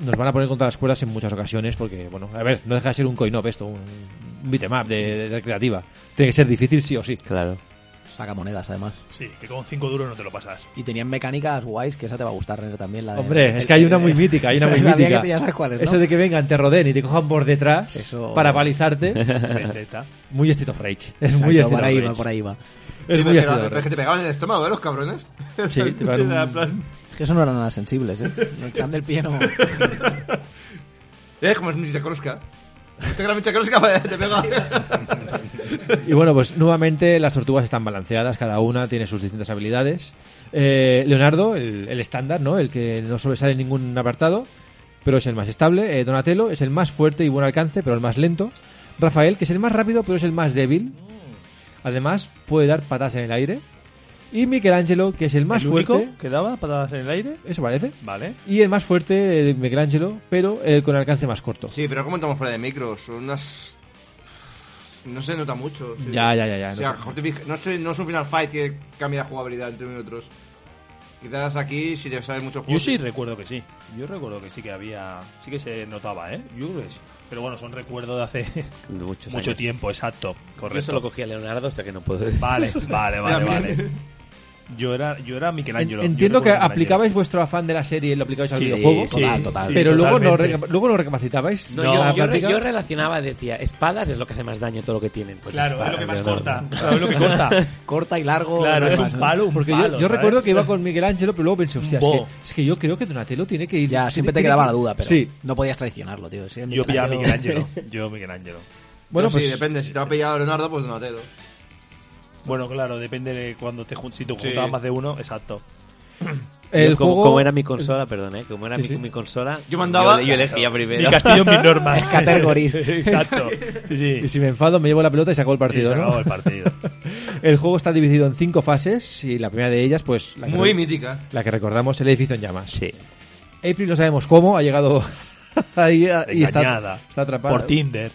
nos van a poner contra las cuerdas en muchas ocasiones porque, bueno, a ver, no deja de ser un coin-op esto, un, un beat'em up de, de recreativa. Tiene que ser difícil sí o sí. Claro. Saca monedas, además. Sí, que con 5 duros no te lo pasas. Y tenían mecánicas guays que esa te va a gustar, Renner, también. La de- Hombre, el- es que hay una el- muy mítica, hay una muy Sabía que mítica. te- ya sabes cuál es, ¿no? Eso de que vengan, te rodeen y te cojan por detrás Eso- para balizarte, Perfecta. muy Street of Rage. Es Exacto, muy este Street por ahí of va, Rage. por ahí va. Es Sí, muy pero- Street of pero es que Rage. te pegaban en el estómago, ¿eh? Los cabrones. Sí, te pegaban un- Era plan- Que eso no eran nada sensibles, ¿eh? No echan del pie, no. Eh, como es Micha Kroska. Esto que era Micha Kroska, te pega. Y bueno, pues nuevamente las tortugas están balanceadas, cada una tiene sus distintas habilidades. Eh, Leonardo, el, el estándar, ¿no? El que no sobresale en ningún apartado, pero es el más estable. Eh, Donatello es el más fuerte y buen alcance, pero el más lento. Rafael, que es el más rápido, pero es el más débil. Además, puede dar patas en el aire. Y Michelangelo, que es el más ¿El fuerte. único que daba patadas en el aire? Eso parece. Vale. Y el más fuerte, eh, Michelangelo, pero eh, con alcance más corto. Sí, pero ¿cómo estamos fuera de micros? Son unas. No se nota mucho. sí. Ya, ya, ya, ya, O sea, no sé. justifica- no, sé- no es un Final Fight que cambia la jugabilidad entre uno y otros. Quizás aquí, si te sabes mucho juego. Yo sí recuerdo que sí. Yo recuerdo que sí que había. Sí que se notaba, ¿eh? Yo creo que sí. Pero bueno, son recuerdos de hace Muchos mucho años. tiempo, exacto. Yo Correcto. solo cogí a Leonardo, o sea que no puedo decir. Vale, vale, vale, También. vale. Yo era, yo era Michelangelo. En- Yo Entiendo que recuerdo Michelangelo. aplicabais vuestro afán de la serie y lo aplicabais al Sí, videojuego. sí, Total, total. sí, pero luego no, totalmente. reca- luego no recapacitabais. No, en la yo, yo, re- práctica. yo relacionaba, decía, espadas es lo que hace más daño todo lo que tienen. Pues Claro, es espadas, lo que más Leonardo. corta. Claro, es lo que corta. Corta y largo. Claro, no es más, un ¿no? palo, un porque yo- palo, yo, ¿sabes? recuerdo que iba con Miguel Ángel, pero luego pensé, hostia, es Bo. que, es que yo creo que Donatello tiene que ir. Ya, tiene- siempre te tiene quedaba que- la duda, pero Sí. no podías traicionarlo, tío. Si eres Yo pillaba a Michelangelo- Michelangelo. Yo Michelangelo. Bueno, Bueno, pues sí, depende. Si te ha pillado Leonardo, pues Donatello. Bueno, claro, depende de cuando te jun- si te Sí. juntabas más de uno, exacto. el Yo, como, juego. como era mi consola, perdón, ¿eh? Como era mi, mi consola. Yo mandaba- Yo, yo elegía primero. Mi castillo, mis normas. Es categories. exacto. Sí, sí. Y si me enfado, me llevo la pelota y saco el Y partido. se ¿no? acabó el partido. El juego está dividido en cinco fases y la primera de ellas, pues. La que, Muy re- mítica. la que recordamos, el edificio en llamas. Sí. April no sabemos cómo, ha llegado ahí a- y está, Engañada. está atrapada. Por Tinder.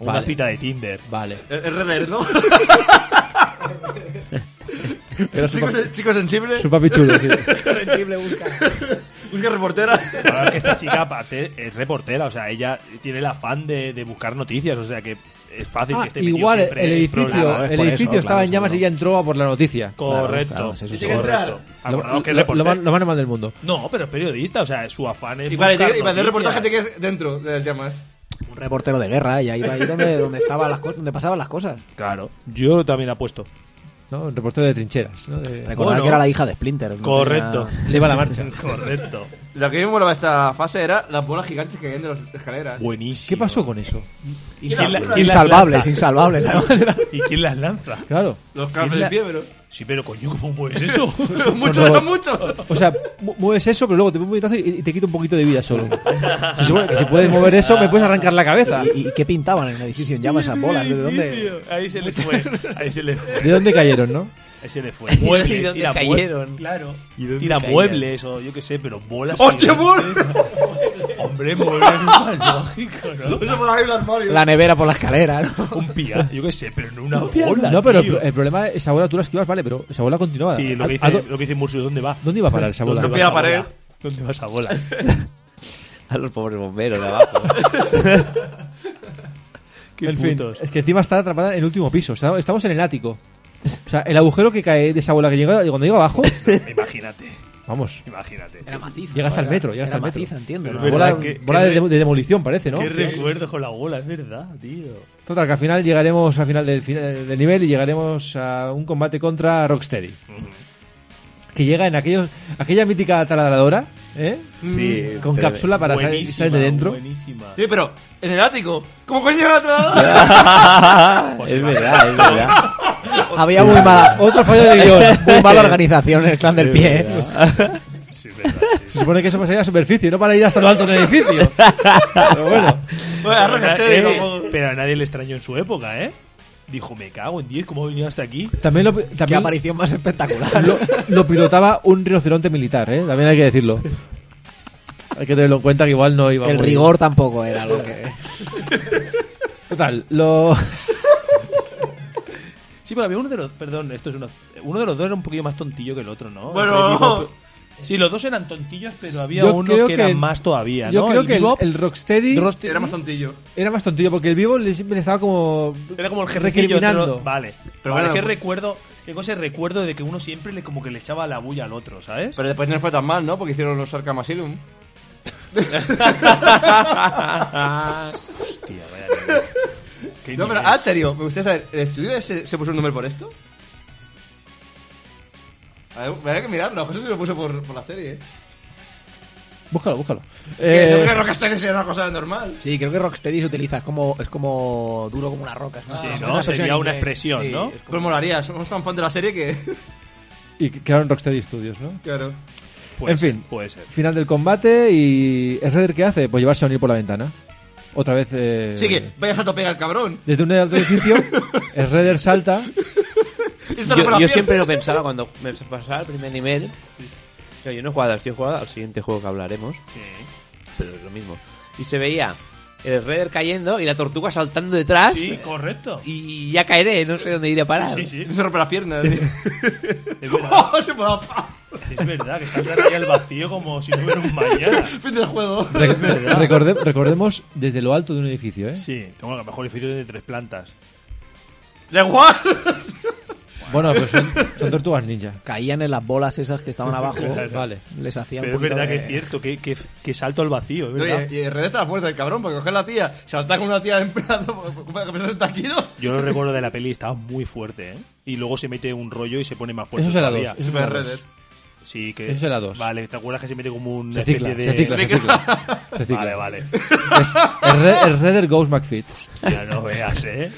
Una Vale. cita de Tinder. Vale. RDR, ¿no? Era su, chico, pa- sen- chico sensible. su papi chulo, sí. Busca reportera. Ahora es que esta chica aparte es reportera, o sea, ella tiene el afán de, de buscar noticias, o sea que es fácil Ah, que esté metido igual siempre el en edificio, problemas. Claro, es el por edificio eso, estaba claro, en llamas y seguro. ya entró a por la noticia. Correcto. claro, es eso, Tiene que entrar. correcto. Acordaos que es lo, lo reportera. más, lo más normal del mundo. No, pero es periodista, o sea, su afán es Y vale, buscar y para hacer noticias. reportaje te quedas dentro de las llamas. Un reportero de guerra, y ahí va ahí donde, donde, estaban las cosas, donde pasaban las cosas. Claro, yo también apuesto. ¿no? Un reportero de trincheras. ¿no? De- Recordar Bueno. que era la hija de Splinter. no Correcto. tenía- le va la marcha. Correcto. Lo que me molaba esta fase era las bolas gigantes que caían de las escaleras. Buenísimo. ¿Qué pasó con eso? ¿Quién la- quién las Insalvables, lanza? insalvables. además, era- ¿Y quién las lanza? Claro. Los cables ¿Quién la- de pie, pero. Sí, pero coño, ¿cómo mueves eso? mucho, robots. era mucho. O sea, mu- mueves eso, pero luego te pones un puñetazo y, y te quita un poquito de vida solo. Se supone que si puedes mover eso, me puedes arrancar la cabeza. ¿Y, y qué pintaban en el edificio? en Llamas esas bolas. ¿De dónde? Edificio. Ahí se le fue. Ahí se le fue. ¿De dónde cayeron, no? Ahí se le fue. Muebles, ¿Y dónde tira mue- cayeron? Claro. ¿Y dónde tira caían? muebles o yo qué sé, pero bolas. ¡Hostia, gigantes. bol! Hombre, muebles es más lógico, ¿no? Eso por ahí el armario. La nevera por la escalera, ¿no? Un pía, yo qué sé, pero no una bola. no, pero el, tío. pro- el problema es esa bola tú la esquivas, vale, pero esa bola continuaba. Sí, lo ¿A- que a dice, do- lo que dice Murcio, ¿dónde va? ¿Dónde iba a parar esa bola? ¿Dónde Rompía vas a la pared. bola? ¿Dónde vas a bola? A los pobres bomberos de abajo. Qué en fin, putos. es que encima está atrapada en el último piso. está- Estamos en el ático. O sea, el agujero que cae de esa bola que llega, cuando llega abajo, Imagínate, vamos, imagínate. Era maciza. Llega hasta el era- metro, llega hasta era el metro. maciza, entiendo. Pero ¿no? es bola, verdad que- bola que de, re- de demolición parece, ¿no? Qué Sí. recuerdo con la bola, es verdad, tío. Total, que al final llegaremos al final del, final del nivel y llegaremos a un combate contra Rocksteady. Que llega en aquellos, aquella mítica taladradora, ¿eh? Sí, Con pero- cápsula para salir, Buenísima, salir de dentro. Buenísima. Sí, pero en el ático. ¿Cómo coño llega atrás? es verdad, es verdad. Había muy mala, Otro fallo de guión. muy mala organización en el clan del pie. ¿eh? Se supone que eso pasaría a superficie, no para ir hasta lo alto del edificio. Pero bueno. Eh, Pero a nadie le extrañó en su época, ¿eh? Dijo, me cago en 10, ¿cómo he venido hasta aquí? También lo, Qué también aparición más espectacular. lo, lo pilotaba un rinoceronte militar, ¿eh? También hay que decirlo. Hay que tenerlo en cuenta que igual no iba El muy- rigor tampoco era lo que. Total, lo... Sí, pero había uno de los. Perdón, esto es uno. Uno de los dos era un poquillo más tontillo que el otro, ¿no? Bueno. El Bebop- sí, los dos eran tontillos, pero había Yo uno creo que, que era el- más todavía, Yo ¿no? creo que el, Bebop, el Rocksteady Drosty- Era más tontillo. era más tontillo porque el vivo le- siempre le estaba como. Era como el jefecillo. recriminando. otro- Vale. Pero Pero bueno. vale, pues- que recuerdo. Qué cosa recuerdo de que uno siempre le como que le echaba la bulla al otro, ¿sabes? Pero después no le fue tan mal, ¿no? Porque hicieron los Arkham Asylum. Ah, Hostia, vaya nivel. Qué No, pero, nivel. ah, en serio, me gustaría saber, ¿el estudio ese se puso un nombre por esto? A ver, me que mirarlo, José se lo puso por, por la serie, ¿eh? Búscalo, búscalo. Que Eh, Yo creo que Rocksteady es una cosa normal. Sí, creo que Rocksteady se utiliza, es como, es como duro como una roca. es una- Sí, es ¿no? una expresión Sería en una inglés. expresión, Sí, ¿no? es como- Pues molaría, somos tan fan de la serie que... Y quedaron Rocksteady Studios, ¿no? Claro. Puede en ser, fin. Puede ser. Final del combate y. ¿Es Redder qué hace? Pues llevarse a unir por la ventana. Otra vez. Eh, Sí que, vaya salto pega el cabrón. Desde un alto edificio, es Redder salta. Esto no fue la Yo, yo mierda. siempre lo pensaba cuando me pasaba el primer nivel. O sea, yo no he jugado, estoy jugando al siguiente juego que hablaremos. Pero es lo mismo. Y se veía el Redder cayendo y la tortuga saltando detrás. Sí, correcto. Y ya caeré, no sé dónde iré a parar. Sí, sí. Se rompe las piernas. tío. Es verdad, Oh, se pone a pa- es verdad que saltan ahí al vacío como si no hubiera un mañana. Fin del juego. Re- recorde- recordemos desde lo alto de un edificio, ¿eh? Sí, como a lo mejor edificio de tres plantas. Da igual. Bueno, pero son, son tortugas ninja. Caían en las bolas esas que estaban abajo. Vale. Les hacían Pero es verdad que es cierto, que, que, que salto al vacío, es verdad. Oye, y eh- el está la fuerza del cabrón para coger la tía. Saltar con una tía en plan que pesa 60 kilos. Yo lo recuerdo de la peli, estaba muy fuerte, ¿eh? Y luego se mete un rollo y se pone más fuerte. Eso será todavía. dos. Super Redder. Sí, que. Eso es la dos. Vale, ¿te acuerdas que se mete como una Se cicla, se especie de. cicla, se cicla. Se cicla. Vale, vale. Es, es Re- es Redder Goes McFit. Ya no veas, ¿eh?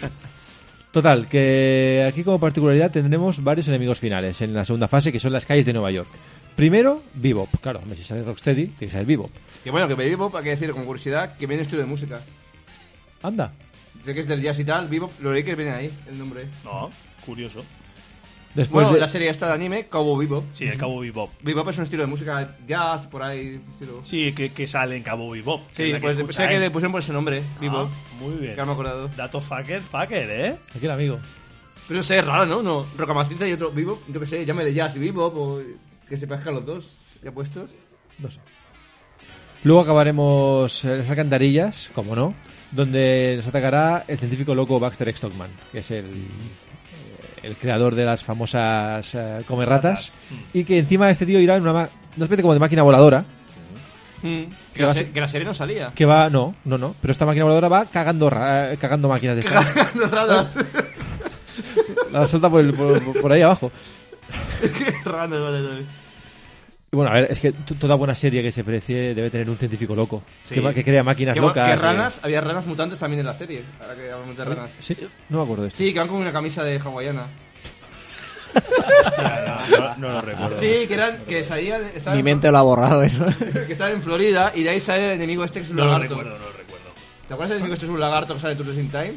Total, que aquí como particularidad tendremos varios enemigos finales en la segunda fase, que son las calles de Nueva York. Primero, Bebop. Claro, hombre, si sale Rocksteady, tiene que salir Bebop. Que bueno, que Baby Bop, hay que decir con curiosidad, que viene estudio de música. Anda. Sé que es del jazz y tal, Bebop, lo leí que viene ahí, el nombre. No, curioso. Después Bueno, de- la serie esta de anime, Cowboy Bebop. Sí, el Cabo Bebop. Bebop es un estilo de música jazz, por ahí, estilo... Sí, Sí, que, que sale en Cabo Bebop. que es la pues escucha sé que él. le pusieron por ese nombre, Ah, Bebop. Muy bien. Que no me he acordado. Dato fucker, fucker, ¿eh? Aquí el amigo. Pero no sé, es raro, ¿no? No, Rocamacinta y otro Bebop, yo qué sé, llámele jazz y Bebop, o que se parezcan los dos, ya puestos. No sé. Luego acabaremos en las alcantarillas, como no, donde nos atacará el científico loco Baxter Stockman, que es el, eh, el creador de las famosas eh, comerratas. Y que encima este tío irá en una, ma- una especie como de máquina voladora, Mm, Que Que, la va a se- ser- que la serie no salía. que va, no, no, no, pero esta máquina voladora va cagando, ra- eh, cagando máquinas de estas. no, rana. La salta por, el- por- por ahí abajo. rana, vale, vale. Y Bueno, a ver, es que t- toda buena serie que se precie debe tener un científico loco. Sí. Que, va- que crea máquinas Que, bueno, locas. que eh. ranas, había ranas mutantes también en la serie, ahora que hablamos de ranas. Sí, no me acuerdo de esto. Sí, que van con una camisa de hawaiana. Ah, No, no lo recuerdo. Sí, que eran, que salían, estaban, Mi mente lo ha borrado eso. que estaban en Florida y de ahí sale el enemigo este que es un No lo lagarto. recuerdo, no lo recuerdo. ¿Te acuerdas del enemigo este es un lagarto que sale en Turtles in Time?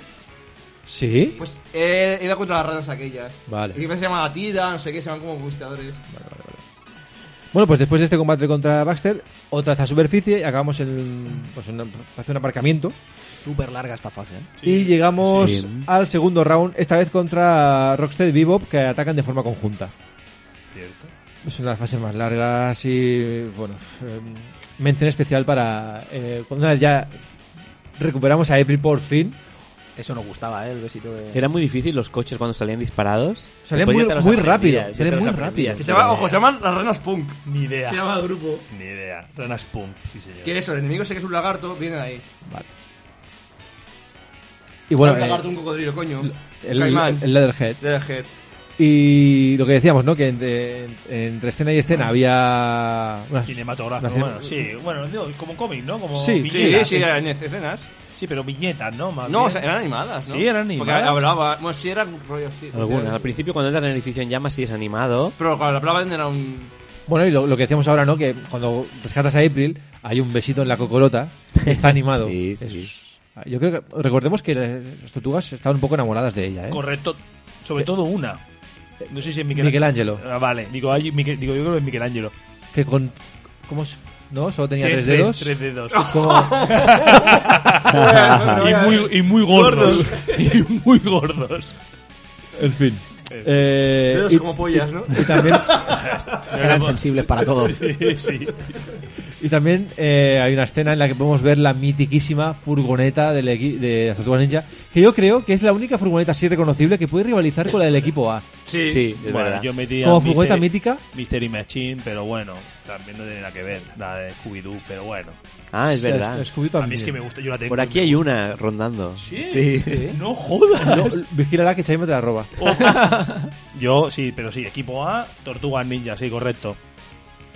¿Sí? Pues él iba contra las ranas aquellas. Vale. Y que se llama Tida, no sé qué, se llaman como buscadores. Bueno, pues después de este combate contra Baxter, otra vez a superficie y acabamos en pues, una- hace un aparcamiento. Súper larga esta fase. ¿eh? y llegamos al segundo round, esta vez contra Rocksteady y Bebop, que atacan de forma conjunta. Cierto. Es una de las fases más largas y, bueno, eh, mención especial para eh, cuando ya recuperamos a April por fin. Eso nos gustaba, ¿eh? El besito de. Era muy difícil los coches cuando salían disparados. Salían Después ya muy- te los muy aprendías, rápido, ya te salían los muy aprendías. rápido. Que se llama, ojo, se llaman las ranas punk. Ni idea. Se llama el grupo. Ni idea. Ranas Punk, sí señor. Que eso, el enemigo sé que es un lagarto, viene de ahí. Y bueno, un eh, lagarto, un cocodrilo, coño. el, Caimán. el Leatherhead. Leatherhead. Y lo que decíamos, ¿no? Que entre, entre escena y escena había... unas- Cinematográfico. unas cine- Bueno, sí, bueno, digo, como cómic, ¿no? Como Sí, Sí, viñetas. sí, en escenas. Sí, pero viñetas, ¿no? Más No, bien. o sea, eran animadas, ¿no? Sí, eran animadas. Porque hablaba... Bueno, sí, eran rollos, sí. Algunas. Al principio, cuando entran en el edificio en llamas, sí es animado. Pero cuando hablaban era un... Bueno, y lo, lo que decíamos ahora, ¿no? Que cuando rescatas a April, hay un besito en la cocolota. Está animado. Sí, sí, Es- sí. Yo creo que. Recordemos que eh, las tortugas estaban un poco enamoradas de ella, ¿eh? Correcto. Sobre todo una. No sé si es Miguel Michelangelo. Ah, vale, digo, hay- Mique- digo, yo creo que es Michelangelo. Que con. ¿Cómo es? ¿No? Solo tenía Tiene tres dedos. Tres dedos. Como- y, muy, y muy gordos. y muy gordos. En fin. Eh, y, pollas, ¿no? y también, Eran sensibles para todo. Sí, sí. y también eh, hay una escena en la que podemos ver la mitiquísima furgoneta del equi- de las tortugas ninja, que yo creo que es la única furgoneta así reconocible que puede rivalizar con la del equipo A. Sí. Sí, es Bueno, verdad. yo metí a este- Como furgoneta Mystery- mítica, Mystery Machine, pero bueno, también no tiene nada que ver. La de Scooby-Doo, pero bueno. Ah, es o sea, verdad. Scooby A también. mí es que me gusta, yo la tengo. Por aquí hay una rondando. Sí. Sí. No jodas. No, vigílala que Chaimo te la roba. Yo sí, pero sí, equipo A, Tortugas Ninja, sí, correcto.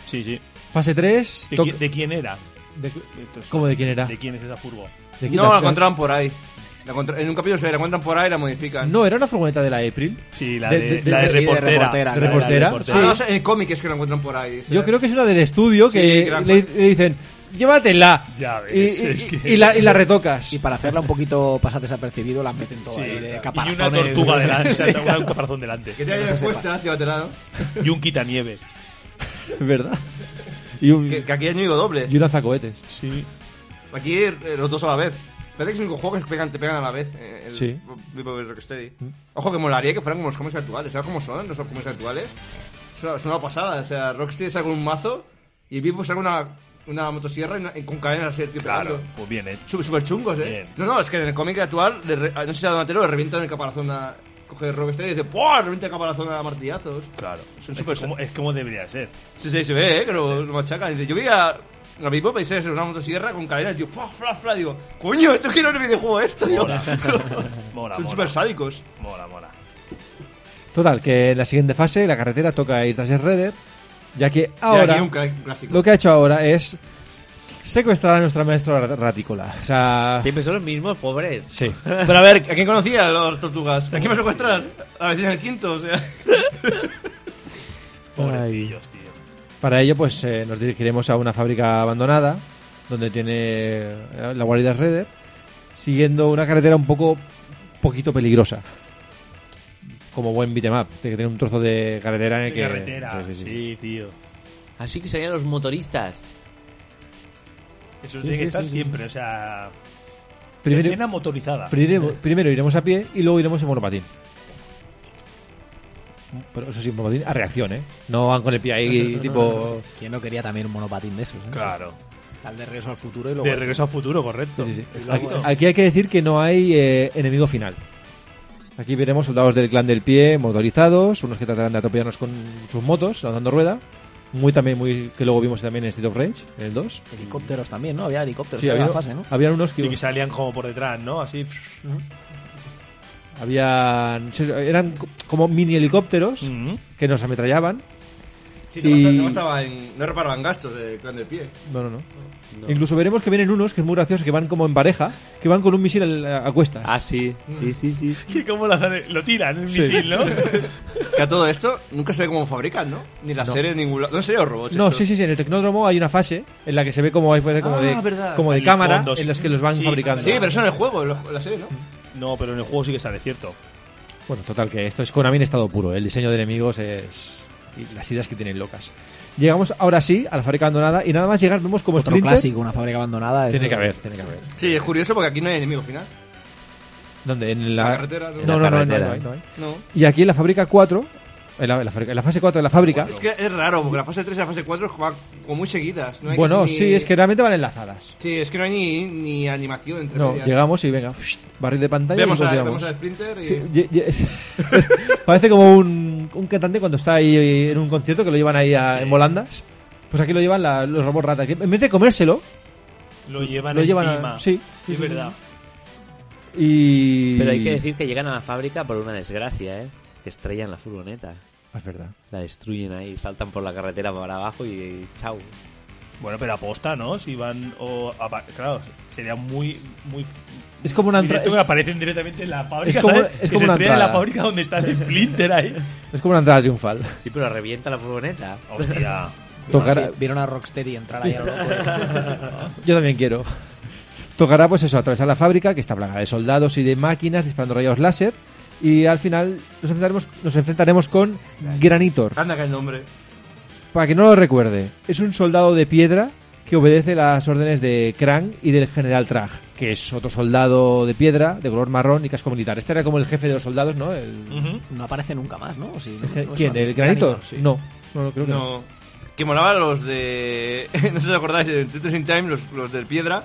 Sí, sí. Fase 3. ¿De, toc- qui- de quién era? de- Esto es- ¿Cómo de quién era? ¿De quién es esa furgo? ¿De quién No, la la- encontraban por ahí. La encontr- en un capítulo se la encuentran por ahí y la modifican. No, era una furgoneta de la April. Sí, la De- de, de- la de, sí, de reportera. reportera, La de reportera, la Ah, no, sí. o sea, en el cómic es que la encuentran por ahí. Yo creo que es una del estudio que gran- le, le dicen, llévatela. Ya ves, y, y- es que- y la, y la retocas. Y para hacerla un poquito pasar desapercibido, la meten toda Sí, ahí de y caparazones. una tortuga delante, o sea, una- un caparazón delante. Que te hayan puestas, llévatela, ¿no? Y un quitanieves. Es verdad. Y, un, Que, que aquí es único doble. y un lanzacohetes. Sí. Aquí eh, los dos a la vez. Parece que es el único juego que se pegan, te pegan a la vez. eh, el Sí. Vivo de Rocksteady. Ojo, que molaría que fueran como los cómics actuales. ¿Sabes cómo son los cómics actuales? Es una, es una pasada. O sea, Rocksteady saca un mazo y Vivo saca una, una motosierra y una- y con cadenas así, tío, Claro, pegando. pues bien hecho. Sú- Súper chungos, eh. Bien. No, no, es que en el cómic actual, le re- no sé si a Donatello le revientan el caparazón a. Coge Rocksteady y dice, ¡Puah! Revienta el caparazón a martillazos. Claro. Son es, súper- como, es como debería ser. Sí, sí, se ve, ¿eh? Que lo, lo machacan. Y dice, yo vi a la Bebop y es una motosierra con cadenas. Tío, fla, fla, fla. Digo, coño, esto quiero en el videojuego esto. yo. Mola. Mola, Son mola. súper sádicos. Mola, mola. Total, que en la siguiente fase la carretera toca ir tras el Redder, ya que ahora Mira, aquí un cla- un clásico. lo que ha hecho ahora es secuestrar a nuestra maestra rat- ratícola. O sea, Siempre son los mismos pobres. sí. Pero a ver, ¿a quién conocía a las tortugas? ¿A quién va a secuestrar? A la vecina del quinto, o sea. Pobrecillos, tío. Para ello, pues eh, nos dirigiremos a una fábrica abandonada donde tiene eh, la guarida Redder, siguiendo una carretera un poco, poquito peligrosa. Como buen beatmap, tiene que tener un trozo de carretera en el que. Carretera. Sí, Sí, sí, sí. tío. Así que serían los motoristas. Eso Sí, tiene sí, que estar sí, sí. siempre, o sea. Primero- escena motorizada. Primero, primero iremos a pie y luego iremos en monopatín. Pero eso sí, monopatín a reacción, ¿eh? No van con el pie ahí, tipo. ¿Quién no quería también un monopatín de esos? eh? Claro. Tal de regreso al futuro y luego... De regreso al futuro, correcto. Sí, sí, sí. Aquí, Exacto. aquí hay que decir que no hay eh, enemigo final. Aquí veremos soldados del clan del pie motorizados, unos que tratarán de atropellarnos con sus motos, andando rueda. Muy también, muy que luego vimos también en State of Rage, en el 2. Helicópteros también, ¿no? Había helicópteros Sí, en había, la fase, ¿no? habían unos que, Sí, que salían como por detrás, ¿no? Así. pff. habían, eran como mini helicópteros Mm. que nos ametrallaban. Sí, Y- no, estaba en, no reparaban gastos de clan del pie. No, no, no. Incluso veremos que vienen unos que es muy gracioso, que van como en pareja, que van con un misil al- a, a cuestas. Ah, sí. Sí, sí, sí. Que como las- lo tiran el Sí. misil, ¿no? Que a todo esto nunca se ve cómo fabrican, ¿no? Ni la serie, ni ningún lado. No sé, los robots. no, estos. sí, sí, sí. En el tecnódromo hay una fase en la que se ve como, hay- como Ah, de, verdad. como de El cámara fondo, sí. en las que los van Sí, fabricando. Sí, pero eso en el juego, en la- en la serie, ¿no? No, pero en el juego sí que sale, cierto. Bueno, total, que esto es Konami en estado puro. ¿eh? El diseño de enemigos es. y las ideas que tienen locas. Llegamos ahora sí a la fábrica abandonada y nada más llegar vemos como Otro Splinter- clásico, una fábrica abandonada. eso- Tiene que haber, tiene que haber. Sí, es curioso porque aquí no hay enemigo final. ¿Dónde? En la, La carretera, ¿no? No, no, La no, no, carretera. no hay, no hay. No. Y aquí en la fábrica 4. En la, en la fábrica- en la fase 4 de la fábrica. Es que es raro, porque la fase 3 y la fase 4 van como muy seguidas. No hay bueno, casi ni- sí, es que realmente van enlazadas. Sí, es que no hay ni, ni animación entre No, medias. llegamos y venga, psh, barril de pantalla Vemos y a, continuamos. vemos a Splinter y... Sí, ye- ye- es- parece como un, un cantante cuando está ahí en un concierto que lo llevan ahí a- en volandas. Pues aquí lo llevan la- los robots ratas. que En vez de comérselo, Lo llevan lo llevan encima. a, sí, Sí, es verdad. Y Pero hay que decir que llegan a la fábrica por una desgracia, ¿eh? Que estrellan la furgoneta. Ah, Es verdad. La destruyen ahí, saltan por la carretera para abajo y chao. Bueno, pero aposta, ¿no? Si van o apa- claro, sería muy muy Es como una entrada. directo Es, que aparecen directamente en la fábrica, es como- ¿sabes? es Que como se una estrellan en la entrada. fábrica donde está el Splinter ahí. es como una entrada triunfal. Sí, pero revienta la furgoneta. Hostia. Tocará, Vieron a Rocksteady entrar ahí a lo loco. yo también quiero. Tocará, pues eso, atravesar la fábrica, que está plagada de soldados y de máquinas disparando rayos láser. Y al final nos enfrentaremos, nos enfrentaremos con Granitor. Anda que el nombre. Para que no lo recuerde, es un soldado de piedra que obedece las órdenes de Krang y del general Trag, que es otro soldado de piedra de color marrón y casco militar. Este era como el jefe de los soldados, ¿no? El- No aparece nunca más, ¿no? O si- el ge- no es ¿Quién? una- ¿El Granitor? Pues sí. No, no, no, creo que no. No. Que molaba los de. no sé si os acordáis, en Tetris in Time, los, los del Piedra.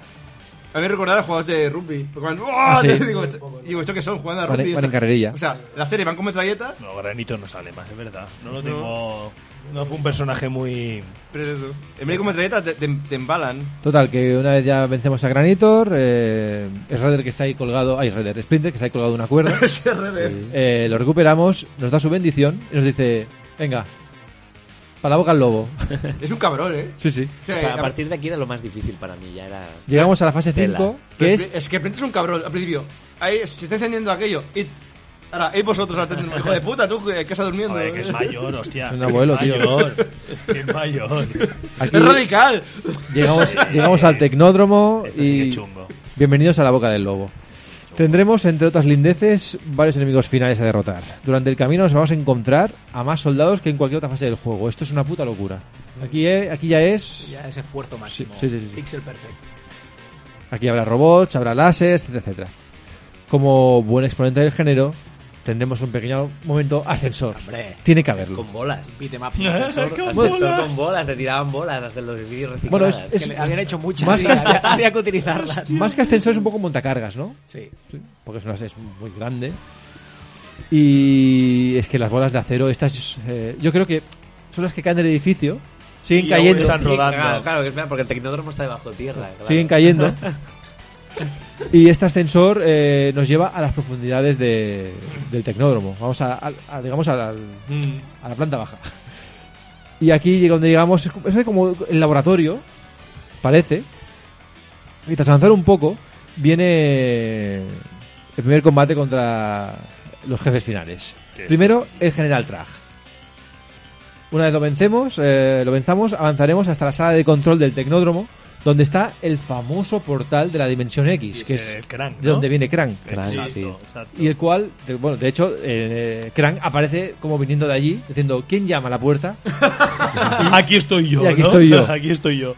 A mí me recordaba los jugadores de rugby. Porque van, ¡Oh! Ah, sí. digo, esto, digo, ¿esto qué son? Jugando a Van en- rugby. van esto- en carrerilla. O sea, la serie van con metralleta, No, Granito no sale más, es verdad. No lo tengo. No fue un personaje muy. pero es eso. En vez de con metralleta te, te- te embalan. Total, que una vez ya vencemos a Granitor, eh, es Redder que está ahí colgado, ay, Redder, Splinter que está ahí colgado de una cuerda. Ese RD. Eh, lo recuperamos, nos da su bendición y nos dice, venga, para la boca al lobo. Es un cabrón, ¿eh? sí, sí. O sea, a a- partir de aquí era lo más difícil para mí, ya era... Llegamos a la fase Tela. 5, pero que es, es es que Prince es un cabrón al principio. Ahí se está encendiendo aquello. Y. Ahora, y vosotros, atended, hijo de puta, tú que que estás durmiendo. ¿eh? Joder, que es mayor, hostia. Es un abuelo, que es tío. mayor. Que es mayor. aquí ¡Es radical! llegamos, llegamos al tecnódromo Este sí que y es chungo. bienvenidos a la boca del lobo. Tendremos, entre otras lindeces, varios enemigos finales a derrotar. Durante el camino nos vamos a encontrar a más soldados que en cualquier otra fase del juego. Esto es una puta locura. Aquí, eh, aquí ya es... Ya es esfuerzo máximo. Sí, sí, sí, sí. Pixel perfecto. Aquí habrá robots, habrá láseres, etcétera, etcétera. Como buen exponente del género, tendremos un pequeño momento ascensor. Hombre, Tiene que haberlo. con bolas. Beat 'em up. Con bolas. Con bolas, te tiraban bolas las de los edificios recicladas. Bueno, es- Es que le habían hecho muchas. Más y que- había, había que utilizarlas. Más que ascensor es un poco montacargas, ¿no? Sí. Sí, porque es una es muy grande. Y es que las bolas de acero, estas, eh, yo creo que son las que caen del edificio, siguen Y cayendo, aún están siguen- rodando. Claro, claro, que espera, porque el tecnódromo está debajo de tierra. claro. siguen cayendo. Y este ascensor eh, nos lleva a las profundidades de- del tecnódromo. Vamos a, al- a- digamos, al- al- a la planta baja. Y aquí llega donde llegamos, es como- es como el laboratorio, parece. Y tras avanzar un poco, viene el primer combate contra los jefes finales. Primero, el general Trag. Una vez lo vencemos, eh, lo venzamos, avanzaremos hasta la sala de control del tecnódromo, donde está el famoso portal de la dimensión X, que es el Krang, de ¿no? donde viene Krang. Exacto, sí. exacto. Y el cual, de- bueno, de hecho, eh, Krang aparece como viniendo de allí, diciendo, ¿quién llama a la puerta? Aquí estoy yo. Y aquí ¿no? estoy yo. Aquí estoy yo.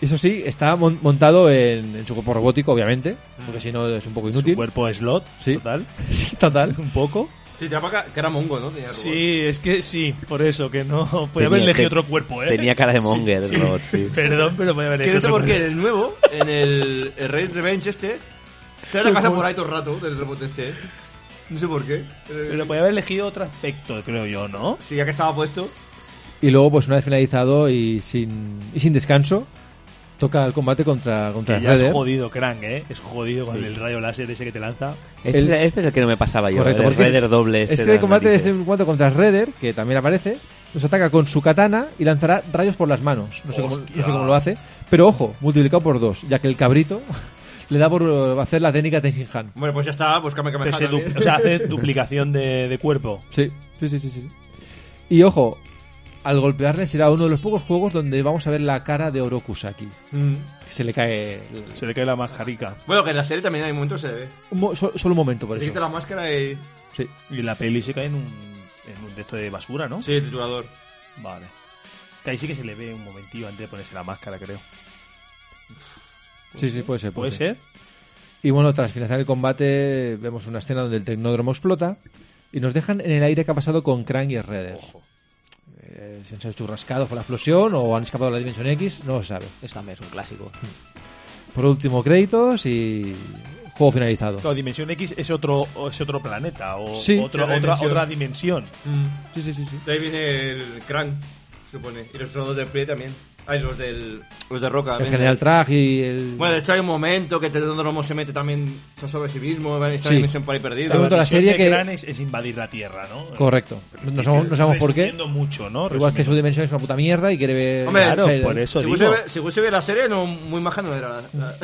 Eso sí, está mon- montado en, en su cuerpo robótico, obviamente, porque si no es un poco Su inútil. cuerpo slot, Sí. total. Sí, total. Un poco. Sí, te apaga, que era mongo, ¿no? Tenía robot. Sí, es que sí, por eso, que no. Podría haber Tenía- elegido te- otro cuerpo, ¿eh? Tenía cara de monger Sí, el sí. robot, sí. Perdón, pero podía haber Que elegido no sé otro por qué en cuerpo. el nuevo, en el, el Raid Revenge este, se la caza por ahí todo el rato del rebote este. No sé por qué. Pero podía haber elegido otro aspecto, creo yo, ¿no? Si ya que estaba puesto, Y luego, pues una vez finalizado y sin, y sin descanso, toca el combate contra, contra Que ya es Shredder. jodido, Krang, ¿eh? Es jodido con el rayo láser ese que te lanza. Este, El- es- este es el que no me pasaba yo, Correcto, el porque Raider doble este. Este, de las combate es narices. un combate contra Redder, que también aparece. Nos ataca con su katana y lanzará rayos por las manos. No sé, cómo, Hostia. no sé cómo lo hace. Pero ojo, multiplicado por dos, ya que el cabrito le da por eh, hacer la técnica Tenshin Han. bueno, pues ya está, pues Kame Kame Pero se du- o sea, hace duplicación de, de cuerpo. Sí, sí, sí, sí, sí. Y ojo, al golpearle será uno de los pocos juegos donde vamos a ver la cara de Orokusaki. Que se le cae... el- Se le cae la mascarica. Bueno, que en la serie también hay momentos se ve. un mo- so- solo un momento por Se quita eso. la máscara y. Sí. Y la peli se cae en un, en un texto de basura, ¿no? Sí, el titulador. Vale. Que ahí sí que se le ve un momentillo antes de ponerse la máscara, creo. sí, sí, puede ser. ¿Puede Puede, ser. ser? Y bueno, tras finalizar el combate, vemos una escena donde el tecnódromo explota y nos dejan en el aire que ha pasado con Krang y Redder. Eh, si han sido churrascados por la explosión o han escapado de la dimensión X, no lo sabe. Esto también es un clásico. Por último, créditos y juego finalizado. Claro, Dimensión X es otro, o es otro planeta o Sí. Otra otro- otra, dimensión. otra dimensión. Mm. Sí, sí, sí, sí. De ahí viene el Krang, se supone. Y los soldados de Play también. Ay, los, del, los de Roca. El bien. general Traj y el. Bueno, está hay un momento que Tedromo se mete también sobre sí mismo, van a estar Sí. en misión por ahí perdido. Está Pregunto a la misión serie de que- Gran es, es invadir la Tierra, ¿no? Correcto. No sabemos, no sabemos por qué. Resumiendo mucho, ¿no? Igual que su Resumiendo. dimensión es una puta mierda y quiere ver. Hombre, Claro, sí, por eso si digo. hubiese ve- si hubiese ve la serie, no, muy maja no era. la- la-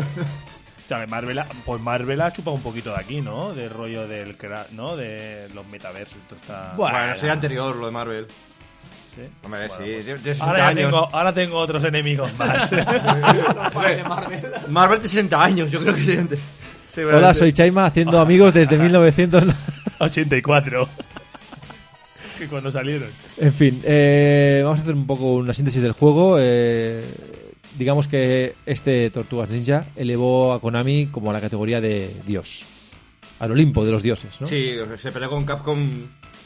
O sea, que Marvel, ha- pues Marvel ha chupado un poquito de aquí, ¿no? Del rollo del... cra- ¿no? De los metaversos y todo está... Bueno, la serie anterior, lo de Marvel. Sí. Hombre, Bueno, sí, pues. sí, de 60 Ahora, ya años. tengo, ahora tengo otros enemigos más. Marvel de 60 años, yo creo que sí. Hola, soy Chaima haciendo amigos desde 1900. 84. que cuando salieron. En fin, eh, vamos a hacer un poco una síntesis del juego. eh, digamos que este Tortugas Ninja elevó a Konami como a la categoría de Dios. Al Olimpo de los dioses, ¿no? Sí, se peleó con Capcom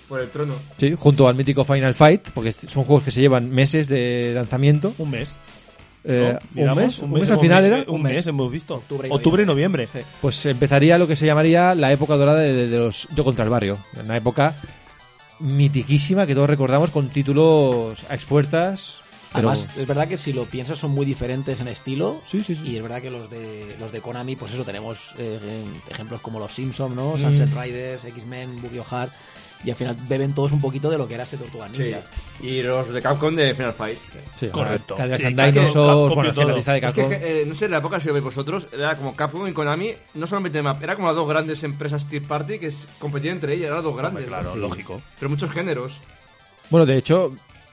por el trono. Sí, junto al mítico Final Fight, porque son juegos que se llevan meses de lanzamiento. Un mes. Eh, ¿no? ¿Un Digamos, mes? ¿Un mes al hemos final vi- era? eh, Un mes hemos visto. Octubre y Octubre y noviembre. Sí. Pues empezaría lo que se llamaría la época dorada de, de los Yo contra el barrio. Una época mitiquísima que todos recordamos con títulos a expuertas. Pero... Además, es verdad que si lo piensas son muy diferentes en estilo. Sí, sí, sí. Y es verdad que los de los de Konami, pues eso, tenemos eh, eh, ejemplos como los Simpsons, ¿no? Mm. Sunset Riders, X-Men, Boogie Heart. Y al final beben todos un poquito de lo que era este Tortuga Sí. Ninja. Y los de Capcom de Final Fight. Sí, Correcto. ahora, Cadillac Sí, and claro, Dinosaurs, Capcom bueno, y es que la todo. lista de Es que, Capcom. eh, no sé, en la época si lo veis vosotros, era como Capcom y Konami, no solamente map, era como las dos grandes empresas Tier Party que s- competían entre ellas, eran las dos grandes. claro, ¿no? lógico. Pero muchos géneros. Bueno, de hecho,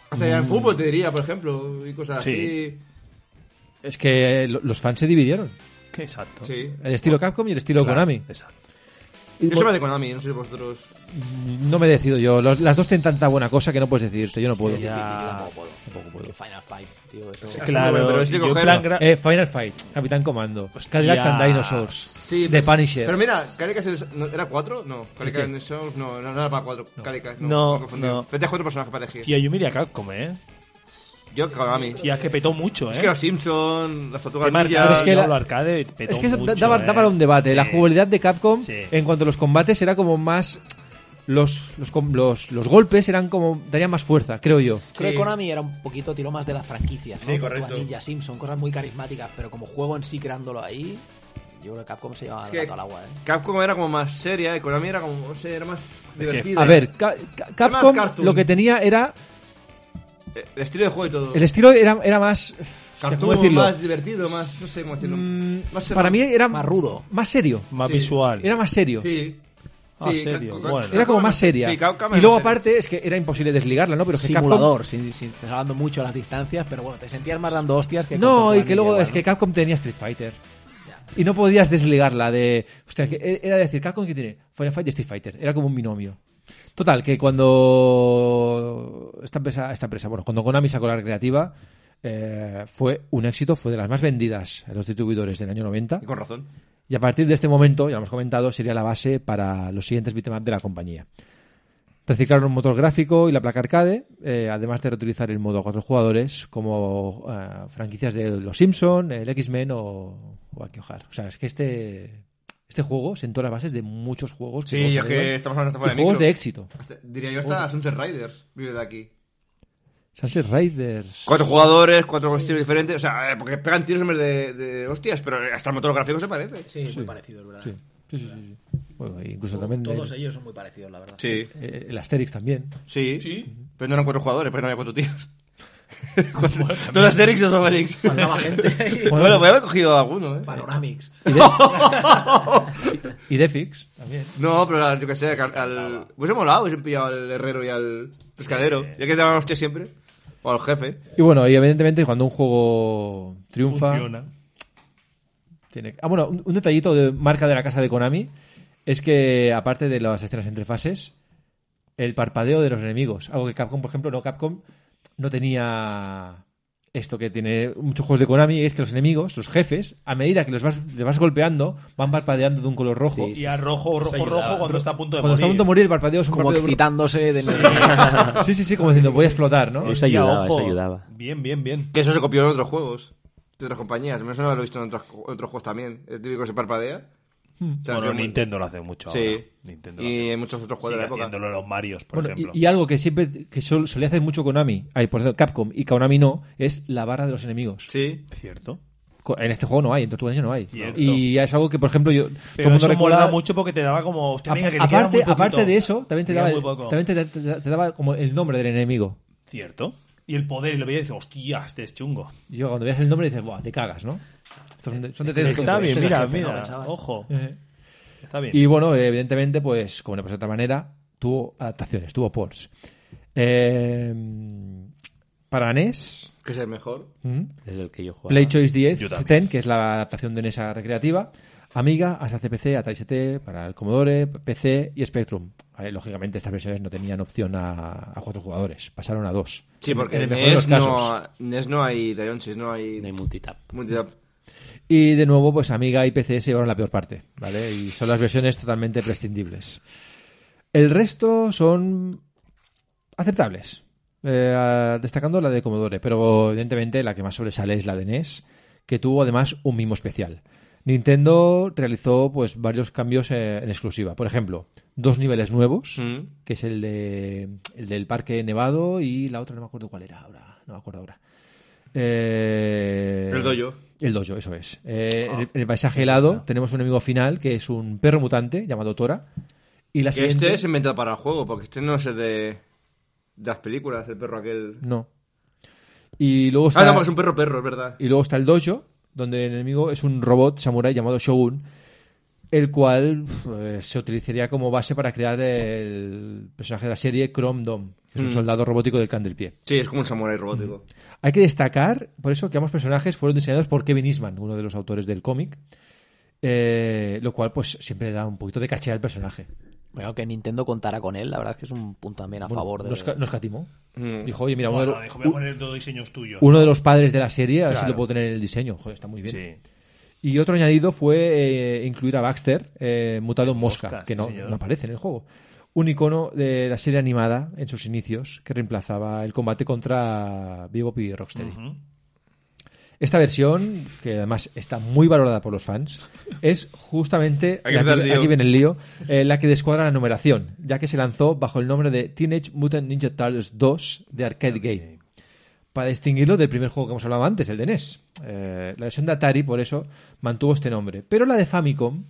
Hasta ya en fútbol, te diría, por ejemplo, y cosas Sí. es que lo- los fans se dividieron. Qué Exacto. así. Sí. El estilo Capcom y el estilo Claro, Konami. Exacto. Y, Yo soy bueno, más de Konami, no sé vosotros. No me decido yo. Los- las dos tienen tanta buena cosa que no puedes decidirte. Yo no puedo. Es difícil, yo tampoco puedo. Tampoco puedo. Que Final Fight, tío, eso. Claro, pero es de yo en coger- plan gra- Eh, Final Fight, Capitán Comando, Cadillac and Dinosaurs, Sí, The pero- Punisher. Pero mira, Calicas es- no, ¿era cuatro? No, ¿Qué? Calicas Shows no, no, no era para cuatro. Calicas, no. No, me he confundido. no. Pero tenías cuatro personajes para elegir. Tía, yo me iría a Capcom, ¿eh? Yo, Konami. Tía, que petó mucho, ¿eh? Es que los Simpsons, las tortugas Tema ninja. arcade, es que la- Diablo arcade petó es que eso da- mucho, daba, ¿eh? da para un debate. La Sí. jugabilidad de Capcom Sí. en cuanto a los combates era como más... Los, los, com- los, los golpes eran como... darían más fuerza, creo yo. Creo Sí. que Konami era un poquito tiro más de las franquicias, ¿no? Sí, correcto. Tortuga Ninja, Simpson, cosas muy carismáticas, pero como juego en sí creándolo ahí, yo creo que Capcom se llevaba Es que el gato al agua, ¿eh? Capcom era como más seria y Konami era como, no sé, era más divertida. A ver, Ca- Ca- Capcom cartoon. lo que tenía era... El estilo de juego y todo. El estilo era, era más... hostia, ¿Cómo Cartoon decirlo? más divertido, más, no sé cómo decirlo. Mm, Más- para mí era Más rudo. Más serio. Más Sí. visual. Era más serio. Sí. Ah, Sí, serio, Capcom- bueno. Era como Capcom más era- seria. Sí, Capcom y era luego más seria. aparte es que era imposible desligarla, ¿no? Pero es que Capcom- Simulador, sin, sin, estás hablando mucho de las distancias, pero bueno, te sentías más dando hostias que... con No, Tortuga y que luego Ninja, es que igual, Capcom tenía Street Fighter. Y no podías desligarla de... Hostia, que e-, era decir, Capcom que tiene Final Fight y Street Fighter. Era como un binomio. Total, que cuando esta empresa, esta empresa bueno, cuando Konami sacó la recreativa, eh, fue un éxito, fue de las más vendidas en los distribuidores del año 90. Y con razón. Y a partir de este momento, ya lo hemos comentado, sería la base para los siguientes bitmaps de la compañía. Reciclaron un motor gráfico y la placa arcade, eh, además de reutilizar el modo a cuatro jugadores como ah, franquicias de Los Simpson, el X-Men o, o Akio Har. O sea, es que este, este juego sentó las bases de muchos juegos que, Sí, luego es salieron que estamos hablando hasta y fuera de juegos micro. de éxito. Hasta- Diría yo hasta Sunset Riders vive de aquí. Sunset Riders. Cuatro jugadores, cuatro estilos diferentes. O sea, eh, porque pegan tiros en vez de, de hostias, pero hasta el motor gráfico se parece. ¿eh? Sí, muy parecido, es verdad. Sí, sí, sí. sí, sí. Bueno, e incluso también Todos el, ellos son muy parecidos, la verdad. Sí. eh, el Asterix también. Sí. Pero no eran cuatro jugadores, pero no había cuatro tíos. Cuatro- Todos Asterix y todos Obelix. Faltaba gente. Bueno, voy a haber cogido alguno, ¿eh? Panoramics. Y Defix también. No, pero al- yo que sé, al- al... Hubiese molado, hubiese pillado al herrero y al pescadero. Ya que te daban hostia siempre. O al jefe. Y bueno, y evidentemente cuando un juego triunfa... Funciona. Tiene- Ah, bueno, un, un detallito de marca de la casa de Konami es que, aparte de las escenas entre fases, el parpadeo de los enemigos. Algo que Capcom, por ejemplo, no, Capcom no tenía esto que tiene muchos juegos de Konami, es que los enemigos, los jefes, a medida que los vas, les vas golpeando, van parpadeando de un color rojo. Y a rojo, rojo, rojo cuando está a punto de Cuando está a punto de morir. morir, el parpadeo es un Como parpadeo- excitándose de Sí, sí, sí, como diciendo, voy a explotar, ¿no? Hostia, ayudaba, ojo. eso ayudaba. Bien, bien, bien. Que eso se copió en otros juegos. De otras compañías. Menos no lo he visto en otros, en otros juegos también. Es típico que se parpadea. O sea, bueno, sí, Nintendo lo hace mucho ahora. Sí. Nintendo lo hace Y en muchos otros juegos de la Sigue época. haciéndolo los Marios, por Bueno, ejemplo. y, y algo que siempre que sol- solía hacer mucho Konami, ay, por cierto, Capcom y Konami no, es la barra de los enemigos. Sí. Cierto. Co- En este juego no hay, en Tortuga Ninja no hay. Cierto. Y ya es algo que, por ejemplo, yo, todo Pero el mundo eso recuerda- molaba mucho porque te daba como... "Hostia, venga, que te queda aparte, muy poquito". aparte de eso, también te, Queda daba, muy poco. también te, te- te daba como el nombre del enemigo. Cierto. Y el poder, y lo veía y dices, hostia, este es chungo. Y yo cuando veas el nombre dices, Buah, te cagas, ¿no? Estos son de- son de tres Está puntos. bien, Este es mira, el jefe, ¿no, mira. chaval? Ojo. Eh. Ujú. Está bien. Y bueno, evidentemente, pues, como no pasa de otra manera, tuvo adaptaciones, tuvo ports. Eh, para E NES, Que es el mejor. ujú, Desde el que yo jugaba. Play Choice 10, Yo también. 10, que es la adaptación de NES a recreativa, Amiga, hasta CPC, Atari ST, para el Commodore, PC y Spectrum. A ver, lógicamente, estas versiones no tenían opción a, a cuatro jugadores, pasaron a dos. Sí, porque en mejor de los NES no, NES no hay Dionsis, no hay. No hay multitap. multitap. Y de nuevo, pues Amiga y PC se llevaron la peor parte, ¿vale? Y son las versiones totalmente prescindibles. El resto son aceptables, eh, destacando la de Commodore, pero evidentemente la que más sobresale es la de NES, que tuvo además un mimo especial. Nintendo realizó pues varios cambios eh, en exclusiva. Por ejemplo, dos niveles nuevos, Mm. que es el de el del Parque Nevado y la otra no me acuerdo cuál era ahora, no me acuerdo ahora. Eh, El dojo. Ah. el dojo, eso es. Eh, en, el, en el paisaje helado tenemos un enemigo final que es un perro mutante llamado Tora. Y la Que siguiente este es inventado para el juego, porque este no es el de. de las películas, el perro aquel. No. Y luego está, Ah, no, porque es un perro perro, es verdad. y luego está el dojo, donde el enemigo es un robot samurái llamado Shogun, el cual pf, eh, se utilizaría como base para crear el personaje de la serie Chrome Dome, que es Mm. un soldado robótico del Candlepié. Sí, es como un samurái robótico. Hay que destacar, por eso, que ambos personajes fueron diseñados por Kevin Eastman, uno de los autores del cómic, eh, lo cual pues siempre da un poquito de caché al personaje. Bueno, que Nintendo contara con él, la verdad es que es un punto también a Bueno, favor de. nos, ca- nos catimó. Mm. Dijo, oye, mira, uno, de Bueno, lo- dijo, voy a poner todos diseños tuyos. uno de los padres de la serie, a ver si Claro. lo puedo tener en el diseño. Joder, está muy bien. Sí. Y otro añadido fue eh, incluir a Baxter, eh, mutado en mosca, Mosca, que no, sí, señor. no aparece en el juego. Un icono de la serie animada en sus inicios que reemplazaba el combate contra Bebop y Rocksteady. Ujú. Esta versión, que además está muy valorada por los fans, es justamente, Aquí está el lío. aquí viene el lío, eh, la que descuadra la numeración, ya que se lanzó bajo el nombre de Teenage Mutant Ninja Turtles 2 de Arcade Game, para distinguirlo del primer juego que hemos hablado antes, el de NES. Eh, la versión de Atari, por eso, mantuvo este nombre. Pero la de Famicom,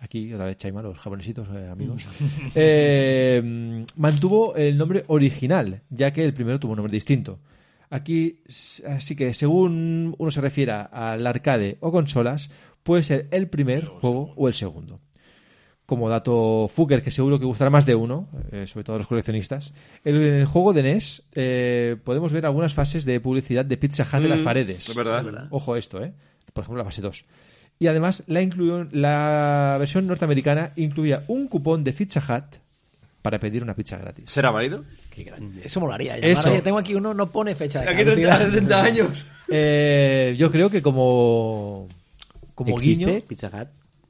aquí otra vez Chaima, los japonesitos, eh, amigos, eh, mm, mantuvo el nombre original, ya que el primero tuvo un nombre distinto. Aquí, s- así que según uno se refiera al arcade o consolas, puede ser el primer juego o el segundo. Como dato Fucker, que seguro que gustará más de uno, eh, sobre todo a los coleccionistas, en el juego de NES eh, podemos ver algunas fases de publicidad de Pizza Hut en las Mm, paredes. Es verdad. Ojo a esto, ¿eh? Por ejemplo, la fase 2. Y además, la, incluyó- la versión norteamericana incluía un cupón de Pizza Hut para pedir una pizza gratis. ¿Será válido? Eso molaría. Eso. llamar, "Oye, tengo aquí uno, no pone fecha de Aquí caducidad". 30, 70 años. Eh, yo creo que como, como ¿Existe guiño... Pizza Hut?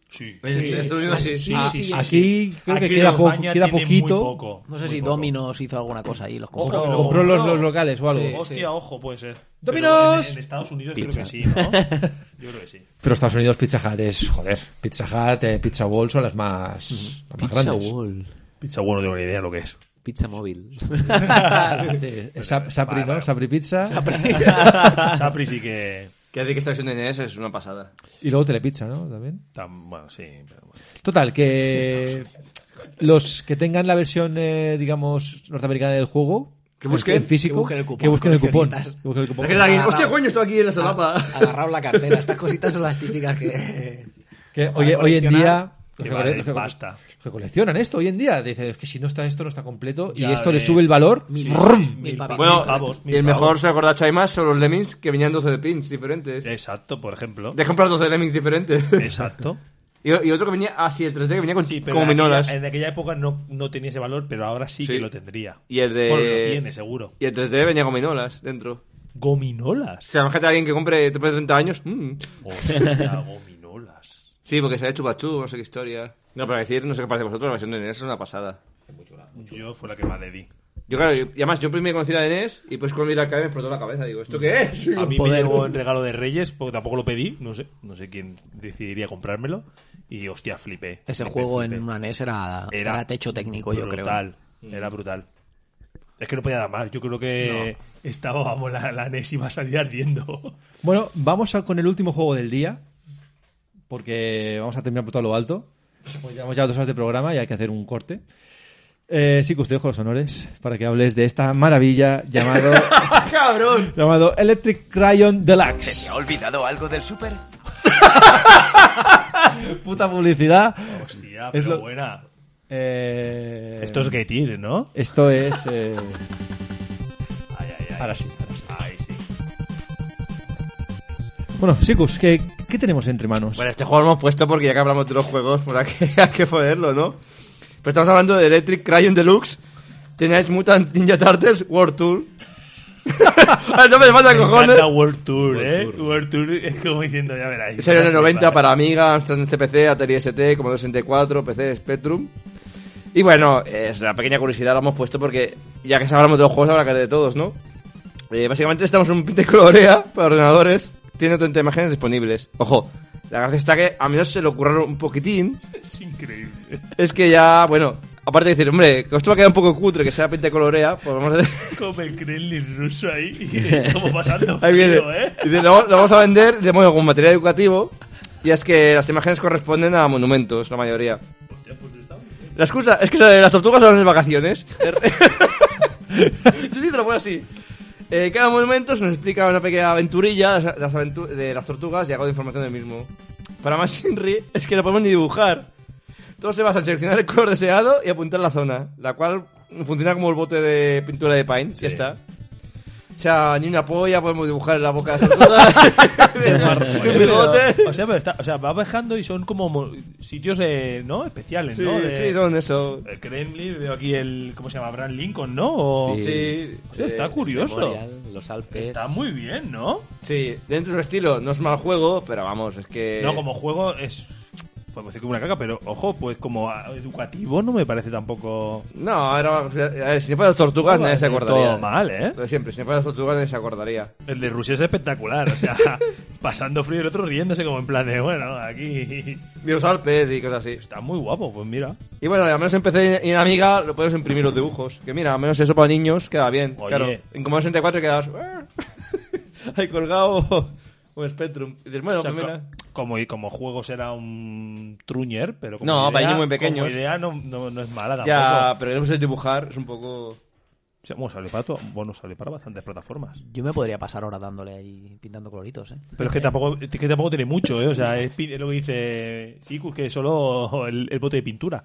Sí. En Estados Unidos sí. Ah, sí, sí, aquí creo que Aquí en queda, po- España queda tiene poquito. muy poco, No sé muy si poco. Dominos hizo alguna cosa ahí, los Ojo, compró. pero- Compró los, los locales o algo. Sí. Hostia, ojo, puede ser. ¡Dominos! Pero En, en Estados Unidos Pizza. creo que sí, ¿no? Yo creo que sí. Pero Estados Unidos Pizza Hut es, joder, Pizza Hut, eh, Pizza Bowl son las más, las más Pizza grandes. Wall. Pizza bueno, no tengo ni idea lo que es. Pizza móvil. Sí, eh, Sap- Sapri, ¿no? Para. Sapri Pizza Sapri sí que... Que decir que esta versión de NES es una pasada. y luego Telepizza, ¿no? También. Tan, bueno, sí. Pero bueno. Total, que los que tengan la versión, eh, digamos, norteamericana del juego, Que busquen. en físico, Que busquen el que cupón, busquen el cupón. coleccionistas. que busquen el cupón. Es que alguien, Hostia, coño, estoy aquí en la solapa. Agarrado la cartera. Estas cositas son las típicas que. eh, Que Para hoy, hoy en día. coleccionar. los Que que vale cole- los que- pasta. los que coleccionan esto hoy en día. Dicen, es que si no está esto, no está completo. Ya y esto le ves. sube el valor. Mil, ¡Rum! mil pavitos. Bueno, pavos, y mil el pavos. mejor se acorda Chaimas son los Lemmings que venían 12 de pins diferentes. Exacto, por ejemplo. De comprar 12 Lemmings diferentes. Exacto. y, y otro que venía, ah, sí, el 3D que venía con, Sí, pero como en, minolas. aquella, en aquella época no, no tenía ese valor, pero ahora sí, que Sí. lo tendría. Y el de- Bueno, lo tiene, seguro. Y el 3D venía con minolas dentro. O Gominolas. sea, imagínate a alguien que compre después de 30 años. mm. Hostia, gominolas. Sí, porque se ha hecho Pachú, no sé qué historia. No, para decir, no sé qué parece a vosotros, la versión de NES es una pasada. Yo fue la que más le di. Yo, claro, yo- y además, yo primero conocí la de NES y pues cuando vi la cara me explotó la cabeza. Digo, ¿esto qué es? A mí me Poder. llegó en regalo de Reyes, porque tampoco lo pedí, no sé, no sé quién decidiría comprármelo. Y hostia, flipé. Ese flipé, juego flipé. en una NES era, era, techo técnico, yo creo. Mm. Brutal, era brutal. Es que no podía dar más, yo creo que estaba, vamos, la, la NES iba a salir ardiendo. Bueno, vamos a- con el último juego del día, porque vamos a terminar por todo lo alto. Pues llevamos ya dos horas de programa y hay que hacer un corte. Eh, sí que os dejo los honores para que hables de esta maravilla llamado, ¡Cabrón! llamado Electric Cryon ¿Se Deluxe. te ha olvidado algo del súper? Puta publicidad. Hostia, Es pero lo- buena. Eh, Esto es Gate Gear, ¿no? Esto es... eh, Ay, ay, ay. ahora sí. ahora sí. Ay, sí. Bueno, Sikus, ¿qué, ¿qué tenemos entre manos? Bueno, este juego lo hemos puesto porque ya que hablamos de los juegos, pues hay que, hay que ponerlo, ¿no? Pero estamos hablando de Electric Cryon Deluxe, tenéis Mutant Ninja Turtles World Tour. no me falta Me cojones. encanta World Tour, ¿eh? World Tour es como diciendo, ya verás. Salió en el Vas a 90 flipar. para Amiga, Amstrad CPC, Atari ST, Commodore 64, PC, Spectrum. Y bueno, es una pequeña curiosidad la hemos puesto porque ya que hablamos de los juegos, habrá que de todos, ¿no? Eh, básicamente estamos en un pinte colorea E para ordenadores, tiene 30 imágenes disponibles. Ojo, la gracia está que a menos se le ocurraron un poquitín Es increíble. Es que ya, bueno, aparte de decir, hombre, que esto va a quedar un poco cutre que sea pinta colorea, pues vamos a hacer. Como el Kremlin ruso ahí. y Como pasando. Ahí viene. frío, ¿eh? Dice, lo, lo vamos a vender le pongo con material educativo. Y es que las imágenes corresponden a monumentos, la mayoría. pues La excusa es que las tortugas son de vacaciones. sí, sí, te lo pongo así. Eh, cada monumento se nos explica una pequeña aventurilla de las, aventu- de las tortugas y algo de información del mismo. Para más Shinri es que no podemos ni dibujar. Todo se basa en seleccionar el color deseado y apuntar la zona, la cual funciona como el bote de pintura de Paint, ya está. O sea, ni una polla podemos dibujar en la boca de la tortuga. Ni un bigote. O sea, pero está- o sea, va bajando y son como mo- sitios eh, ¿no? especiales, Sí, ¿no? De- sí, son eso. El Kremlin, veo aquí el. ¿Cómo se llama? Abraham Lincoln, ¿no? O- Sí, O sea, está eh, curioso. Memorial, los Alpes. Está muy bien, ¿no? Sí, dentro de su estilo, no es mal juego, pero vamos, es que. No, como juego es. Podemos decir como una caca, pero ojo, pues como ah, educativo no me parece tampoco. No, era. o sea, a ver, si no fueran las tortugas, nadie se del acordaría. Todo mal, ¿eh? Lo de siempre, si no fueran las tortugas, nadie se acordaría. El de Rusia es espectacular, o sea, pasando frío y el otro riéndose como en plan de, bueno, aquí. Y los Alpes y cosas así. Está muy guapo, pues mira. Y bueno, al menos empecé en Amiga, lo podemos imprimir los dibujos. Que mira, al menos eso para niños queda bien. Oye. Claro, en Commodore 64 quedabas. Ahí colgado un Spectrum. Y dices, bueno, O sea, pues co- mira. como, y como juegos era un truñer, pero como No, idea, para niños muy pequeños. Como idea no, no, no es mala tampoco. Ya, pero queremos dibujar, es un poco. O sea, bueno, sale para, to- bueno, sale para bastantes plataformas. Yo me podría pasar horas dándole ahí pintando coloritos, ¿eh? Pero es que tampoco, es que tampoco tiene mucho, ¿eh? O sea, es, pi- es lo que dice Siku, que es solo el, el bote de pintura.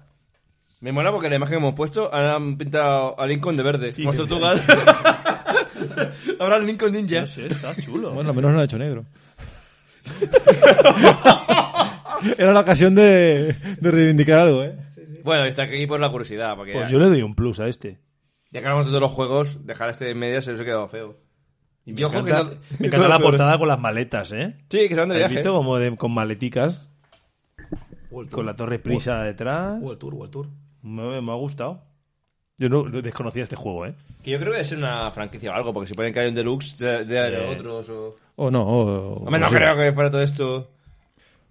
Me mola porque la imagen que hemos puesto han pintado a Lincoln de verde. Sí, como que- tortugas. Habrá el Lincoln Ninja. No sé, está chulo. ¿eh? Bueno, al menos no lo ha hecho negro. Era la ocasión de, de reivindicar algo, ¿eh? Bueno, está aquí por la curiosidad. Porque pues ya, yo le doy un plus a este. ya que hablamos de todos los juegos, dejar este en medio se os ha quedado feo. Y me Y ojo que encanta, no- me encanta la Peores. portada con las maletas, ¿eh? Sí, que se van de ¿Has viaje. visto como de- con maleticas? Con la torre prisa detrás. World Tour, World Tour. Me, me ha gustado. Yo no, no desconocía este juego, ¿eh? Que yo creo que debe ser una franquicia o algo, porque si pueden caer un deluxe de, de- de otros o... O no. o- Pues Hombre, no o sí. creo que fuera todo esto.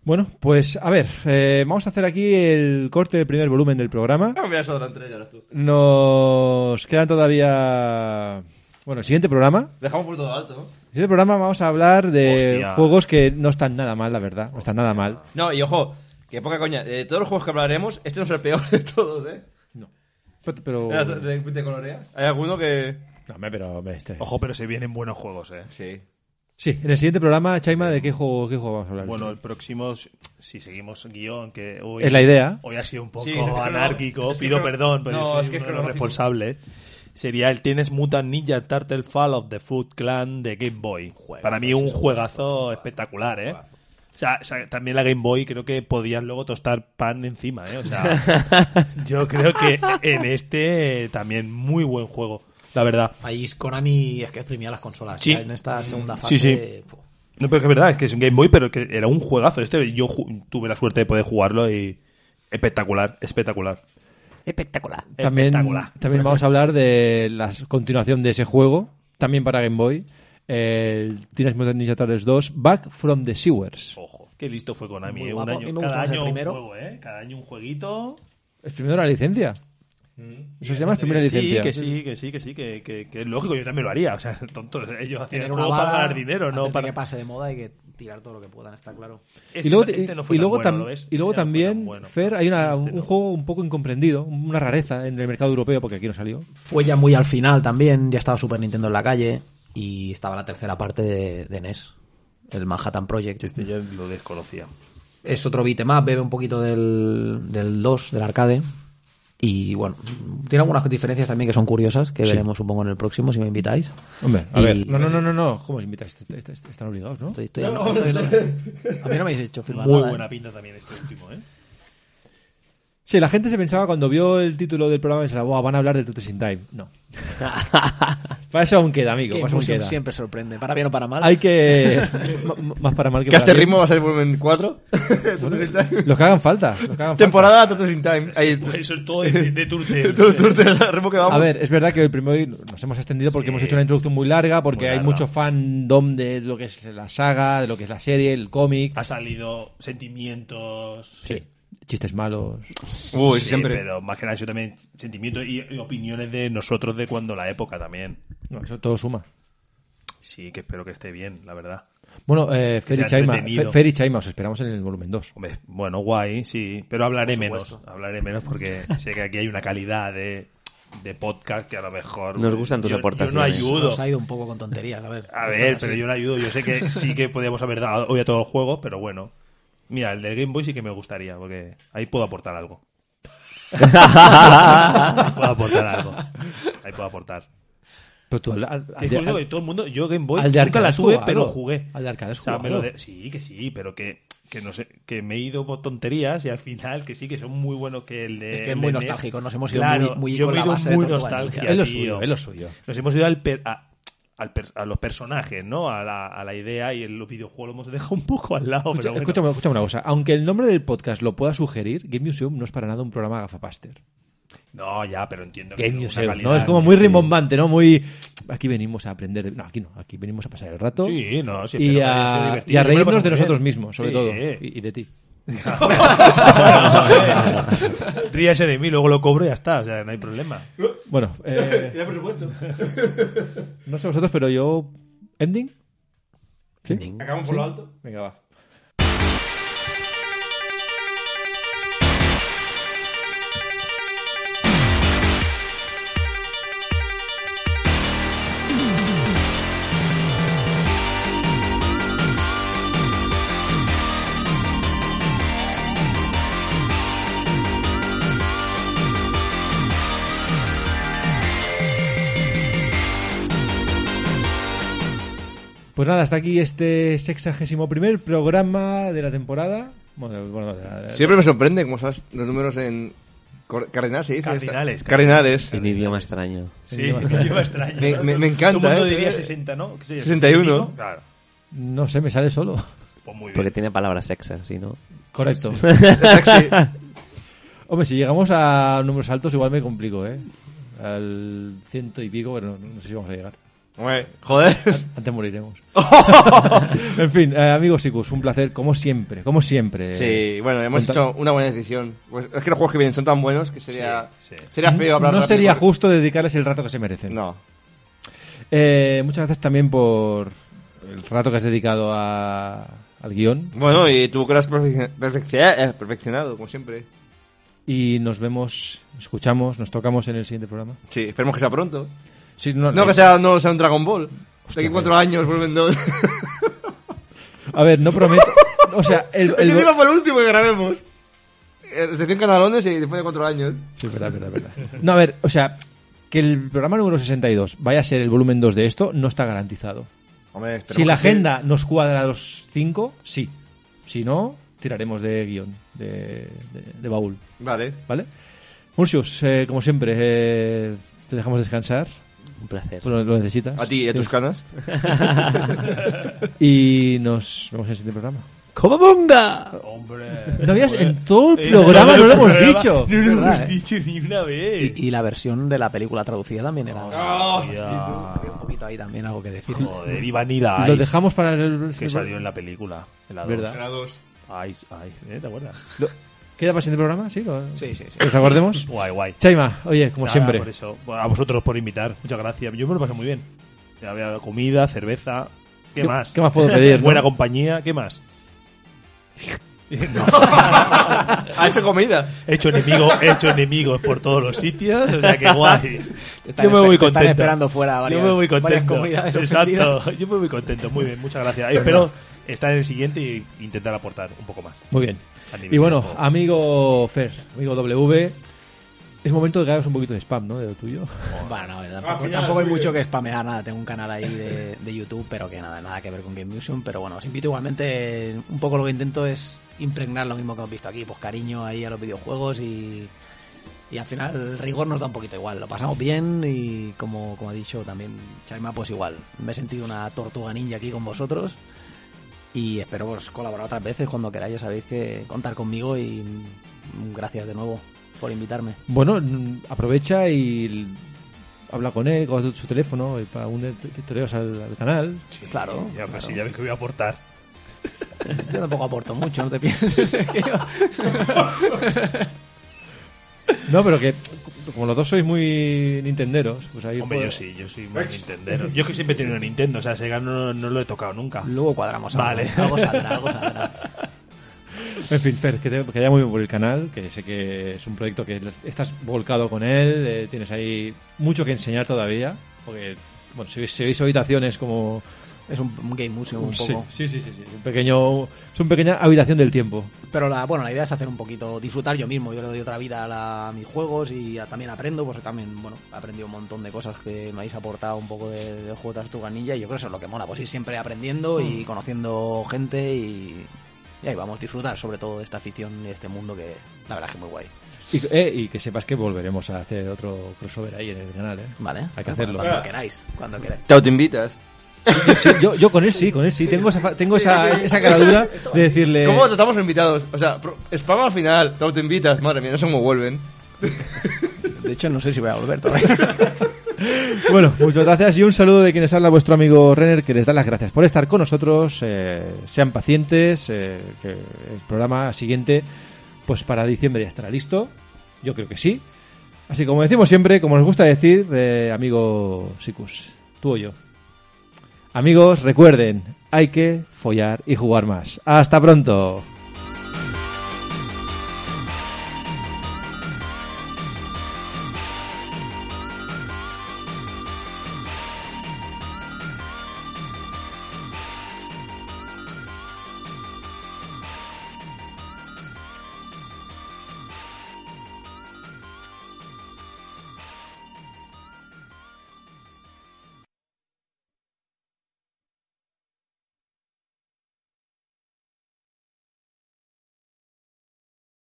Bueno, pues a ver, eh, vamos a hacer aquí el corte del primer volumen del programa. Ah, mira, eso delante de ella, ahora tú. Nos quedan todavía... Bueno, el siguiente programa. Dejamos por todo alto, ¿no? El siguiente programa vamos a hablar de Hostia. juegos que no están nada mal, la verdad. No están nada mal. No, y ojo, que poca coña. De todos los juegos que hablaremos, este no es el peor de todos, ¿eh? Pero... pero- Mira, ¿De, de colorea? Hay alguno que... No, hombre, pero... hombre, este- Ojo, pero se vienen buenos juegos, ¿eh? Sí. Sí, en el siguiente programa, Chaima, ¿de qué juego, qué juego vamos a hablar? Bueno, el próximo, si seguimos guión, que hoy, Es la idea. Hoy ha sido un poco Sí, es que no- anárquico, es que pido no- perdón, pero no, yo soy es que es uno de los cronológico. responsables. Sería el Tienes Mutant Ninja Turtle Fall of the Food Clan de Game Boy. Juegazo, Para mí sí, un es un juegazo espectacular, ¿eh? O sea, o sea, también la Game Boy creo que podías luego tostar pan encima, ¿eh? O sea, yo creo que en este eh, también muy buen juego, la verdad. Ahí Konami es que exprimía las consolas. Sí. ya En esta segunda Sí, fase... sí. puh. No, pero que es verdad, es que es un Game Boy, pero que era un juegazo. Este yo ju- tuve la suerte de poder jugarlo y espectacular, espectacular. Espectacular. También, Espectacular. también vamos a hablar de la continuación de ese juego, también para Game Boy, el Teenage Mutant Ninja Turtles 2, Back from the Sewers. Ojo, qué listo fue Konami. Muy eh, Un guapo. A mí año, me cada gusta más el año primero. un juego, ¿eh? Cada año un jueguito. Es primero la licencia. Eso se llama es primera Mm, Eh, sí, licencia. que sí, que sí, que sí, que, que- que es lógico, yo también lo haría. O sea, tontos, ellos hacían Tener el una juego para bala, ganar dinero, antes no de para... que pase de moda hay que tirar todo lo que puedan, está claro. Este, y luego, te- este no fue y tan luego bueno, tam- ¿lo ves? y luego Este no fue también, tan bueno. Fer, hay una- Este un no. juego un poco incomprendido, una rareza en el mercado europeo, porque aquí no salió. Fue ya muy al final también, ya estaba Super Nintendo en la calle y estaba la tercera parte de, de NES, el Manhattan Project. Este yo lo desconocía. Es otro beatmap, bebe un poquito del, del 2, del arcade. Y bueno, tiene algunas diferencias también que son curiosas, que veremos supongo en el próximo si me invitáis. Hombre, a Y- ver. No, no, no, no, no. ¿Cómo os invitáis? Est- est- est- Están obligados, ¿no? Estoy- estoy- estoy- a mí no me habéis hecho firmar Muy nada, buena ¿eh? pinta también este último, ¿eh? Sí, la gente se pensaba cuando vio el título del programa, pensaba, "Buah, van a hablar del Tutus in Time. No. para eso aún queda, amigo. Que Para eso aún Museum queda. siempre sorprende, para bien o para mal. pues Hay que. m- m- más para mal que Que a para este bien. ritmo va a ser volumen 4. Turtles in Time. Los que hagan falta. los que hagan Temporada Turtles in Time. Ahí, Eso es todo de, de Turtle. Turtles, Turtles, al ritmo que falta. vamos. A ver, es verdad que el primero nos hemos extendido porque Sí. hemos hecho una introducción muy larga, porque Muy hay larga. mucho fandom de lo que es la saga, de lo que es la serie, el cómic. Ha salido sentimientos. Sí. Chistes malos. Uy, Sí, siempre. Pero más que nada, eso también sentimientos y, y opiniones de nosotros de cuando la época también. No, eso todo suma. Sí, que espero que esté bien, la verdad. Bueno, eh, Fer y sea Chaima, entretenido. Fe- Fer y Chaima, os esperamos en el volumen 2. Hombre, bueno, guay, sí. Pero hablaré menos. Hablaré menos porque sé que aquí hay una calidad de, de podcast que a lo mejor. Nos gustan tus yo- aportaciones. Yo no ayudo. Nos ha ido un poco con tonterías, a ver. A Esto es ver, así. pero yo no ayudo. Yo sé que sí que podíamos haber dado hoy a todos los juegos, pero bueno. Mira, el del Game Boy sí que me gustaría, porque ahí puedo aportar algo. ahí puedo aportar algo. Ahí puedo aportar. Pero tú al, al- Es al- curioso al- que todo el mundo, yo Game Boy al de nunca arcade la has tuve, jugado. pero jugué. Al de arcade has O sea, me jugado. lo de- Sí, que sí, pero que, que no sé, que me he ido por tonterías y al final que sí, que son muy buenos que el de Es que es el muy de nostálgico, NES. nos hemos ido Claro, muy- muy yo con me he la ido base de muy Tortuga Ninja. nostálgico. es lo suyo, es lo suyo. Nos hemos ido al per- a, al per- a los personajes, ¿no? A la, a la idea y el videojuego lo hemos dejado un poco al lado. Escucha- pero bueno. escúchame, escúchame una cosa. Aunque el nombre del podcast lo pueda sugerir, Game Museum no es para nada un programa gafapaster. No, ya, pero entiendo que Game una Museum, ¿no? calidad- Es como muy rimbombante, ¿no? Muy... Aquí venimos a aprender... de- No, aquí no. Aquí venimos a pasar el rato. Sí, no, sí, y, espero que haya sido a, divertido. y a Yo me lo he reírnos pasado de muy nosotros bien. mismos, sobre Sí. todo. Y, y de ti. Ríase de mí, luego lo cobro y ya está, o sea, no hay problema. Bueno, eh, por supuesto. no sé vosotros, pero yo... ¿Ending? ¿Sí? Acabamos por lo alto. Venga, va. Pues nada, hasta aquí este sexagésimo primer programa de la temporada. Bueno, bueno, de la- de- Siempre me sorprende cómo sabes los números en. cor- Cardinal se dice. Cardinales, Esta- Cardinales. En idioma extraño. Sí, yo extraño. Me- me- me Todo encanta, el mundo ¿eh? diría 60, ¿no? ¿Qué sé yo, 61. 65? Claro. No sé, me sale solo. Pues muy Porque bien. tiene palabras sexas, ¿sí, no? Correcto. Sexy. Hombre, si llegamos a números altos igual me complico, ¿eh? Al ciento y pico, pero no, no sé si vamos a llegar. Hombre, Joder. Antes moriremos. en fin, eh, amigos chicos, un placer, como siempre, como siempre. Sí, bueno, hemos Cuenta- hecho una buena decisión. Pues es que los juegos que vienen son tan buenos que sería, Sí, sí. sería feo hablar No rápido sería porque- justo dedicarles el rato que se merecen. No. Eh, muchas gracias también por el rato que has dedicado a- al guión. Bueno, y tú que lo has perfec- perfeccia- eh, perfeccionado, como siempre. Y nos vemos, escuchamos, nos tocamos en el siguiente programa. Sí, esperemos que sea pronto. Sí, no, eh, No que sea, no sea un Dragon Ball. De Hostia, aquí cuatro años vuelven dos. A ver, no prometo. O sea, el. el- El último fue el último que grabemos. Eh, Sección Canalones y después de cuatro años. Sí, verdad, verdad, verdad. No, a ver, o sea, que el programa número 62 vaya a ser el volumen 2 de esto, no está garantizado. Hombre, esperemos si la que sí. agenda nos cuadra a los 5, sí. Si no, tiraremos de guión, de, de- de baúl, Vale. ¿vale? Murcius, eh, como siempre, eh, te dejamos descansar. Un placer. Tú lo, lo necesitas. A ti y a tus canas. Y nos vemos en el siguiente programa. ¡Cobabunga! Hombre. No habías- en todo el Eh, programa no lo hemos programa. dicho. ¿eh? No lo ¿Verdad, hemos dicho ni una vez. Y, y la versión de la película traducida también era. Hostia. Había un poquito ahí también algo que decir. Joder, y Vanilla Ice. Lo dejamos para el... Que salió en la película. En la ¿Verdad? Será dos. dos. Ice, Ice. ¿eh? ¿Te acuerdas? Lo- ¿Queda para el siguiente programa? Sí, lo- Sí, sí, sí. ¿Nos acordemos? Guay, guay. Chaima, oye, como Nada, siempre. Por eso. A vosotros por invitar. Muchas gracias. Yo me lo pasé muy bien. Ya Había comida, cerveza. ¿Qué, ¿Qué- más? qué más puedo pedir, no? Buena compañía. ¿Qué más? Ha hecho comida. He hecho, enemigo, he hecho enemigos por todos los sitios. O sea que guay. Están Yo me voy muy espe- te están contento. esperando fuera varias- Yo me voy varias contento. comidas ofendidas. Exacto. Yo me voy contento. Muy bien. Muchas gracias. Espero estar en el siguiente e intentar aportar un poco más. Muy bien. A nivel Y bueno, videojuego. amigo Fer, amigo W, es momento de que hagas un poquito de spam, ¿no? De lo tuyo. Bueno, no, tampoco, tampoco hay mucho que spamear, nada. Tengo un canal ahí de, de YouTube, pero que nada, nada que ver con Game Museum. Pero bueno, os invito igualmente. Un poco lo que intento es impregnar lo mismo que hemos visto aquí, pues cariño ahí a los videojuegos y. Y al final el rigor nos da un poquito igual, lo pasamos bien y como, como ha dicho también Chaima, pues igual. Me he sentido una tortuga ninja aquí con vosotros y espero pues, colaborar otras veces cuando queráis, ya sabéis que contar conmigo y mm, gracias de nuevo por invitarme. Bueno, mm, aprovecha y l- habla con él, con su teléfono, y para unir tutoriales al, al canal. claro. Ya, pues sí, ya ves que voy a aportar. Yo tampoco aporto mucho, no te pienses que yo- No, pero que como los dos sois muy nintenderos, pues ahí... Hombre, yo pues, sí, yo soy muy Nintendero. Yo es que siempre he tenido una Nintendo, o sea, Sega no, no lo he tocado nunca. Luego cuadramos algo. Vale. Algo saldrá, algo saldrá. En fin, Fer, que te que vaya muy bien por el canal, que sé que es un proyecto que estás volcado con él, eh, tienes ahí mucho que enseñar todavía, porque, bueno, si, veis- si veis habitaciones como... Es un, un game museum un Pues Sí, poco. sí, sí, sí, sí, Un pequeño, es una pequeña habitación del tiempo. Pero la, bueno, la idea es hacer un poquito, disfrutar yo mismo. Yo le doy otra vida a, la- a mis juegos y a- también aprendo, pues también, bueno, he aprendido un montón de cosas que me habéis aportado un poco de- del juego de Tartuga Ninja y yo creo que eso es lo que mola, pues ir siempre aprendiendo y conociendo gente y, y ahí vamos, disfrutar sobre todo de esta afición y de este mundo que la verdad es que es muy guay. Y, eh, y que sepas que volveremos a hacer otro crossover ahí en el canal, ¿eh? Vale, Hay que hacerlo. Cuando queráis, cuando queráis. Te autoinvitas. Sí, yo, yo con él sí, con él sí. Tengo esa, fa- tengo esa, esa caradura de decirle... ¿Cómo tratamos a invitados? O sea, pro- spam al final, te autoinvitas. Madre mía, no sé cómo vuelven. De hecho, no sé si voy a volver todavía. Bueno, muchas gracias y un saludo de quienes habla vuestro amigo Renner, que les da las gracias por estar con nosotros. eh, sean pacientes, eh, que el programa siguiente, pues para diciembre ya estará listo. Yo creo que sí. Así como decimos siempre, como nos gusta decir, eh, amigo Sikus, tú o yo. Amigos, recuerden, hay que follar y jugar más. Hasta pronto.